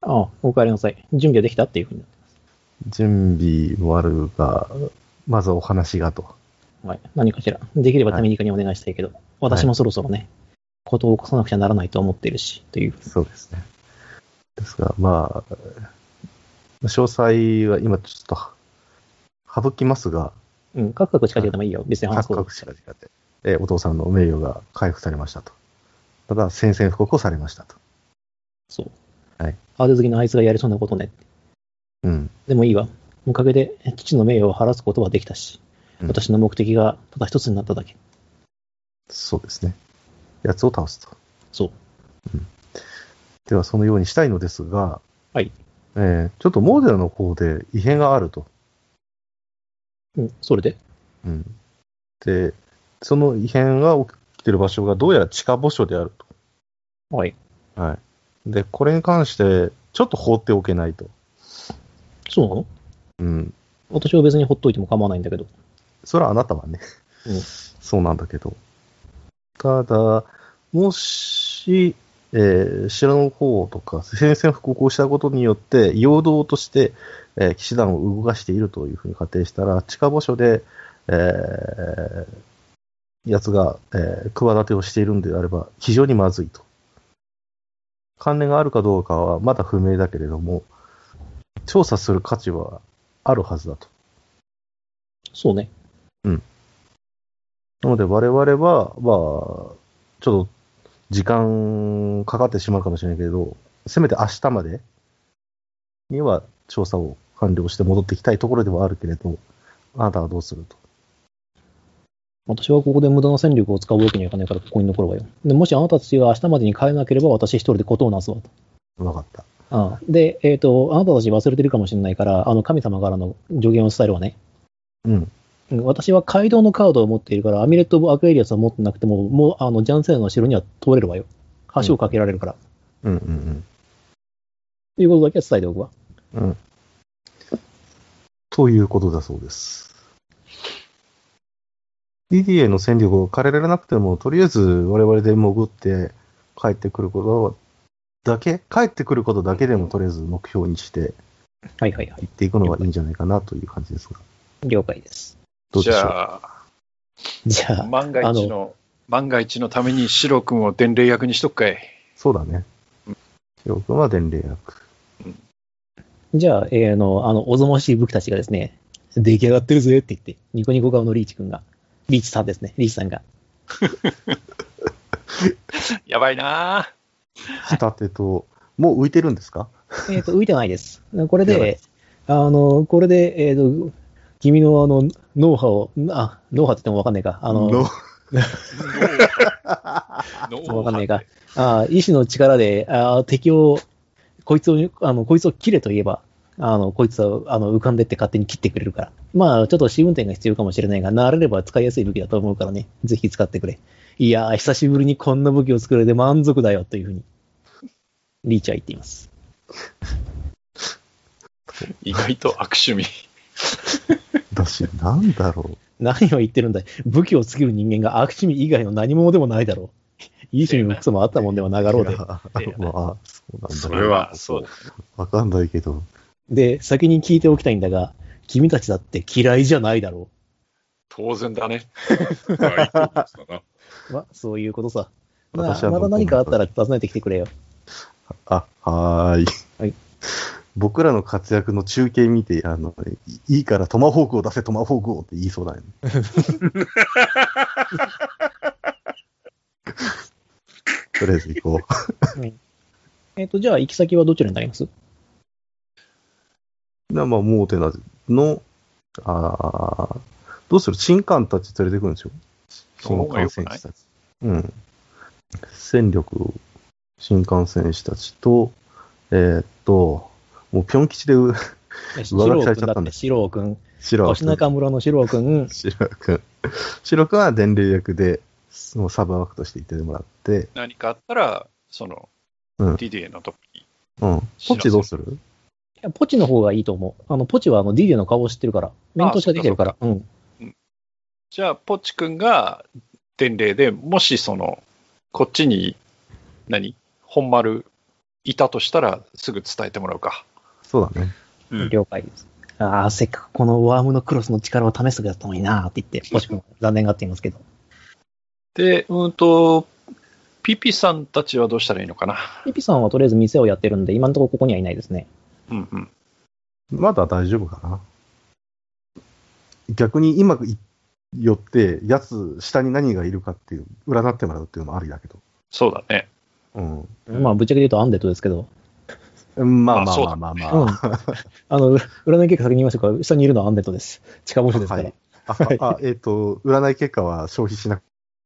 [SPEAKER 2] ああ、お帰りなさい。準備はできたっていうふうに。
[SPEAKER 3] 準備もあるが、まずはお話がと。
[SPEAKER 2] はい。何かしら。できればタミニカにお願いしたいけど、私もそろそろね、ことを起こさなくちゃならないと思っているし、という。
[SPEAKER 3] そうですね。ですが、まあ、詳細は今ちょっと省きますが、
[SPEAKER 2] うん。カクカク近づいてもいいよ。別に話すこと
[SPEAKER 3] 各。社がて、えーお父さんの名誉が回復されましたと。ただ、宣戦布告をされましたと。
[SPEAKER 2] そう。
[SPEAKER 3] はい。
[SPEAKER 2] ハード好きのあいつがやりそうなことね。
[SPEAKER 3] うん。
[SPEAKER 2] でもいいわ。おかげで、父の名誉を晴らすことはできたし、
[SPEAKER 3] うん
[SPEAKER 2] 私の目的がただ一つになっただけ。
[SPEAKER 3] そうですね。奴を倒すと。
[SPEAKER 2] そう。
[SPEAKER 3] では、そのようにしたいのですが、
[SPEAKER 2] はい。
[SPEAKER 3] えーちょっとモーデルの方で異変があると。
[SPEAKER 2] うん。それで
[SPEAKER 3] うん。で、その異変が起きてる場所がどうやら地下墓所であると。
[SPEAKER 2] はい。
[SPEAKER 3] はい。で、これに関して、ちょっと放っておけないと。
[SPEAKER 2] そうなの
[SPEAKER 3] うん。
[SPEAKER 2] 私は別にほっといても構わないんだけど。
[SPEAKER 3] それはあなたはね。
[SPEAKER 2] うん
[SPEAKER 3] そうなんだけど。ただ、もし、えー、城の方とか、宣戦布告をしたことによって、陽動として、えー騎士団を動かしているというふうに仮定したら、地下墓所で、えー、奴が、えー、企てをしているんであれば、非常にまずいと。関連があるかどうかはまだ不明だけれども、調査する価値はあるはずだと。
[SPEAKER 2] そうね。
[SPEAKER 3] なので我々は、まあ、ちょっと時間かかってしまうかもしれないけど、せめて明日までには調査を完了して戻ってきたいところではあるけれど、あなたはどうすると。
[SPEAKER 2] 私はここで無駄な戦力を使うわけにはいかないから、ここに残るわよ。でもしあなたたちが明日までに帰らなければ、私一人で事をなすわと。
[SPEAKER 3] わかった。
[SPEAKER 2] ああで、えっ、と、あなたたち忘れてるかもしれないから、あの、神様からの助言を伝えるわね。
[SPEAKER 3] うん。
[SPEAKER 2] うん私は街道のカードを持っているから、アミュレット・オブ・アクエリアスは持ってなくても、もう、あの、ジャンセーの城には通れるわよ。橋を架けられるから。
[SPEAKER 3] うんうん
[SPEAKER 2] ということだけは伝えておくわ。
[SPEAKER 3] うん。うん。ということだそうです。DDA の戦力を借りられなくても、とりあえず我々で潜って帰ってくることだけ、帰ってくることだけでもとりあえず目標にして、
[SPEAKER 2] はいはいはい。
[SPEAKER 3] 行っていくのがいいんじゃないかなという感じですが、
[SPEAKER 2] 了解です。
[SPEAKER 3] どう
[SPEAKER 1] じ
[SPEAKER 3] でしょう。
[SPEAKER 1] ゃあ、
[SPEAKER 2] じゃあ、
[SPEAKER 1] 万が
[SPEAKER 2] あ
[SPEAKER 1] 一の、万が一のためにシロ君を伝令役にしとくかい。
[SPEAKER 3] そうだね。ヒロ君は伝令役。
[SPEAKER 2] じゃあ、えーあの、あの、おぞましい武器たちがですね、出来上がってるぜって言って、ニコニコ顔のリーチ君が、リーチさんですね、リーチさんが。
[SPEAKER 1] やばいな
[SPEAKER 3] 下手と、もう浮いてるんですか
[SPEAKER 2] えっ、と、浮いてないです。これ
[SPEAKER 3] 浮いてない
[SPEAKER 2] で、あの、これで、えっ、と、君のあの、脳波を、あ、脳波って言ってもわかんないか。あ の、わかんないか。あー意志の力で、あー敵を、こいつを、あの、こいつを切れと言えば、あの、こいつは、あの、浮かんでって勝手に切ってくれるから。まあ、ちょっと試運転が必要かもしれないが、慣れれば使いやすい武器だと思うからね。ぜひ使ってくれ。いやー、久しぶりにこんな武器を作れて満足だよ、というふうに、リーチは言っています。
[SPEAKER 1] 意外と悪趣味。
[SPEAKER 3] だし、なんだろ
[SPEAKER 2] 何を言ってるんだい武器を作る人間が悪趣味以外の何者でもないだろう。いい趣味もクソもあったもんではな
[SPEAKER 3] う。
[SPEAKER 2] かろう
[SPEAKER 3] い
[SPEAKER 2] で
[SPEAKER 3] や。まあ、そうなんだ。
[SPEAKER 1] それは、そうだ。
[SPEAKER 3] わかんないけど、
[SPEAKER 2] で、先に聞いておきたいんだが、君たちだって嫌いじゃないだろ
[SPEAKER 1] 当然だね。
[SPEAKER 4] はいそうですかな
[SPEAKER 2] う。まあ、そういうことさ。ま
[SPEAKER 3] 私
[SPEAKER 2] あ、
[SPEAKER 3] はも
[SPEAKER 2] ま
[SPEAKER 3] う
[SPEAKER 2] た何かあったら訪ねてきてくれよ。
[SPEAKER 3] あ、はーい。
[SPEAKER 2] はい
[SPEAKER 3] 僕らの活躍の中継見て、あの、いいいからトマホークを出せ、トマホ ークをって言いそうだよね。とりあえず行こう。
[SPEAKER 2] えっ、と、じゃあ、行き先はどちらになり ます
[SPEAKER 3] な、まあ、モーテナの、あーどうする新官たち連れてくるんでしょ
[SPEAKER 1] その方
[SPEAKER 3] 新
[SPEAKER 1] が良
[SPEAKER 3] 幹
[SPEAKER 1] く
[SPEAKER 3] 線
[SPEAKER 1] ない
[SPEAKER 3] 士たち。うん。戦力を、新幹線士たちと、えーっと、もうピョン吉でう、
[SPEAKER 2] 四
[SPEAKER 3] 上書
[SPEAKER 2] 郎
[SPEAKER 3] きさ
[SPEAKER 2] 君
[SPEAKER 3] れちゃっ
[SPEAKER 2] だ
[SPEAKER 3] た
[SPEAKER 2] っ
[SPEAKER 3] ん
[SPEAKER 2] て、
[SPEAKER 3] だ
[SPEAKER 2] 四郎君。
[SPEAKER 3] 白
[SPEAKER 2] 星中村の四郎君。
[SPEAKER 3] 白くん。白くんは伝令役で、もうサブ枠としていてもらって、
[SPEAKER 1] 何かあったら、その、
[SPEAKER 3] うん
[SPEAKER 1] ディディエのとこに。
[SPEAKER 3] うん。ポッチどうする
[SPEAKER 2] いやポチの方がいいと思う。あの、ポチはあの、ディディの顔を知ってるから。面としか出てるから。うん。
[SPEAKER 1] じゃあ、ポチ君が伝令で、もしその、こっちに、何本丸いたとしたら、すぐ伝えてもらうか。
[SPEAKER 3] そうだね。
[SPEAKER 4] うん
[SPEAKER 2] 了解です。ああ、せっかくこのワームのクロスの力を試してくれたのになーって言って、ポチ君、残念がっていますけど。
[SPEAKER 1] で、うーんと、ピピさんたちはどうしたらいいのかな。
[SPEAKER 2] ピピさんはとりあえず店をやってるんで、今のところここにはいないですね。
[SPEAKER 1] うんうん。
[SPEAKER 3] まだ大丈夫かな。逆に今い寄って、やつ、下に何がいるかっていう、占ってもらうっていうのもありだけど。
[SPEAKER 1] そうだね。
[SPEAKER 3] うん
[SPEAKER 2] まあ、ぶっちゃけ言うとアンデッドですけど。
[SPEAKER 3] うん。ま
[SPEAKER 1] ま
[SPEAKER 3] あま
[SPEAKER 1] あ
[SPEAKER 3] あ
[SPEAKER 1] そう
[SPEAKER 3] ま
[SPEAKER 1] だ
[SPEAKER 3] あまあま
[SPEAKER 2] うん。
[SPEAKER 3] あ。
[SPEAKER 2] あの、占い結果先に言いましたから、下にいるのはアンデッドです。近本ですから。
[SPEAKER 3] はいあ、あえっ、と、占い結果は消費しなく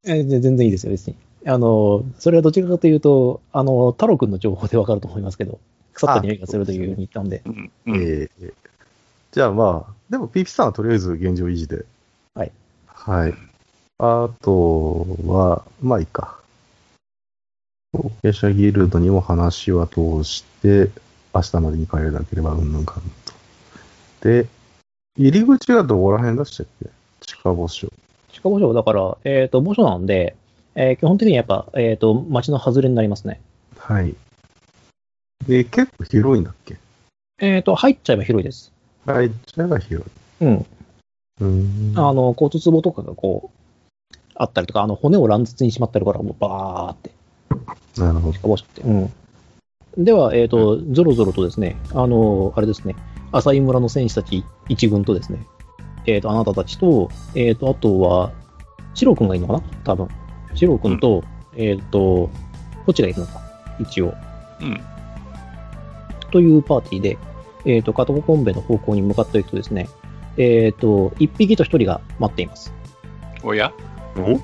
[SPEAKER 2] えーで全然いいですよ、別に。あの、それはどちらかというと、あの、太郎くんの情報でわかると思いますけど、腐った匂いがするというふうに言ったんで、
[SPEAKER 1] うん、
[SPEAKER 3] て、
[SPEAKER 1] うん。
[SPEAKER 3] えーじゃあまあ、でも PP さんはとりあえず現状維持で。
[SPEAKER 2] はい。
[SPEAKER 3] はい。あとは、まあいいか。後継者ギルドにも話は通して、明日までに帰れなければうんぬんかんと。で、入り口はどこら辺出したっけ近場所。
[SPEAKER 2] シカゴ城だから、えっ、と、墓所なんで、えー基本的にやっぱ、えっ、と、町の外れになりますね。
[SPEAKER 3] はい。で、結構広いんだっけ
[SPEAKER 2] えっ、と、入っちゃえば広いです。
[SPEAKER 3] はい、じゃあ広い。
[SPEAKER 2] うん。
[SPEAKER 3] うーん。
[SPEAKER 2] あの、交通壺とかがこう、あったりとか、あの、骨を乱雑にしまってるから、もうバーって、
[SPEAKER 3] なるほど
[SPEAKER 2] シ。カゴ城って。うん。では、えっ、と、ゾロゾロとですね、あの、あれですね、浅井村の戦士たち一軍とですね、えっ、と、あなたたちと、えっ、と、あとは、シロ君がいるのかな多分。シロ君と、えっ、と、こっちがいるのか一応。
[SPEAKER 1] うん。
[SPEAKER 2] というパーティーで、えっ、と、カトココンベの方向に向かっていくとですね、えっ、と、一匹と一人が待っています。
[SPEAKER 1] おや
[SPEAKER 4] お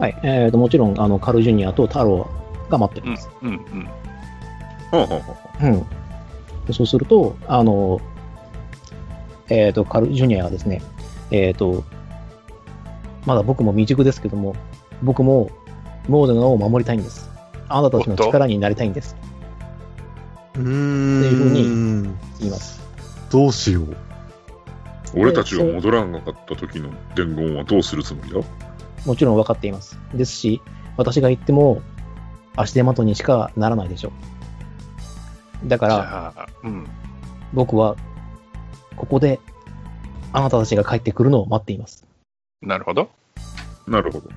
[SPEAKER 2] はい。えっ、と、もちろん、あの、カルジュニアと太郎が待って
[SPEAKER 1] う
[SPEAKER 2] い
[SPEAKER 1] ん
[SPEAKER 2] ます。
[SPEAKER 1] うんうん。
[SPEAKER 4] ほうほうほうほ
[SPEAKER 2] うん。そうすると、あの、えっ、と、カルジュニアがですね、えっ、と、まだ僕も未熟ですけども、僕もモーデナを守りたいんです。あなたたちの力になりたいんです。
[SPEAKER 3] うー
[SPEAKER 2] っていうふうに
[SPEAKER 3] ん。
[SPEAKER 2] 言います。
[SPEAKER 3] どうしよう。
[SPEAKER 4] う俺たちが戻らなかった時の伝言はどうするつもりだ
[SPEAKER 2] もちろん分かっています。ですし、私が言っても、足手まといにしかならないでしょう。だか
[SPEAKER 1] じ
[SPEAKER 2] ら、
[SPEAKER 1] ゃあ、うん。
[SPEAKER 2] 僕は、ここで、あなたたちが帰ってくるのを待っています。
[SPEAKER 1] なるほど。
[SPEAKER 4] なるほど。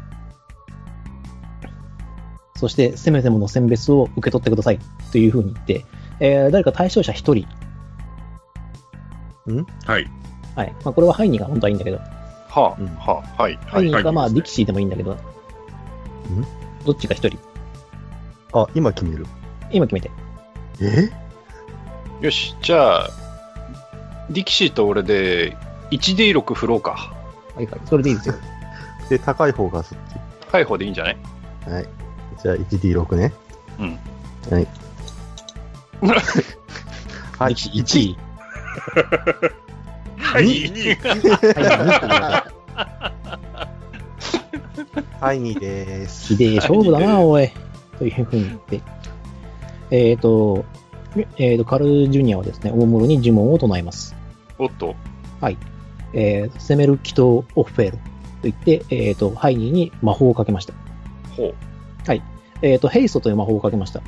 [SPEAKER 2] そして、せめてもの選別を受け取ってください。というふうに言って、えー誰か対象者1人。
[SPEAKER 4] はい。
[SPEAKER 2] はい。まあ、これはハイニーが本当はいいんだけど、
[SPEAKER 1] はあ、
[SPEAKER 3] うん
[SPEAKER 1] はあ、はい。
[SPEAKER 2] ハイニーか、まあ、
[SPEAKER 4] ハイニ
[SPEAKER 2] デ
[SPEAKER 4] ーですね
[SPEAKER 2] ィキシーでもいいんだけど、どっちか1人。
[SPEAKER 3] あ、今決める。
[SPEAKER 2] 今決めて。
[SPEAKER 3] え
[SPEAKER 1] よし、じゃあ、ディキシーと俺で 1D6 振ろうか。
[SPEAKER 2] はいはい。それでいいですよ。
[SPEAKER 3] で、高い方がそっ
[SPEAKER 1] 高い方でいいんじゃない
[SPEAKER 3] ち。はい。じゃあ 1D6 ね。
[SPEAKER 1] うん。
[SPEAKER 3] はい。は
[SPEAKER 2] ディ
[SPEAKER 3] い、
[SPEAKER 2] キシー1位。
[SPEAKER 4] はい、2。
[SPEAKER 3] はい、2です。
[SPEAKER 2] ひでえ勝負だな、おい。というふうに言って。えっ、と、えーと、カルジュニアはですね、大室に呪文を唱えます。
[SPEAKER 1] おっと、
[SPEAKER 2] えー攻める祈祷をフェルと言って、えっ、と、ハイニーに魔法をかけました。
[SPEAKER 1] ほう、
[SPEAKER 2] えっ、と、ヘイストという魔法をかけました。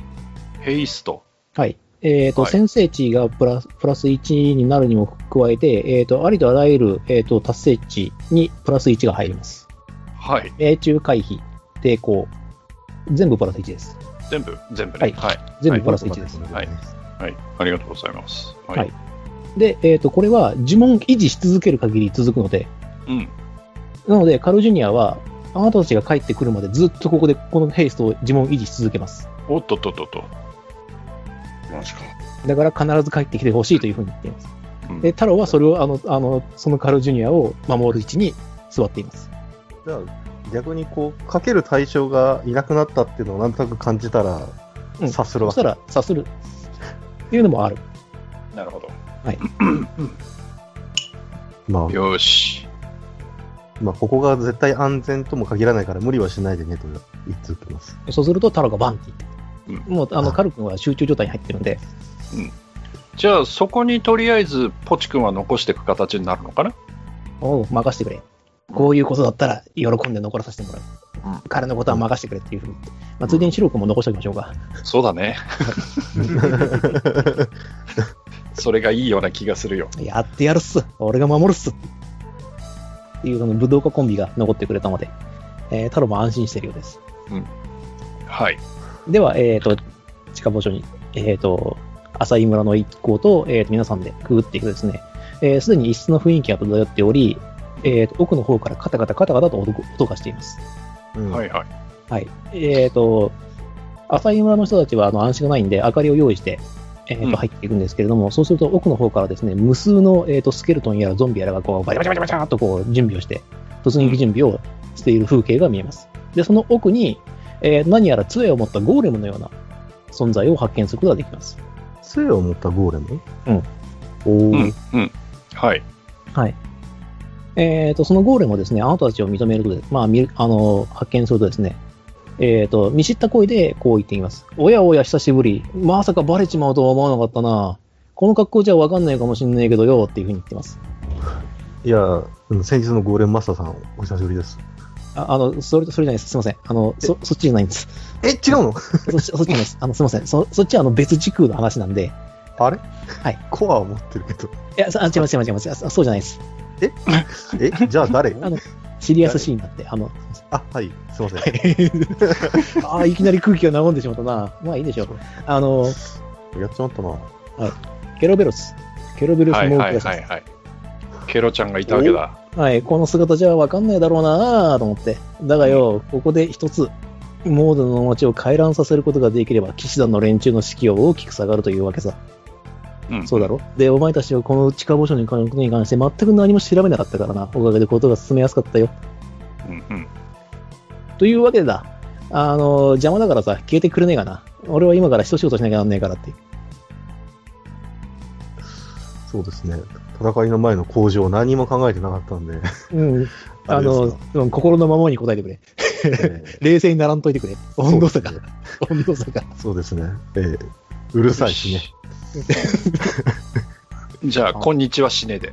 [SPEAKER 1] ヘイスト。
[SPEAKER 2] はい。えっ、と、
[SPEAKER 1] はい
[SPEAKER 2] 先制値がプラスプラス1になるにも加えて、えっ、と、ありとあらゆる、えっ、と、達成値にプラス1が入ります。
[SPEAKER 1] はい、
[SPEAKER 2] 命中回避、抵抗、全部プラス1です。
[SPEAKER 1] 全部、全部
[SPEAKER 2] はい
[SPEAKER 1] ね。はい、
[SPEAKER 2] 全部
[SPEAKER 1] はい
[SPEAKER 2] プラス1です。
[SPEAKER 1] はいはい、ありがとうございます。は
[SPEAKER 2] はいで、えっ、と、これは呪文維持し続ける限り続くので、
[SPEAKER 1] うん、
[SPEAKER 2] なので、カルジュニアは、あなたたちが帰ってくるまでずっとここでこのヘイストを呪文を維持し続けます。
[SPEAKER 1] おっとっとっとっと。
[SPEAKER 4] マジか。
[SPEAKER 2] だから必ず帰ってきてほしいというふうに言っています。
[SPEAKER 1] うん
[SPEAKER 2] で、太郎はそれを、あの、あの、そのカールジュニアを守る位置に座っています。
[SPEAKER 5] じゃあ、逆にこう、かける対象がいなくなったっていうのをなんとなく感じたら、
[SPEAKER 2] うん
[SPEAKER 5] 察する
[SPEAKER 2] そ
[SPEAKER 5] わ
[SPEAKER 2] した
[SPEAKER 5] け。
[SPEAKER 2] ら、さする。っていうのもある。
[SPEAKER 1] なるほど。
[SPEAKER 5] ま
[SPEAKER 1] よし。
[SPEAKER 5] あ、まあ、ここが絶対安全とも限らないから無理はしないでねと言っておき ます。
[SPEAKER 2] そうすると太郎がバンって言って。
[SPEAKER 1] う
[SPEAKER 2] もう、あの、
[SPEAKER 5] あ
[SPEAKER 2] カル君は集中状態に入ってるんで、
[SPEAKER 1] じゃあ、そこにとりあえず、ポチ君は残していく形になるのかな
[SPEAKER 2] おう、任せてくれ。こういうことだったら、喜んで残らさせてもらう。
[SPEAKER 1] うん
[SPEAKER 2] 彼のことは任せてくれっていうふうに言って。まあ、ついでにシロ君も残しておきましょうか。
[SPEAKER 1] そうだね。それがいいような気がするよ。
[SPEAKER 2] やってやるっす。俺が守るっす。っていう、その武道家コンビが残ってくれたので、えー、太郎も安心してるようです。
[SPEAKER 1] はい。
[SPEAKER 2] では、えっ、と、近場所に、えっ、と、浅井村の一行と、えっ、と、皆さんでくぐっていくとですね、えーすでに一室の雰囲気が漂っており、えっ、と、奥の方からカタカタカタカタと音音がしています。
[SPEAKER 5] うん
[SPEAKER 1] はいはい。
[SPEAKER 2] はい。えっ、と、浅井村の人たちは、あの、暗視がないんで、明かりを用意して、えっ、
[SPEAKER 1] うん
[SPEAKER 2] と、入っていくんですけれども、そうすると奥の方からですね、無数の、えっ、と、スケルトンやらゾンビやらが、こう、バチャバチャバチャバチャっとこう、準備をして、突撃準備をしている風景が見えます。で、その奥に、えー何やら杖を持ったゴーレムのような存在を発見することができます。
[SPEAKER 5] 杖を持ったゴーレム
[SPEAKER 2] うん。
[SPEAKER 5] お
[SPEAKER 1] う
[SPEAKER 5] ー
[SPEAKER 1] ん、うん。はい。
[SPEAKER 2] えっ、と、そのゴーレムをですね、あなたたちを認めることで、まあ、見るあの、発見するとですね、えっ、と、見知った声でこう言っています。おやおや、久しぶり。まさかバレちまうとは思わなかったな。この格好じゃわかんないかもしんないけどよ、っていうふうに言ってます。
[SPEAKER 5] いや、うん先日のゴーレムマスターさん、お久しぶりです。
[SPEAKER 2] ああの、それ、それじゃないです。すいません。あの、そ、そっちじゃないんです。
[SPEAKER 5] え、違うの
[SPEAKER 2] そっち、そっちじゃないです。あの、すいません。そ、そっちはあの、別時空の話なんで。
[SPEAKER 5] あれ
[SPEAKER 2] はい。
[SPEAKER 5] コアを持ってるけど。
[SPEAKER 2] いや、そあ、違います、違います、違います。あそうじゃないです。
[SPEAKER 5] え、じゃあ誰
[SPEAKER 2] あのシリアスシーンだって、あの、
[SPEAKER 5] あ、はい、すいません。
[SPEAKER 2] ああ、いきなり空気が和んでしまったな。まあいいでしょう。あの、
[SPEAKER 5] やっちまったな。
[SPEAKER 2] ケロベロス。ケロベロスモー
[SPEAKER 1] はい
[SPEAKER 2] ク
[SPEAKER 1] はい
[SPEAKER 2] ラス
[SPEAKER 1] はいはい。ケロちゃんがいたわけだ。
[SPEAKER 2] はい、この姿じゃわかんないだろうなぁと思って。だがよ、ここで一つ、モードの街を回覧させることができれば、騎士団の連中の士気は大きく下がるというわけさ。
[SPEAKER 1] うん。
[SPEAKER 2] そうだろで、お前たちはこの地下墓所に関ことに関して全く何も調べなかったからな。おかげでことが進めやすかったよ。
[SPEAKER 1] うんうん。
[SPEAKER 2] というわけでだ。あの、邪魔だからさ、消えてくれねえかな。俺は今から一仕事しなきゃなんねえからって。
[SPEAKER 5] そうですね。戦いの前の工場、何も考えてなかったんで。
[SPEAKER 2] うん。あ
[SPEAKER 5] れ
[SPEAKER 2] の
[SPEAKER 5] です、
[SPEAKER 2] うん心のままに答えてくれ。
[SPEAKER 5] かえ え
[SPEAKER 2] 冷静にならんといてくれ。温度差が
[SPEAKER 5] そ。
[SPEAKER 2] 温度差が。
[SPEAKER 5] そうですね。ええうるさいしね。
[SPEAKER 1] じゃあ、こんにちはしねで。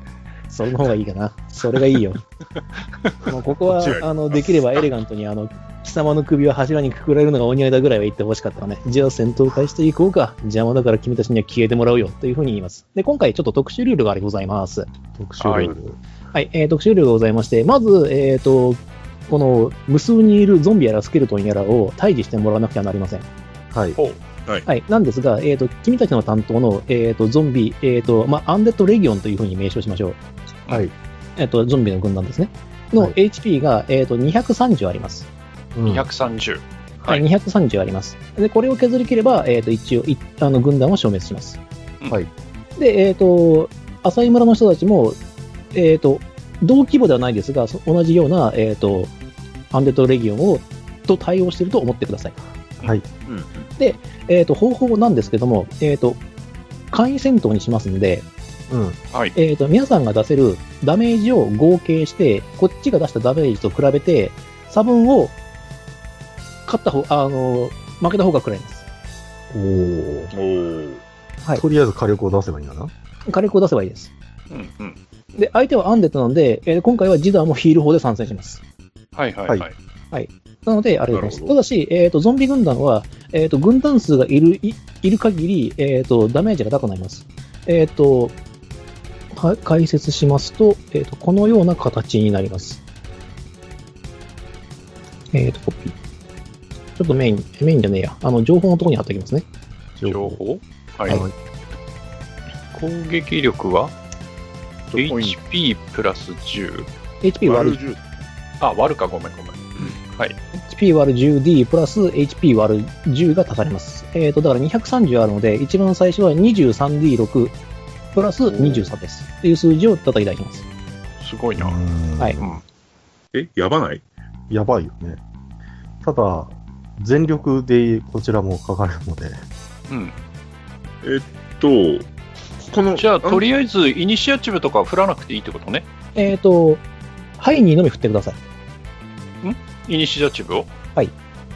[SPEAKER 2] その方がいいかな。それがい いよ。もうここは
[SPEAKER 4] こっちがいい、
[SPEAKER 2] あの、できればエレガントに、あの、貴様の首を柱にくくられるのがお似合いだぐらいは言ってほしかったわね。じゃあ戦闘開始といこうか。邪魔だから君たちには消えてもらうよ。というふうに言います。で、今回ちょっと特殊ルールがありございます。
[SPEAKER 5] 特殊ルール。
[SPEAKER 2] はい、えー、特殊ルールがございまして、まず、えっ、と、この無数にいるゾンビやらスケルトンやらを退治してもらわなくてはなりません。
[SPEAKER 5] はい。
[SPEAKER 1] お
[SPEAKER 2] はい、なんですが、えっ、と、君たちの担当の、えっ、と、ゾンビ、えっ、と、まあ、アンデッドレギオンというふうに名称しましょう。
[SPEAKER 5] はい。
[SPEAKER 2] えっと、ゾンビの軍団ですね。
[SPEAKER 5] は
[SPEAKER 2] の
[SPEAKER 5] い
[SPEAKER 2] HP が、えっと、230あります。
[SPEAKER 5] うん
[SPEAKER 1] 230。
[SPEAKER 2] はい、
[SPEAKER 1] はい
[SPEAKER 2] 230あります。で、これを削り切れば、えっと、一応、いあの、軍団を消滅します。
[SPEAKER 5] はい。
[SPEAKER 2] で、えっと、浅井村の人たちも、えっと、同規模ではないですが、そ同じような、えっと、アンデッドレギオンを、と対応していると思ってください。
[SPEAKER 1] うん
[SPEAKER 2] えっと、方法なんですけども、えっと、簡易戦闘にしますんで、
[SPEAKER 5] うん。
[SPEAKER 1] はい。
[SPEAKER 2] えー、と皆さんが出せるダメージを合計して、こっちが出したダメージと比べて、差分を勝った方、あの負けた方が食らいます。
[SPEAKER 5] おー
[SPEAKER 4] おー
[SPEAKER 2] はい
[SPEAKER 5] とりあえず火力を出せばいいんだな。
[SPEAKER 2] 火力を出せばいいです。
[SPEAKER 1] うんうん。
[SPEAKER 2] で、相手はアンデッドなんで、えー今回はジダーもヒール法で参戦します。
[SPEAKER 1] はいはいはい。
[SPEAKER 2] なので、あれです。
[SPEAKER 4] なるほど
[SPEAKER 2] ただし、えー、とゾンビ軍団は、えー、と軍団数がいるいいる限り、えー、とダメージが高くなります。えっ、と、か解説しますと,、えー、と、このような形になります。えっ、と、コピー。ちょっとメイン、メインじゃねえや。あの、情報のところに貼っておきますね。
[SPEAKER 1] 情報はい
[SPEAKER 5] はい。
[SPEAKER 1] 攻撃力
[SPEAKER 4] ちょ
[SPEAKER 1] は
[SPEAKER 4] っとポイン
[SPEAKER 1] HP プラス10。
[SPEAKER 2] HP
[SPEAKER 4] ト
[SPEAKER 2] 割
[SPEAKER 4] 割
[SPEAKER 2] る
[SPEAKER 4] る10。
[SPEAKER 1] あ、割るか、ごめんごめん。はい
[SPEAKER 2] HP 割る 10D プラス HP 割る10が足されます。えっ、と、だから230あるので、一番最初は 23D6 プラス23です。っていう数字を叩き出します。
[SPEAKER 1] すごいな。
[SPEAKER 2] は
[SPEAKER 3] はい
[SPEAKER 1] うん
[SPEAKER 4] え、やばない
[SPEAKER 5] やばいよね。ただ、全力でこちらもかかるので、
[SPEAKER 1] うん、
[SPEAKER 4] と、この、
[SPEAKER 1] じゃ
[SPEAKER 4] の
[SPEAKER 1] あ、とりあえず、イニシアチブとかは振らなくていいってことね。
[SPEAKER 2] えっ、と、ハイにのみ振ってください。
[SPEAKER 1] イニシアチブを。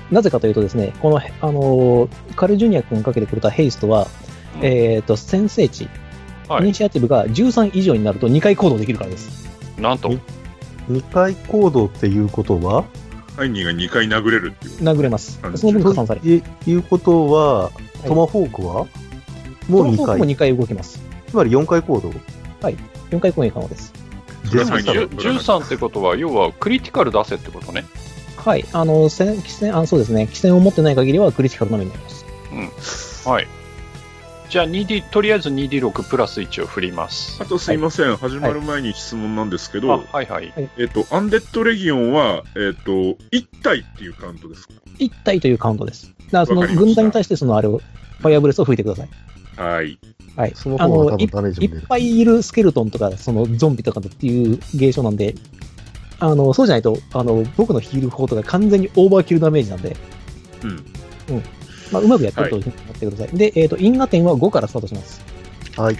[SPEAKER 2] なぜかというとですね、この、あのーカルジュニア君がかけてくれたヘイストは、
[SPEAKER 1] うん
[SPEAKER 2] えっ、と、先制値、
[SPEAKER 1] は
[SPEAKER 2] イニ
[SPEAKER 1] い。
[SPEAKER 2] シアチブが13以上になると2回行動できるからです。
[SPEAKER 1] なんと。
[SPEAKER 5] 2回行動っていうことは、
[SPEAKER 4] アイニーが2回殴れるっていう。
[SPEAKER 2] 殴れます
[SPEAKER 4] あ。
[SPEAKER 2] その分加算される。
[SPEAKER 5] いいうことは、
[SPEAKER 2] い
[SPEAKER 5] トマホークは、
[SPEAKER 2] こ
[SPEAKER 5] もう
[SPEAKER 2] の
[SPEAKER 5] 2
[SPEAKER 2] 方法も
[SPEAKER 5] 回、
[SPEAKER 2] 2回動けます。
[SPEAKER 5] つまり4回行動。
[SPEAKER 2] 4回攻撃可能です。
[SPEAKER 4] それは
[SPEAKER 5] です
[SPEAKER 4] は
[SPEAKER 5] ね
[SPEAKER 4] い
[SPEAKER 1] 10 13ってことは、要はクリティカル出せってことね。
[SPEAKER 2] はい、あの、せん、騎戦、あ、そうですね、騎戦を持ってない限りはクリティカルのみになります。
[SPEAKER 1] はい。じゃあ、2D、とりあえず 2D6 プラス1を振ります
[SPEAKER 4] あ。とすいません、始まる前に質問なんですけ
[SPEAKER 1] あ、
[SPEAKER 4] ど、
[SPEAKER 1] はいはい。
[SPEAKER 4] えっと、アンデッドレギオンは、えっと、1体っていうカウントですか
[SPEAKER 2] 1体というカウントです。だから、その
[SPEAKER 4] わかりました
[SPEAKER 2] 軍団に対して、そのあれを、ファイアブレスを吹いてください。
[SPEAKER 4] はい。
[SPEAKER 2] はい。
[SPEAKER 5] その
[SPEAKER 2] あ
[SPEAKER 5] 方が多
[SPEAKER 2] の、
[SPEAKER 5] 分
[SPEAKER 2] い
[SPEAKER 5] ダメージ
[SPEAKER 2] い
[SPEAKER 5] も出
[SPEAKER 2] っ
[SPEAKER 5] る。
[SPEAKER 2] ぱいいるスケルトンとか、そのゾンビとかっていう現象なんで、あの、そうじゃないと、あの、僕のヒール法とか完全にオーバーキルダメージなんで、
[SPEAKER 4] うん。
[SPEAKER 2] まあ、うまくやってると思ってください。で、えっ、と、因果点は5からスタートします。
[SPEAKER 5] はい。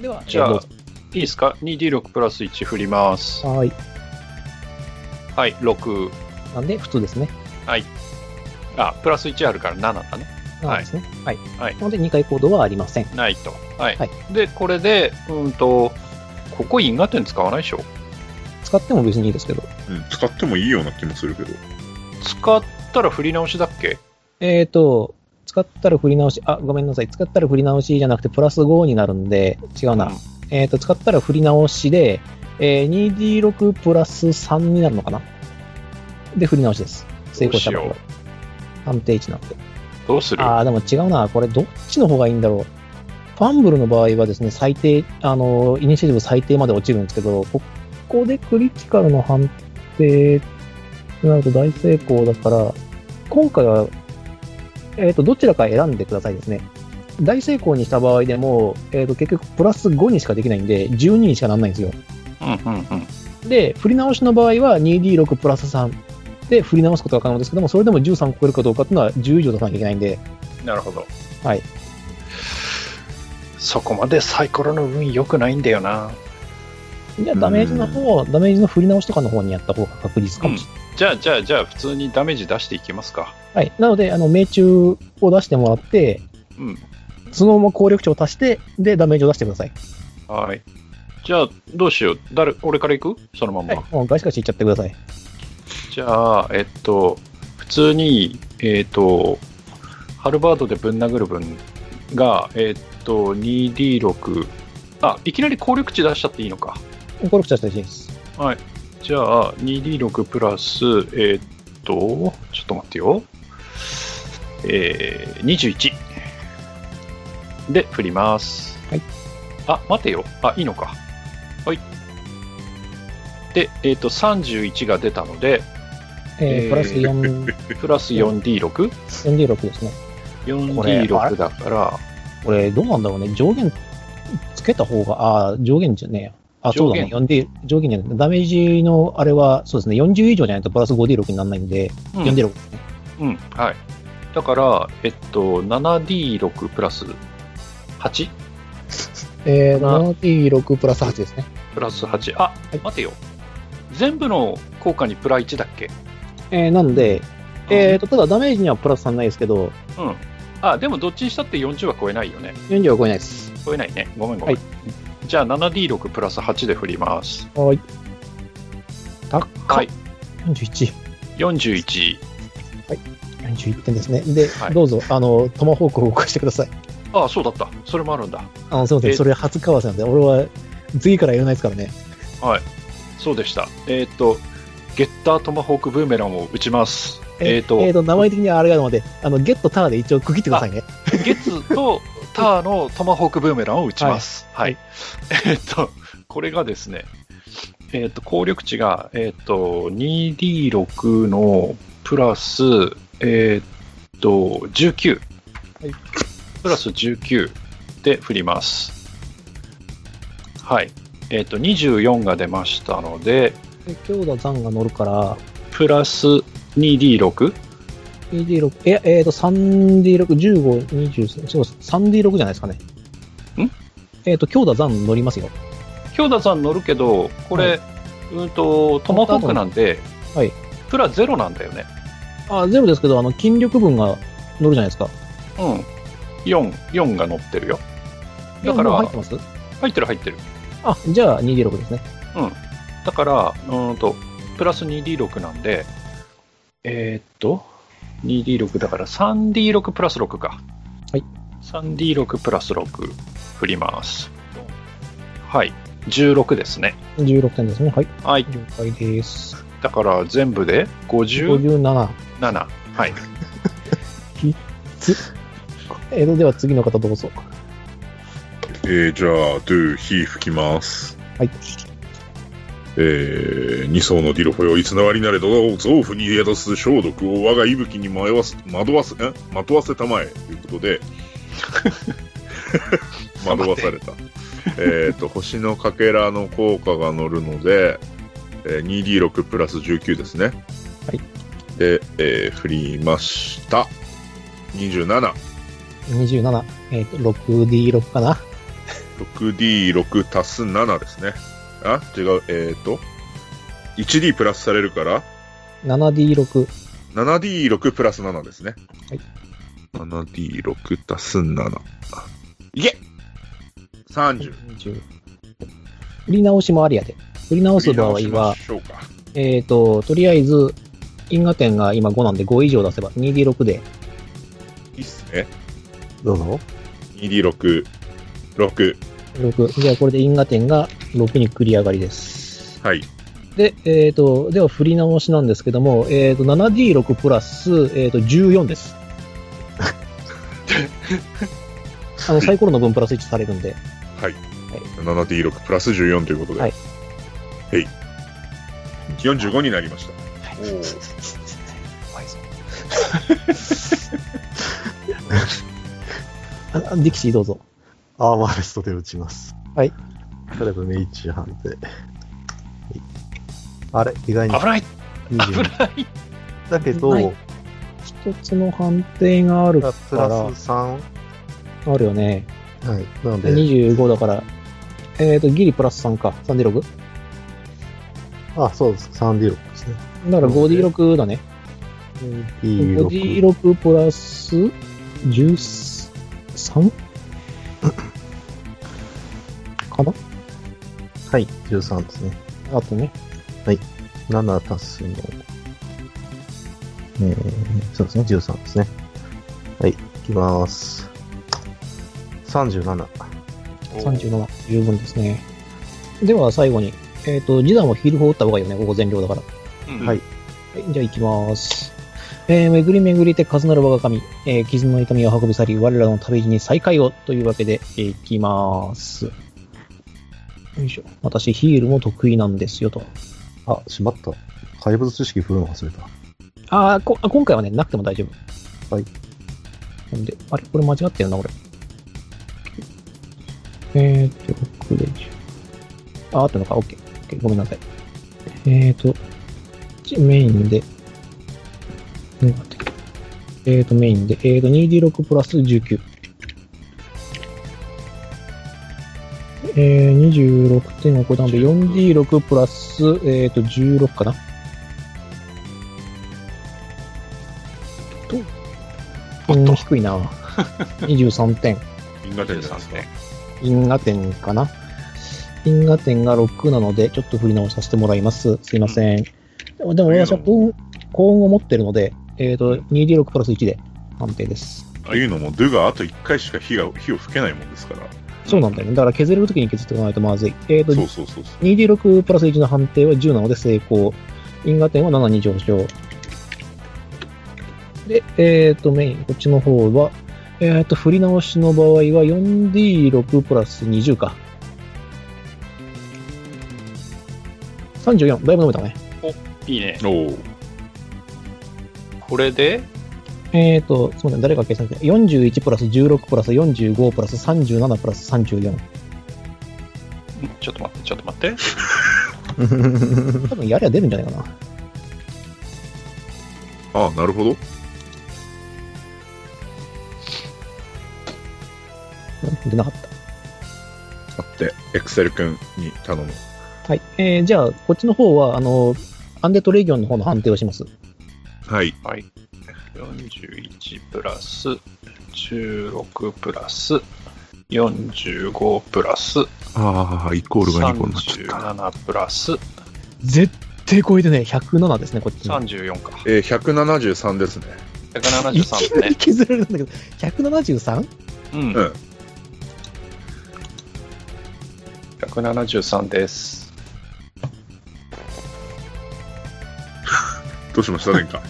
[SPEAKER 2] では、
[SPEAKER 1] じゃ
[SPEAKER 2] えー
[SPEAKER 1] あ
[SPEAKER 2] ど、
[SPEAKER 1] いいですか ?2D6 プラス1振ります
[SPEAKER 2] う。ぞはい。
[SPEAKER 1] はい、6。
[SPEAKER 2] なんで、普通ですね。
[SPEAKER 1] あ、プラス1あるから7だね。
[SPEAKER 2] なんですね。はい。
[SPEAKER 1] はい
[SPEAKER 2] なので、2回行動はありません。
[SPEAKER 1] ないと。はい。
[SPEAKER 2] はい
[SPEAKER 1] で、これで、うんと、ここ因果点使わないでしょ
[SPEAKER 2] 使っても別にいいですけど。
[SPEAKER 4] うん、使ってもいいような気もするけど。
[SPEAKER 1] 使ったら振り直しだっけ
[SPEAKER 2] えーと、使ったら振り直し、あ、ごめんなさい。使ったら振り直しじゃなくて、プラス5になるんで、違うな。
[SPEAKER 1] うん
[SPEAKER 2] えーと、使ったら振り直しで、えー 2D6 プラス3になるのかなで、振り直しです。成功した
[SPEAKER 1] どう
[SPEAKER 2] ら
[SPEAKER 1] し。
[SPEAKER 2] 判定値なんで。
[SPEAKER 1] どうする
[SPEAKER 2] あー、でも違うな。これ、どっちの方がいいんだろう。ファンブルの場合はですね、最低、あの、イニシアチブ最低まで落ちるんですけど、ここでクリティカルの判定となると大成功だから、今回は、えっ、と、どちらか選んでくださいですね。大成功にした場合でも、えっ、と、結局プラス5にしかできないんで、12にしかならないんですよ。
[SPEAKER 1] うんうんうん。
[SPEAKER 2] で、振り直しの場合は 2D6 プラス3で振り直すことが可能ですけども、それでも13を超えるかどうかっていうのは10以上出さなきゃいけないんで、
[SPEAKER 1] なるほど。
[SPEAKER 2] はい。
[SPEAKER 1] そこまでサイコロの運良くないんだよな。
[SPEAKER 2] じゃあダメージの方、ダメージの振り直しとかの方にやった方が確実かもしれない。
[SPEAKER 1] じゃあ、じゃあ、じゃあ、普通にダメージ出していきますか。
[SPEAKER 2] はい。なので、あの、命中を出してもらって、
[SPEAKER 1] うん。
[SPEAKER 2] そのまま攻力値を足して、で、ダメージを出してください。
[SPEAKER 1] はい。じゃあ、どうしよう。誰、俺から行くそのまんま。
[SPEAKER 2] はい。もうガシガシいっちゃってください。
[SPEAKER 1] じゃあ、えっと、普通に、えっと、ハルバードでぶん殴る分が、えっと、2D6。あ、いきなり攻力値出しちゃっていいのか。
[SPEAKER 2] 攻力値出してほしいです。
[SPEAKER 1] じゃあ、2D6 プラス、えーっと、ちょっと待ってよ。えー、21。で、振ります。
[SPEAKER 2] はい。
[SPEAKER 1] あ、待てよ。あ、いいのか。はい。で、えーっと、31が出たので、
[SPEAKER 2] え
[SPEAKER 1] えー
[SPEAKER 2] ー、プラス4、
[SPEAKER 1] プラス 4D6。
[SPEAKER 2] 4D6 ですね。これあ
[SPEAKER 1] 4D6
[SPEAKER 2] れ
[SPEAKER 1] だから、
[SPEAKER 2] これ、どうなんだろうね。上限、つけた方が、ああ、上限じゃねえや。あ、そうだね。
[SPEAKER 1] 上
[SPEAKER 2] 4D、上限じゃない。ダメージの、あれは、そうですね。40以上じゃないとプラス 5D6 にならないんで、
[SPEAKER 1] うん
[SPEAKER 2] 4D6 ですね。
[SPEAKER 1] うん、はい。だから、えっと、7D6 プラス 8?
[SPEAKER 2] えー、
[SPEAKER 1] かな
[SPEAKER 2] 7D6 プラス8ですね。
[SPEAKER 1] プラス8。あ、
[SPEAKER 2] い
[SPEAKER 1] 待てよ。全部の効果にプラ1だっけ
[SPEAKER 2] えー、なんで、えーと、ただダメージにはプラス3ないですけど、
[SPEAKER 1] うん。あ、でもどっちにしたって40は超えないよね。
[SPEAKER 2] 40は超えないです。
[SPEAKER 1] 超えないね。ごめんごめん。
[SPEAKER 2] は
[SPEAKER 1] じゃあ 7D6 プラス8で振ります。
[SPEAKER 2] はい。高
[SPEAKER 1] はい。
[SPEAKER 2] 41。
[SPEAKER 1] 41。
[SPEAKER 2] 41点ですね。で、
[SPEAKER 1] はい
[SPEAKER 2] どうぞ、あの、トマホークを動かしてください。
[SPEAKER 1] あそうだった。それもあるんだ。
[SPEAKER 2] あの、すいませ
[SPEAKER 1] え
[SPEAKER 2] ん。それ初為替なんで、俺は次からやらないですからね。
[SPEAKER 1] そうでした。えっ、と、ゲッタートマホークブーメランを打ちます。えっ、と、
[SPEAKER 2] えーと、名前的にはあれがあるので、あの、ゲットターで一応区切ってくださいね。
[SPEAKER 1] ゲツとターのトマホークブーメランを打ちます。はい。えっと、これがですね、えっ、と、効力値が、えっ、と、2D6 のプラス、えっ、と、19。プラス19で振ります。はい。えっ、と、24が出ましたので、
[SPEAKER 2] で強打残が乗るから、
[SPEAKER 1] プラス 2D6?
[SPEAKER 2] ED6、え、えーと、3D6、15、20、そう、3D6 じゃないですかね。
[SPEAKER 1] ん
[SPEAKER 2] えっ、と、強打残乗りますよ。
[SPEAKER 1] 京田さん乗るけど、こ
[SPEAKER 2] は
[SPEAKER 1] れ、うんと、トマホークなんで、
[SPEAKER 2] はい
[SPEAKER 1] プラゼロなんだよね。
[SPEAKER 2] あ、ゼロですけど、あの、筋力分が乗るじゃないですか。
[SPEAKER 1] うん。4、4が乗ってるよ。だから
[SPEAKER 2] いやもう入ってます
[SPEAKER 1] 入ってる入ってる。
[SPEAKER 2] あ、じゃあ 2D6 ですね。
[SPEAKER 1] だから、うーんと、プラス 2D6 なんで、えーっと、2D6 だから 3D6 プラス6か。
[SPEAKER 2] はい。
[SPEAKER 1] 3D6 プラス6振ります。はい。16ですね。
[SPEAKER 2] 16点ですね。はい。
[SPEAKER 1] はい。
[SPEAKER 2] 了解です。
[SPEAKER 1] だから全部で57。
[SPEAKER 2] 57。
[SPEAKER 1] はい。
[SPEAKER 2] えーと、では次の方どうぞ。
[SPEAKER 4] えーじゃあ、ドゥ、火吹きます。
[SPEAKER 2] はい。
[SPEAKER 4] えー、二層のディロフォよ、いつながりなれど、臓腑に宿す消毒を我が息吹に迷わす、惑わせ、え惑わせたまえ、ということで、 惑わされた。えっと、星のかけらの効果が乗るので、えー 2D6 プラス19ですね。
[SPEAKER 2] はい。
[SPEAKER 4] で、えー振りました。27。
[SPEAKER 2] 27。えーと、6D6 かな。
[SPEAKER 4] 6D6 足す7ですね。あ違う、えっ、と、1D プラスされるから、
[SPEAKER 2] 7D6。
[SPEAKER 4] 7D6 プラス7ですね。
[SPEAKER 2] はい。
[SPEAKER 4] 7D6 足す7。いけ !30。
[SPEAKER 2] 20振り直しもありやで。振り直す場合
[SPEAKER 4] 振り直
[SPEAKER 2] は
[SPEAKER 4] し、ましょうか。
[SPEAKER 2] えっ、と、とりあえず、因果点が今5なんで5以上出せば 2D6 で、
[SPEAKER 4] いいっすね。
[SPEAKER 3] どうぞ。
[SPEAKER 4] 2D6、6。
[SPEAKER 2] 6。じゃあこれで因果点が6に繰り上がりです。
[SPEAKER 4] はい。
[SPEAKER 2] で、えっ、と、では振り直しなんですけども、えっ、と、7D6 プラス、えっ、と、14です。 あの、サイコロの分プラス1されるんで。
[SPEAKER 4] 7D6 プラス14ということで。
[SPEAKER 2] は
[SPEAKER 4] はいい。45になりました。おー
[SPEAKER 2] あディキシーどうぞ。
[SPEAKER 3] アーマーレストで打ちます。
[SPEAKER 2] はい。
[SPEAKER 3] 例えば命中判定。はいあれ意外に
[SPEAKER 1] 危ない危
[SPEAKER 3] 20。
[SPEAKER 1] ない
[SPEAKER 3] だけど、
[SPEAKER 2] ない一つの判定がある
[SPEAKER 3] プラ
[SPEAKER 2] か
[SPEAKER 3] ス
[SPEAKER 2] ら、
[SPEAKER 3] 3。は
[SPEAKER 2] あるよね。
[SPEAKER 3] い。なので、
[SPEAKER 2] 25だから、えっ、と、ギリプラス3か。3D6?
[SPEAKER 3] あ、そうです。3D6 ですね。
[SPEAKER 2] だから 5D6 だね。
[SPEAKER 3] D6。
[SPEAKER 2] 56プラス 13? かな
[SPEAKER 3] はい、13ですね。
[SPEAKER 2] あとね。
[SPEAKER 3] 7足すの。えー、そうですね、13ですね。はい、いきます。37。
[SPEAKER 2] 37。十分ですね。では最後に、えっ、と、示談はヒール砲打った方がいいよね。ここ全量だから。
[SPEAKER 1] うん
[SPEAKER 3] は
[SPEAKER 2] は
[SPEAKER 3] い
[SPEAKER 2] い、じゃあ行きます。えー、巡り巡りて数なる我が神、えー、傷の痛みを運び去り、我らの旅路に再会をというわけで、えー行きます。よいしょ。私、ヒールも得意なんですよと。
[SPEAKER 3] あ、しまった。怪物知識振るの忘れた。
[SPEAKER 2] あーこ、あ今回はね、なくても大丈夫。
[SPEAKER 3] はい。
[SPEAKER 2] なんで、あれこれ間違ってるな、これ。えーと、6で10。あ、合ってるのか ?OK。OK。ごめんなさい。えーと、じメインで、うん待ってえーと、メインで、えーと、2D6 プラス19。えー、26点を超えたので、4D6 プラス、えーと、16かな。
[SPEAKER 1] おっ
[SPEAKER 2] うん
[SPEAKER 1] と、
[SPEAKER 2] 低いな。23点。
[SPEAKER 4] 因果点じゃないですか
[SPEAKER 1] 13ね。。
[SPEAKER 2] 因果点かな。因果点が6なので、ちょっと振り直させてもらいます。すいません。でも、でも私は幸運幸運を持ってるので、えっ、と、2D6 プラス1で判定です。
[SPEAKER 4] というのも、ドゥがあと1回しか火が火を吹けないもんですから。
[SPEAKER 2] そうなんだよね。だから削れるときに削っておかないとまずい。えっ、と、
[SPEAKER 4] そうそうそうそう。
[SPEAKER 2] 2D6 プラス1の判定は10なので成功。因果点は7に上昇。で、えっ、と、メイン、こっちの方は、えっ、と、振り直しの場合は 4D6 プラス20か。 34、だいぶ伸びたね。
[SPEAKER 1] いいね。
[SPEAKER 4] おう
[SPEAKER 1] これで、
[SPEAKER 2] えっ、ー、と、そうね、誰が計算してない41プラス16プラス45プラス37プラス34。
[SPEAKER 1] んちょっと待って、ちょっと待って。
[SPEAKER 2] 多分やりゃ出るんじゃないかな。
[SPEAKER 4] ああ、なるほど。
[SPEAKER 2] うん出なかった。
[SPEAKER 4] あって、エクセル君に頼む。
[SPEAKER 2] はい。えー、じゃあ、こっちの方は、あの、アンデッドレギオンの方の判定をします。
[SPEAKER 4] はい。
[SPEAKER 1] はい。41プラス、16プラス、45プラス、
[SPEAKER 4] ああ、イコールが2個になっちゃった。
[SPEAKER 1] 37プラス、
[SPEAKER 2] 絶対超えてね、107ですね、こっちの。
[SPEAKER 1] 34か。
[SPEAKER 4] えー、173ですね。
[SPEAKER 2] いき
[SPEAKER 1] 173
[SPEAKER 2] なり
[SPEAKER 1] ね。
[SPEAKER 2] 削られたんだけど、173?
[SPEAKER 1] うん
[SPEAKER 4] うん。
[SPEAKER 1] 173です。
[SPEAKER 4] どうしました前回。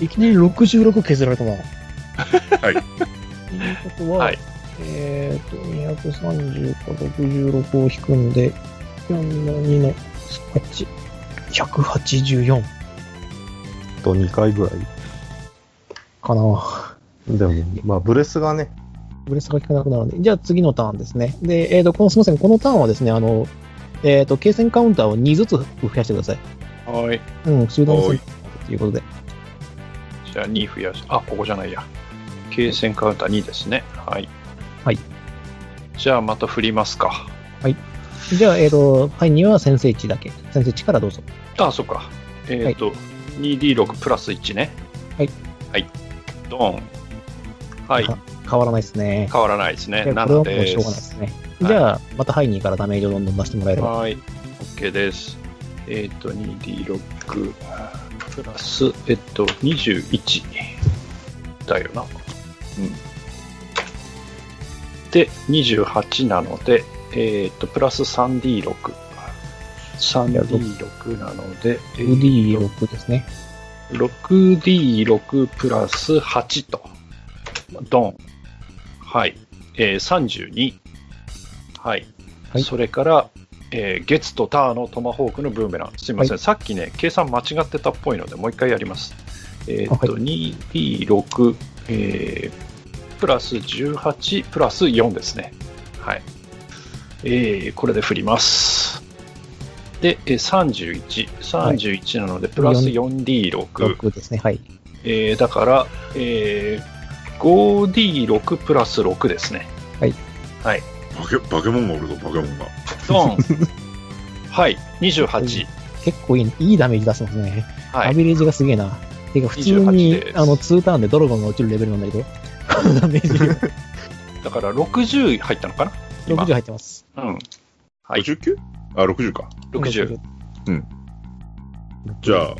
[SPEAKER 2] いきなり66削られたな。
[SPEAKER 4] はい
[SPEAKER 2] ということは、
[SPEAKER 1] はい
[SPEAKER 2] えっ、ー、と、230か66を引くんで、4の2の8、184
[SPEAKER 5] と2回ぐらい。
[SPEAKER 2] かな。
[SPEAKER 5] でも、まあ、ブレスがね、
[SPEAKER 2] ブレスが効かなくなるんで。じゃあ次のターンですね。で、えっ、と、このすみません、このターンはですね、あの、えっ、と、継戦カウンターを2ずつ増やしてください。
[SPEAKER 1] はい。
[SPEAKER 2] うん、集団
[SPEAKER 4] は
[SPEAKER 2] 戦
[SPEAKER 4] い
[SPEAKER 2] ということで。
[SPEAKER 1] じゃあ2増やし、あ、ここじゃないや。経線カウンター2ですね。はい。
[SPEAKER 2] はい。
[SPEAKER 1] じゃあまた振りますか。
[SPEAKER 2] じゃあ、えっ、と、はい、2は先制値だけ。先制値からどうぞ。
[SPEAKER 1] あ、そっか。えっ、と、2D6 プラス1ね。
[SPEAKER 2] はい。
[SPEAKER 1] はい。ドン。はい。
[SPEAKER 2] は変わらないですね。
[SPEAKER 1] 変わらないですね。
[SPEAKER 2] いやこれ
[SPEAKER 1] 7
[SPEAKER 2] はもうしょうがない
[SPEAKER 1] で
[SPEAKER 2] です
[SPEAKER 1] す。
[SPEAKER 2] ね。
[SPEAKER 1] はい
[SPEAKER 2] じゃあ、またハイニーからダメージをどんどん出してもらえれば。
[SPEAKER 1] はい。OK です。えっ、と、2D6 プラス、えっ、と、21だよな。うん。で、28なので、えっ、と、プラス 3D6。3D6 なので、えー
[SPEAKER 2] 5D6 ですね。
[SPEAKER 1] 6D6 プラス8と。ドン。はい。えー、32。はい。
[SPEAKER 2] はい
[SPEAKER 1] それから、えーゲツとターのトマホークのブーメラン。すいません。
[SPEAKER 2] は
[SPEAKER 1] さっきね、計算間違ってたっぽいので、もう一回やります。えーっと、
[SPEAKER 2] は
[SPEAKER 1] 2D6、えープラス18、プラス4ですね。はい。えーこれで振ります。で、えー31。31なので、プラス 4D6。
[SPEAKER 2] 6ですね。はい。
[SPEAKER 1] えーだから、えー 5D6 プラス6ですね。
[SPEAKER 4] バケ、バケモンがおるぞ、バケモンが。
[SPEAKER 1] ドン はい、28。
[SPEAKER 2] 結構いい、いいダメージ出してますね。
[SPEAKER 1] は
[SPEAKER 2] ア
[SPEAKER 1] い、
[SPEAKER 2] ベレージがすげえな。てか、普通
[SPEAKER 1] 28
[SPEAKER 2] に
[SPEAKER 1] で、す
[SPEAKER 2] あの、2ターンでドラゴンが落ちるレベルなんだ けど、このダメージ量、
[SPEAKER 1] だから60入ったのかな今
[SPEAKER 2] 60入ってます。
[SPEAKER 1] うん。はい、
[SPEAKER 4] 59? あ、60か。
[SPEAKER 1] 60。。
[SPEAKER 4] じゃあ、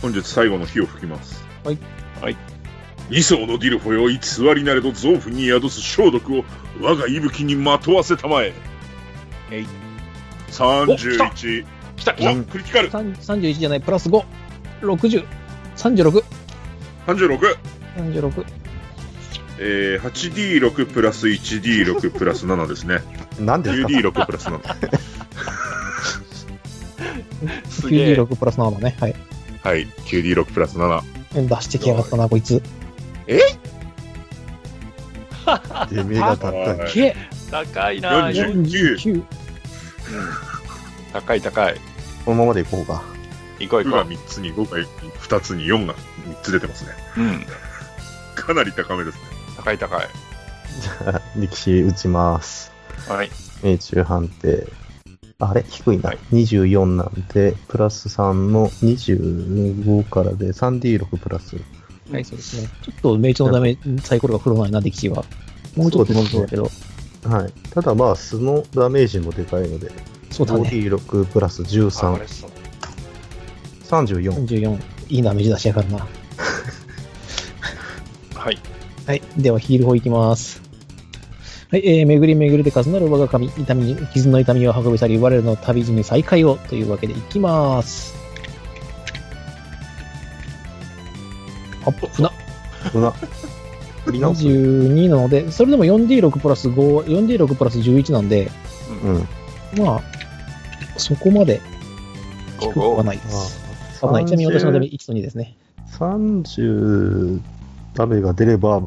[SPEAKER 4] 本日最後の火を吹きます。
[SPEAKER 2] はい。
[SPEAKER 1] はい。
[SPEAKER 4] 二層のディルフォよ、偽りなれど臓腑に宿す消毒を我が息吹にまとわせたまえ。
[SPEAKER 1] えい。お
[SPEAKER 4] 31。
[SPEAKER 1] 来た、来
[SPEAKER 4] お
[SPEAKER 1] た。
[SPEAKER 4] クリティカル。
[SPEAKER 2] 30 31じゃない、プラス5。60。36。
[SPEAKER 4] 36。
[SPEAKER 2] 36。
[SPEAKER 4] えー、8D6 プラス 1D6 プラス7です ね。
[SPEAKER 5] なんですか
[SPEAKER 4] 9D6 プラス7。
[SPEAKER 1] すげえ。
[SPEAKER 2] 96プラス7だね。はい。
[SPEAKER 4] はい。9D6 プラス7。
[SPEAKER 2] 出してきやがったな、こいつ。
[SPEAKER 5] で、目が立った
[SPEAKER 4] は
[SPEAKER 5] り
[SPEAKER 4] い。
[SPEAKER 2] けえ
[SPEAKER 1] 高いな
[SPEAKER 4] 49
[SPEAKER 2] 49。
[SPEAKER 1] 高い高い。
[SPEAKER 5] このままでいこうか。
[SPEAKER 1] 行こう
[SPEAKER 4] 6
[SPEAKER 1] 行こ
[SPEAKER 4] が3つに5が2つに4が3つ出てますね。
[SPEAKER 1] う。うん。
[SPEAKER 4] かなり高めですね。
[SPEAKER 1] 高い高い。
[SPEAKER 5] じゃあ、力士打ちます。
[SPEAKER 1] はい。
[SPEAKER 5] 命中判定。あれ低いな、
[SPEAKER 1] はい
[SPEAKER 5] 24なんで、プラス3の25からで 3D6 プラス。
[SPEAKER 2] はい、そうですね。ちょっと命中のダメ、サイコロが振るないな、デキシーは。もうちょっと
[SPEAKER 5] そうで
[SPEAKER 2] 伸び
[SPEAKER 5] す
[SPEAKER 2] そう
[SPEAKER 5] ね
[SPEAKER 2] だけど。
[SPEAKER 5] はい。ただまあ、素のダメージもでかいので、
[SPEAKER 2] そうだね。
[SPEAKER 5] 5D6 プラス
[SPEAKER 1] あ
[SPEAKER 5] 13、
[SPEAKER 1] れそう。
[SPEAKER 5] 34。
[SPEAKER 2] 34。いいダメージ出しやがるな。
[SPEAKER 1] はい。
[SPEAKER 2] はい。では、ヒール法いきます。はい。えー、巡り巡るで数なる我が神、痛みに、傷の痛みを運び去り、我らの旅路に再会を、というわけでいきます。あっ、ふな。
[SPEAKER 5] うな。振り直す。
[SPEAKER 2] 22なので、それでも 4D6 プラス5、4D6 プラス11なんで、
[SPEAKER 5] うん。
[SPEAKER 2] まあ、そこまで低くはないです。危ない。ちなみに私のダメ1と2ですね。
[SPEAKER 5] 30ダメが出れば、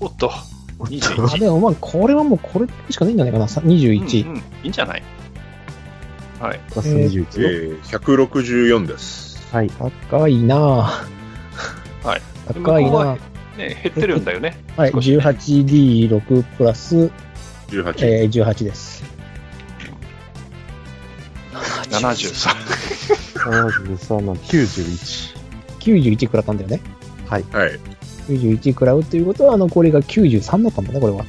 [SPEAKER 1] おっと、
[SPEAKER 2] あ、
[SPEAKER 1] 21。
[SPEAKER 2] でもまあ、これはもうこれしかないんじゃないかな。さ
[SPEAKER 1] う
[SPEAKER 2] 21。
[SPEAKER 1] んうん、いいんじゃないはい。
[SPEAKER 5] プラス21
[SPEAKER 4] え
[SPEAKER 5] よ。
[SPEAKER 4] ー、164です。
[SPEAKER 5] はい。
[SPEAKER 2] 高いなぁ。
[SPEAKER 1] はい。
[SPEAKER 2] 高い
[SPEAKER 1] 向こう
[SPEAKER 2] な
[SPEAKER 1] は
[SPEAKER 2] ぁ。
[SPEAKER 1] ね、減ってるんだ よね。
[SPEAKER 2] はい。
[SPEAKER 1] 少しね
[SPEAKER 2] 18D6 プラス、
[SPEAKER 4] 18。
[SPEAKER 2] えー、18です。
[SPEAKER 1] 73。
[SPEAKER 5] 73の91。
[SPEAKER 2] 91食らったんだよね。
[SPEAKER 4] はい。
[SPEAKER 2] 91食らうということは、残りが93だったんだね、これは。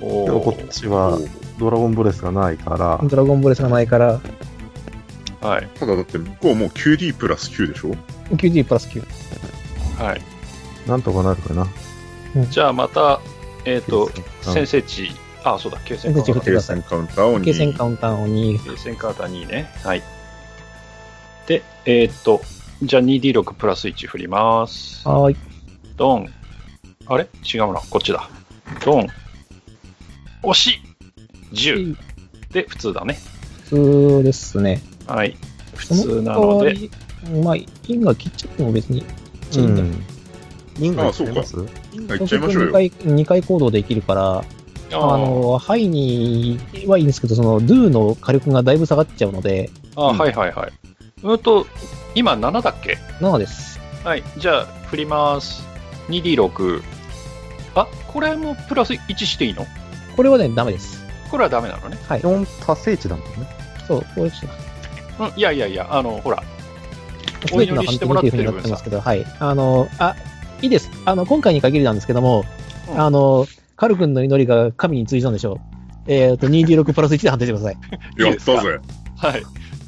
[SPEAKER 1] お
[SPEAKER 5] でもこっ
[SPEAKER 1] ー
[SPEAKER 5] ちはドラゴンブレスがないから、
[SPEAKER 2] ドラゴンブレスがないから、
[SPEAKER 1] はい。
[SPEAKER 4] ただだって向こうもう 9D プラス9でしょ
[SPEAKER 2] 90プラス9。
[SPEAKER 1] はい。
[SPEAKER 5] なんとかなるかな。
[SPEAKER 1] じゃあまた、えっ、と、
[SPEAKER 5] うん
[SPEAKER 1] 先生値、あ、そうだ、形線カウン
[SPEAKER 2] 先生値振。って
[SPEAKER 1] ター
[SPEAKER 2] く
[SPEAKER 4] 計
[SPEAKER 2] ださい
[SPEAKER 4] 算カウンターを
[SPEAKER 2] 受け線カ
[SPEAKER 4] 2。
[SPEAKER 2] ウンターを2。
[SPEAKER 1] 形線カウンター2ね。はい。で、えっ、と、じゃあ 2D6 プラス1振ります。
[SPEAKER 2] はーい。
[SPEAKER 1] ドン。あれ違うな、こっちだ。ドン。押し !10。で、普通だね。
[SPEAKER 2] 普通ですね。
[SPEAKER 1] はい。普
[SPEAKER 2] そ
[SPEAKER 1] 通なの
[SPEAKER 2] 代わ
[SPEAKER 1] で、
[SPEAKER 2] りまあ、因が切っちゃっても別に。
[SPEAKER 5] う。
[SPEAKER 2] うん
[SPEAKER 5] 人
[SPEAKER 4] あ
[SPEAKER 5] が
[SPEAKER 4] あそうか
[SPEAKER 5] ます
[SPEAKER 4] あ行っちゃいましょう
[SPEAKER 2] 2
[SPEAKER 4] よ。
[SPEAKER 2] 回、二回行動できるから、
[SPEAKER 1] あ
[SPEAKER 2] あ
[SPEAKER 1] ー
[SPEAKER 2] の、ハイにはいいんですけど、その、ドゥの火力がだいぶ下がっちゃうので、
[SPEAKER 1] あー、
[SPEAKER 4] うん
[SPEAKER 1] はいはいはい。うんと、今7だっけ
[SPEAKER 2] 7です。
[SPEAKER 1] はい、じゃあ振ります。2D6。あ、これもプラス1していいの
[SPEAKER 2] これはね、ダメです。
[SPEAKER 1] これはダメなのね。
[SPEAKER 5] 4達成値だもんね。
[SPEAKER 2] そう、これちょっ
[SPEAKER 1] うん、いやいやいや、あの、ほら、
[SPEAKER 2] と、
[SPEAKER 1] お祈りしてもらってる
[SPEAKER 2] というふうになってますけど、はい。あの、あ、いいです。あの、今回に限りなんですけども、
[SPEAKER 1] うん
[SPEAKER 2] あの、カル君の祈りが神に通じたんでしょう。えっ、と、2D6 プラス1で判定してください。
[SPEAKER 1] いい
[SPEAKER 4] やっ
[SPEAKER 1] ですか
[SPEAKER 4] たぜ。
[SPEAKER 1] はい。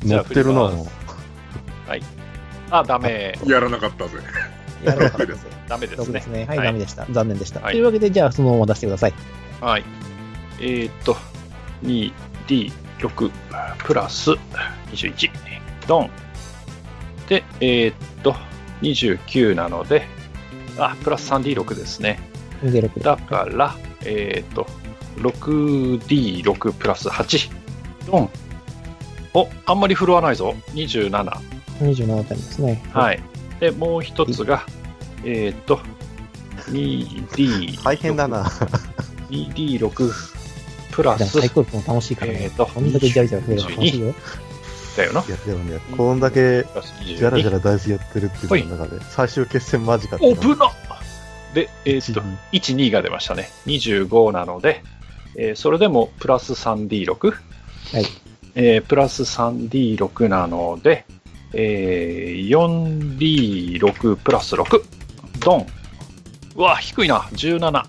[SPEAKER 1] じゃ
[SPEAKER 5] 乗
[SPEAKER 1] あ
[SPEAKER 5] ってるな
[SPEAKER 1] 振り。あ、ダメ、
[SPEAKER 4] やらなかったぜ。
[SPEAKER 2] やろう
[SPEAKER 4] 6です。
[SPEAKER 1] ダメで
[SPEAKER 2] そ
[SPEAKER 1] す
[SPEAKER 2] うで
[SPEAKER 1] ね
[SPEAKER 2] す。ね。はい、
[SPEAKER 1] はい
[SPEAKER 2] ダメでした。残念でした。
[SPEAKER 1] はい
[SPEAKER 2] というわけで、じゃあ、そのまま出してください。
[SPEAKER 1] はい。えー、っと、2D6 プラス21。ドン。で、えー、っと、29なので、あ、プラス 3D6 ですね。
[SPEAKER 2] 2D6 で。
[SPEAKER 1] だから、えっ、と、6D6 プラス8。ドン。お、あんまり振るわないぞ。27。
[SPEAKER 2] 27点ですね。
[SPEAKER 1] はい。で、もう一つが、えっ、と、2D、
[SPEAKER 5] 大変だな。
[SPEAKER 1] 2D6 プラ
[SPEAKER 2] でも
[SPEAKER 1] ス
[SPEAKER 2] サイ、コロ君も楽しいから
[SPEAKER 1] えっ、
[SPEAKER 2] ね。
[SPEAKER 1] と、
[SPEAKER 2] こんだけジャリジャリ増えれば楽しい
[SPEAKER 1] 22
[SPEAKER 2] よ。
[SPEAKER 1] だよな。
[SPEAKER 5] いや、でもね、こんだけ、
[SPEAKER 1] プラス
[SPEAKER 5] じゃらじゃ
[SPEAKER 1] 22
[SPEAKER 5] ら大事やってるっていうのの中で、最終決戦間近ってい
[SPEAKER 1] オ
[SPEAKER 5] う
[SPEAKER 1] ー
[SPEAKER 5] の
[SPEAKER 1] プンで、えっ、と、
[SPEAKER 5] うん
[SPEAKER 1] 1、2が出ましたね。25なので、えーそれでもプラス 3D6。
[SPEAKER 2] はい
[SPEAKER 1] えープラス 3D6 なので、えー 4D6 プラス6。ドン。うわ、低いな。17。
[SPEAKER 5] ダ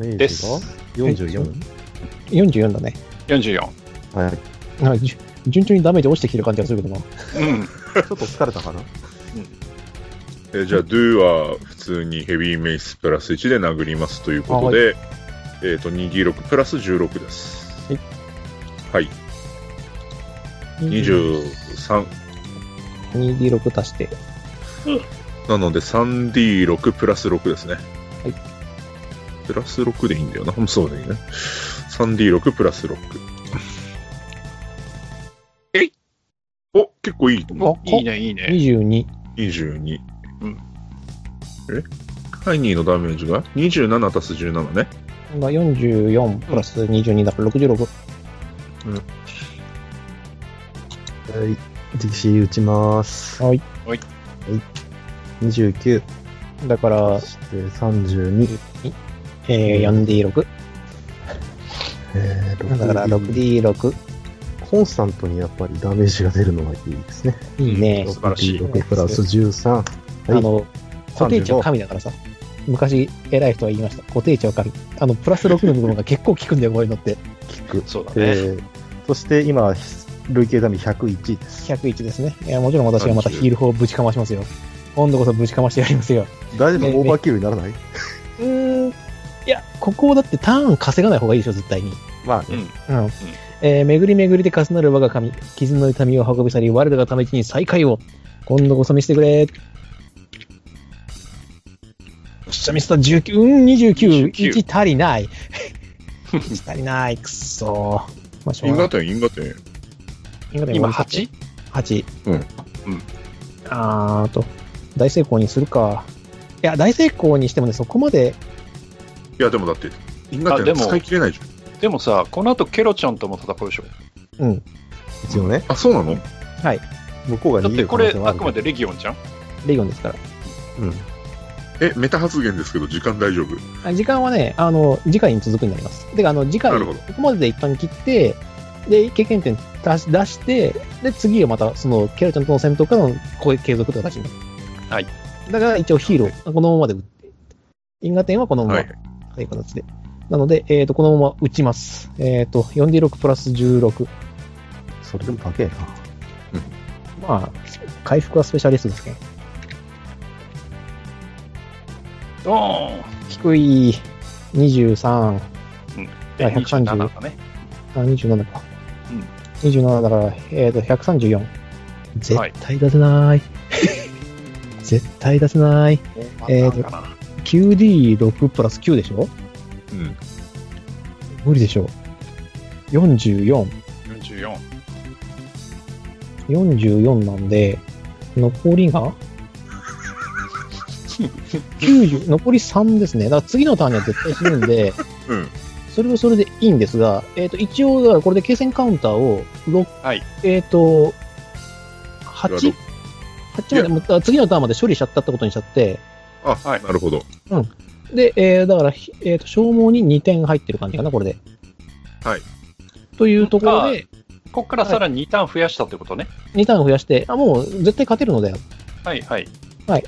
[SPEAKER 5] メー
[SPEAKER 1] で
[SPEAKER 5] ジ
[SPEAKER 1] す
[SPEAKER 5] が。44。
[SPEAKER 2] 44だね。
[SPEAKER 1] 44。
[SPEAKER 5] はい。
[SPEAKER 2] はいじゅ順調にダメージ落ちてきてる感じがするけども。
[SPEAKER 1] うん。
[SPEAKER 5] ちょっと疲れたかな。
[SPEAKER 4] えーじゃあ、ドゥは普通にヘビーメイスプラス1で殴りますということで、えっ、と、2D6 プラス16です。はい。23。
[SPEAKER 2] 2D6 足して。
[SPEAKER 4] なので 3D6 プラス6ですね。
[SPEAKER 2] はい。
[SPEAKER 4] プラス6でいいんだよな。うんそうだよね。3D6 プラス6。えいお、結構いい。
[SPEAKER 2] こ
[SPEAKER 1] いいね、いいね。
[SPEAKER 2] 22。
[SPEAKER 4] 22。
[SPEAKER 1] うん。
[SPEAKER 4] えハイニーのダメージが27足す17ね。
[SPEAKER 2] 今度は44プラス22だから66。
[SPEAKER 5] はい。DC 打ちます。
[SPEAKER 2] はい。
[SPEAKER 1] はい
[SPEAKER 5] はい。29。
[SPEAKER 2] だから
[SPEAKER 5] そ、して32。
[SPEAKER 2] えー、4D6。
[SPEAKER 5] えー、
[SPEAKER 2] だから。6D6。
[SPEAKER 5] コンスタントにやっぱりダメージが出るのがいいですね。
[SPEAKER 2] いいね
[SPEAKER 1] うん。素晴らしい。
[SPEAKER 5] 6プラス13。
[SPEAKER 2] あ
[SPEAKER 5] はい
[SPEAKER 2] の、固定値は神だからさ。昔、偉い人は言いました。固定値は神。あの、プラス6の部分が結構効くんだよ、こういうのって。
[SPEAKER 1] そうだね。
[SPEAKER 5] えー、そして今、累計ダメ101です。
[SPEAKER 2] 101ですね。いや、もちろん私はまたヒール砲をぶちかましますよ。今度こそぶちかましてやりますよ。
[SPEAKER 5] 大丈
[SPEAKER 2] えー
[SPEAKER 5] 夫オーバーキルにならないう
[SPEAKER 2] ーん。いや、ここだってターン稼がない方がいいでしょ、絶対に。
[SPEAKER 5] まあ
[SPEAKER 1] うん
[SPEAKER 5] ね。
[SPEAKER 2] うん。えー巡り巡りで重なる我が神、傷の痛みを運び去り、我らがために再会を。今度こそ見せてくれ。よっしゃ、ミスター19、うん、29、
[SPEAKER 1] 19
[SPEAKER 2] 1足りない。1足りない、くっそー。まあ、しょう
[SPEAKER 4] 因
[SPEAKER 2] がな
[SPEAKER 4] 果
[SPEAKER 2] い。
[SPEAKER 4] 点、因果点。
[SPEAKER 1] 今 8?
[SPEAKER 2] 8。
[SPEAKER 4] うんうん
[SPEAKER 2] あーと、大成功にするか。いや、大成功にしてもね、そこまで、
[SPEAKER 4] いや、でもだって、因果
[SPEAKER 1] あで
[SPEAKER 4] 点
[SPEAKER 1] も
[SPEAKER 4] 使い切れないじゃん。
[SPEAKER 1] でもさ、この後ケロちゃんとも戦うでしょ。
[SPEAKER 2] うん。
[SPEAKER 5] 一応ね、
[SPEAKER 4] あ、そうなの
[SPEAKER 5] 向こうが
[SPEAKER 1] だっ
[SPEAKER 5] 逃げ
[SPEAKER 1] て
[SPEAKER 5] る可
[SPEAKER 1] こ
[SPEAKER 5] 能
[SPEAKER 1] れ
[SPEAKER 5] 性もあ
[SPEAKER 1] あ
[SPEAKER 5] る
[SPEAKER 1] く
[SPEAKER 5] け
[SPEAKER 1] ま
[SPEAKER 5] ど。
[SPEAKER 1] でレギオンじゃん
[SPEAKER 2] レギオンですから。
[SPEAKER 5] うん。
[SPEAKER 4] え、メタ発言ですけど、時間大丈夫
[SPEAKER 2] あ時間はね、あの、次回に続くになります。てか、あの、次回、
[SPEAKER 4] な
[SPEAKER 2] こ
[SPEAKER 4] るほど
[SPEAKER 2] こまでで一旦切って、で、経験点出し出して、で、次はまた、その、ケラちゃんとの戦闘からの攻撃継続という形になる。
[SPEAKER 1] はい。
[SPEAKER 2] だから、一応ヒーロー、このままで撃って、因果点はこのまま、
[SPEAKER 4] は
[SPEAKER 2] はいい、という形で。なので、えっ、と、このまま撃ちます。えっ、と、4D6 プラス16。
[SPEAKER 5] それでも高えな。
[SPEAKER 2] まあ、回復はスペシャリストですね。
[SPEAKER 1] ドーン
[SPEAKER 2] 低い、23、
[SPEAKER 1] で
[SPEAKER 2] あ130
[SPEAKER 1] 27だね。
[SPEAKER 2] あ、27か。
[SPEAKER 1] うん
[SPEAKER 2] 27だから、えっ、と、134。絶
[SPEAKER 1] はい
[SPEAKER 2] 対出せない。 絶対出せない。えーと
[SPEAKER 1] まあなんか
[SPEAKER 2] 9D6 プラス9でしょ
[SPEAKER 4] うん。
[SPEAKER 2] 無理でしょ。44。
[SPEAKER 1] な44。
[SPEAKER 2] 44なんで、残りが 90残り3ですね。だから次のターンには絶対死ぬんで、
[SPEAKER 4] うん
[SPEAKER 2] それはそれでいいんですが、えっと一応、だからこれで継戦カウンターを6、
[SPEAKER 1] はい
[SPEAKER 2] えっ、と、
[SPEAKER 4] いや
[SPEAKER 2] 8? 8までもうあ次のターンまで処理しちゃったってことにしちゃって、
[SPEAKER 4] あ、
[SPEAKER 1] はい
[SPEAKER 4] なるほど。
[SPEAKER 2] で、えーだから、ひえっと消耗に2点入ってる感じかな、これで。
[SPEAKER 4] はい。
[SPEAKER 2] というところで、
[SPEAKER 1] こっからさらに2ターン増やしたってことね。
[SPEAKER 2] 2ターン増やして、あ、もう絶対勝てるので、
[SPEAKER 1] はいはい。
[SPEAKER 2] はい。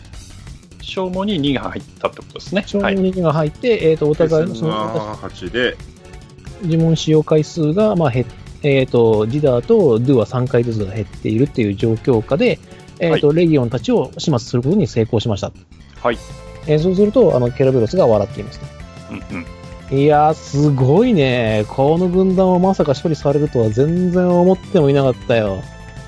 [SPEAKER 1] 消耗に2が入ったってことですね。
[SPEAKER 2] 消
[SPEAKER 1] は
[SPEAKER 2] 耗
[SPEAKER 1] い。
[SPEAKER 2] に2が入って、えっ、と、お互いのその、
[SPEAKER 4] が8で、
[SPEAKER 2] 呪文使用回数が、まあ、減っえっ、と、ジダーとドゥは3回ずつ減っているっていう状況下で、えっ、と、レギオンたちを始末することに成功しました。
[SPEAKER 1] はい。
[SPEAKER 2] えーそうすると、あの、ケラベロスが笑っています
[SPEAKER 1] うんうん。
[SPEAKER 2] と。いやー、すごいね。この軍団はまさか処理されるとは全然思ってもいなかったよ。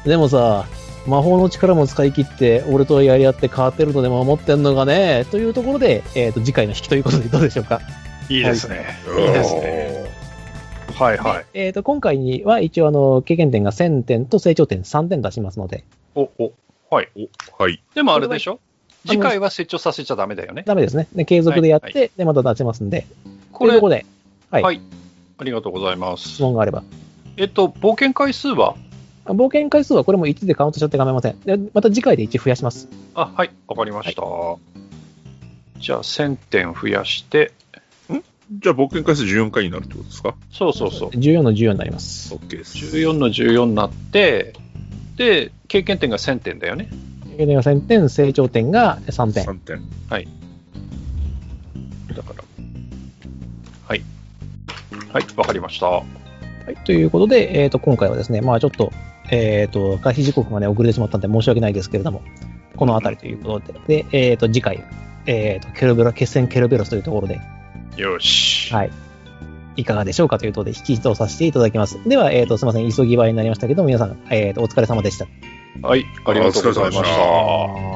[SPEAKER 2] でもさ、魔法の力も使い切って、俺とやり合って勝てるとでも思ってんのがね、というところで、えっ、と、次回の引きということでどうでしょうか。
[SPEAKER 1] いいですね。
[SPEAKER 4] い
[SPEAKER 1] いですね。はいはい。
[SPEAKER 2] えっ、と、今回には一応、あの、経験点が1000点と成長点3点出しますので、
[SPEAKER 1] お、お、はい。
[SPEAKER 4] はい。
[SPEAKER 1] でもあれでしょ
[SPEAKER 2] あの
[SPEAKER 1] 次回は成長させちゃダメだよね。
[SPEAKER 2] ダメですね。で継続でやって、
[SPEAKER 1] はい
[SPEAKER 2] で、また出せますんで、
[SPEAKER 1] こ
[SPEAKER 2] という
[SPEAKER 1] れ
[SPEAKER 2] とこ、ろで、はい、
[SPEAKER 1] はい。ありがとうございま
[SPEAKER 2] 質
[SPEAKER 1] す。
[SPEAKER 2] 問があれば。
[SPEAKER 1] えっと、冒険回数は
[SPEAKER 2] あ冒険回数はこれも1でカウントしちゃって構いません。でまた次回で1増やします。
[SPEAKER 1] あ、はい。わかりました。じゃあ、1000点増やして、
[SPEAKER 4] じゃあ、冒険回数14回になるってことですか
[SPEAKER 1] そうそうそう。
[SPEAKER 2] 14の14になります。
[SPEAKER 4] ?OK です。
[SPEAKER 1] 14の14になって、で、経験点が1000点だよね。
[SPEAKER 2] 経験点が1000点、成長点が3点。
[SPEAKER 4] 3点。
[SPEAKER 1] だから。はい。はい、わかりました。
[SPEAKER 2] はい、ということで、えっ、と、今回はですね、まあちょっと、えっ、と、開始時刻がね、遅れてしまったんで申し訳ないですけれども、このあたりということで、で、えっ、と、次回、えっ、と、ケロベロ、決戦ケロベロスというところで、
[SPEAKER 1] よし。
[SPEAKER 2] はい。いかがでしょうかということで、引きとさせていただきます。では、えっ、と、すみません、急ぎ早になりましたけど、皆さん、えっ、と、お疲れ様でした。
[SPEAKER 1] はい、ありがとうございました。
[SPEAKER 4] あ
[SPEAKER 5] ー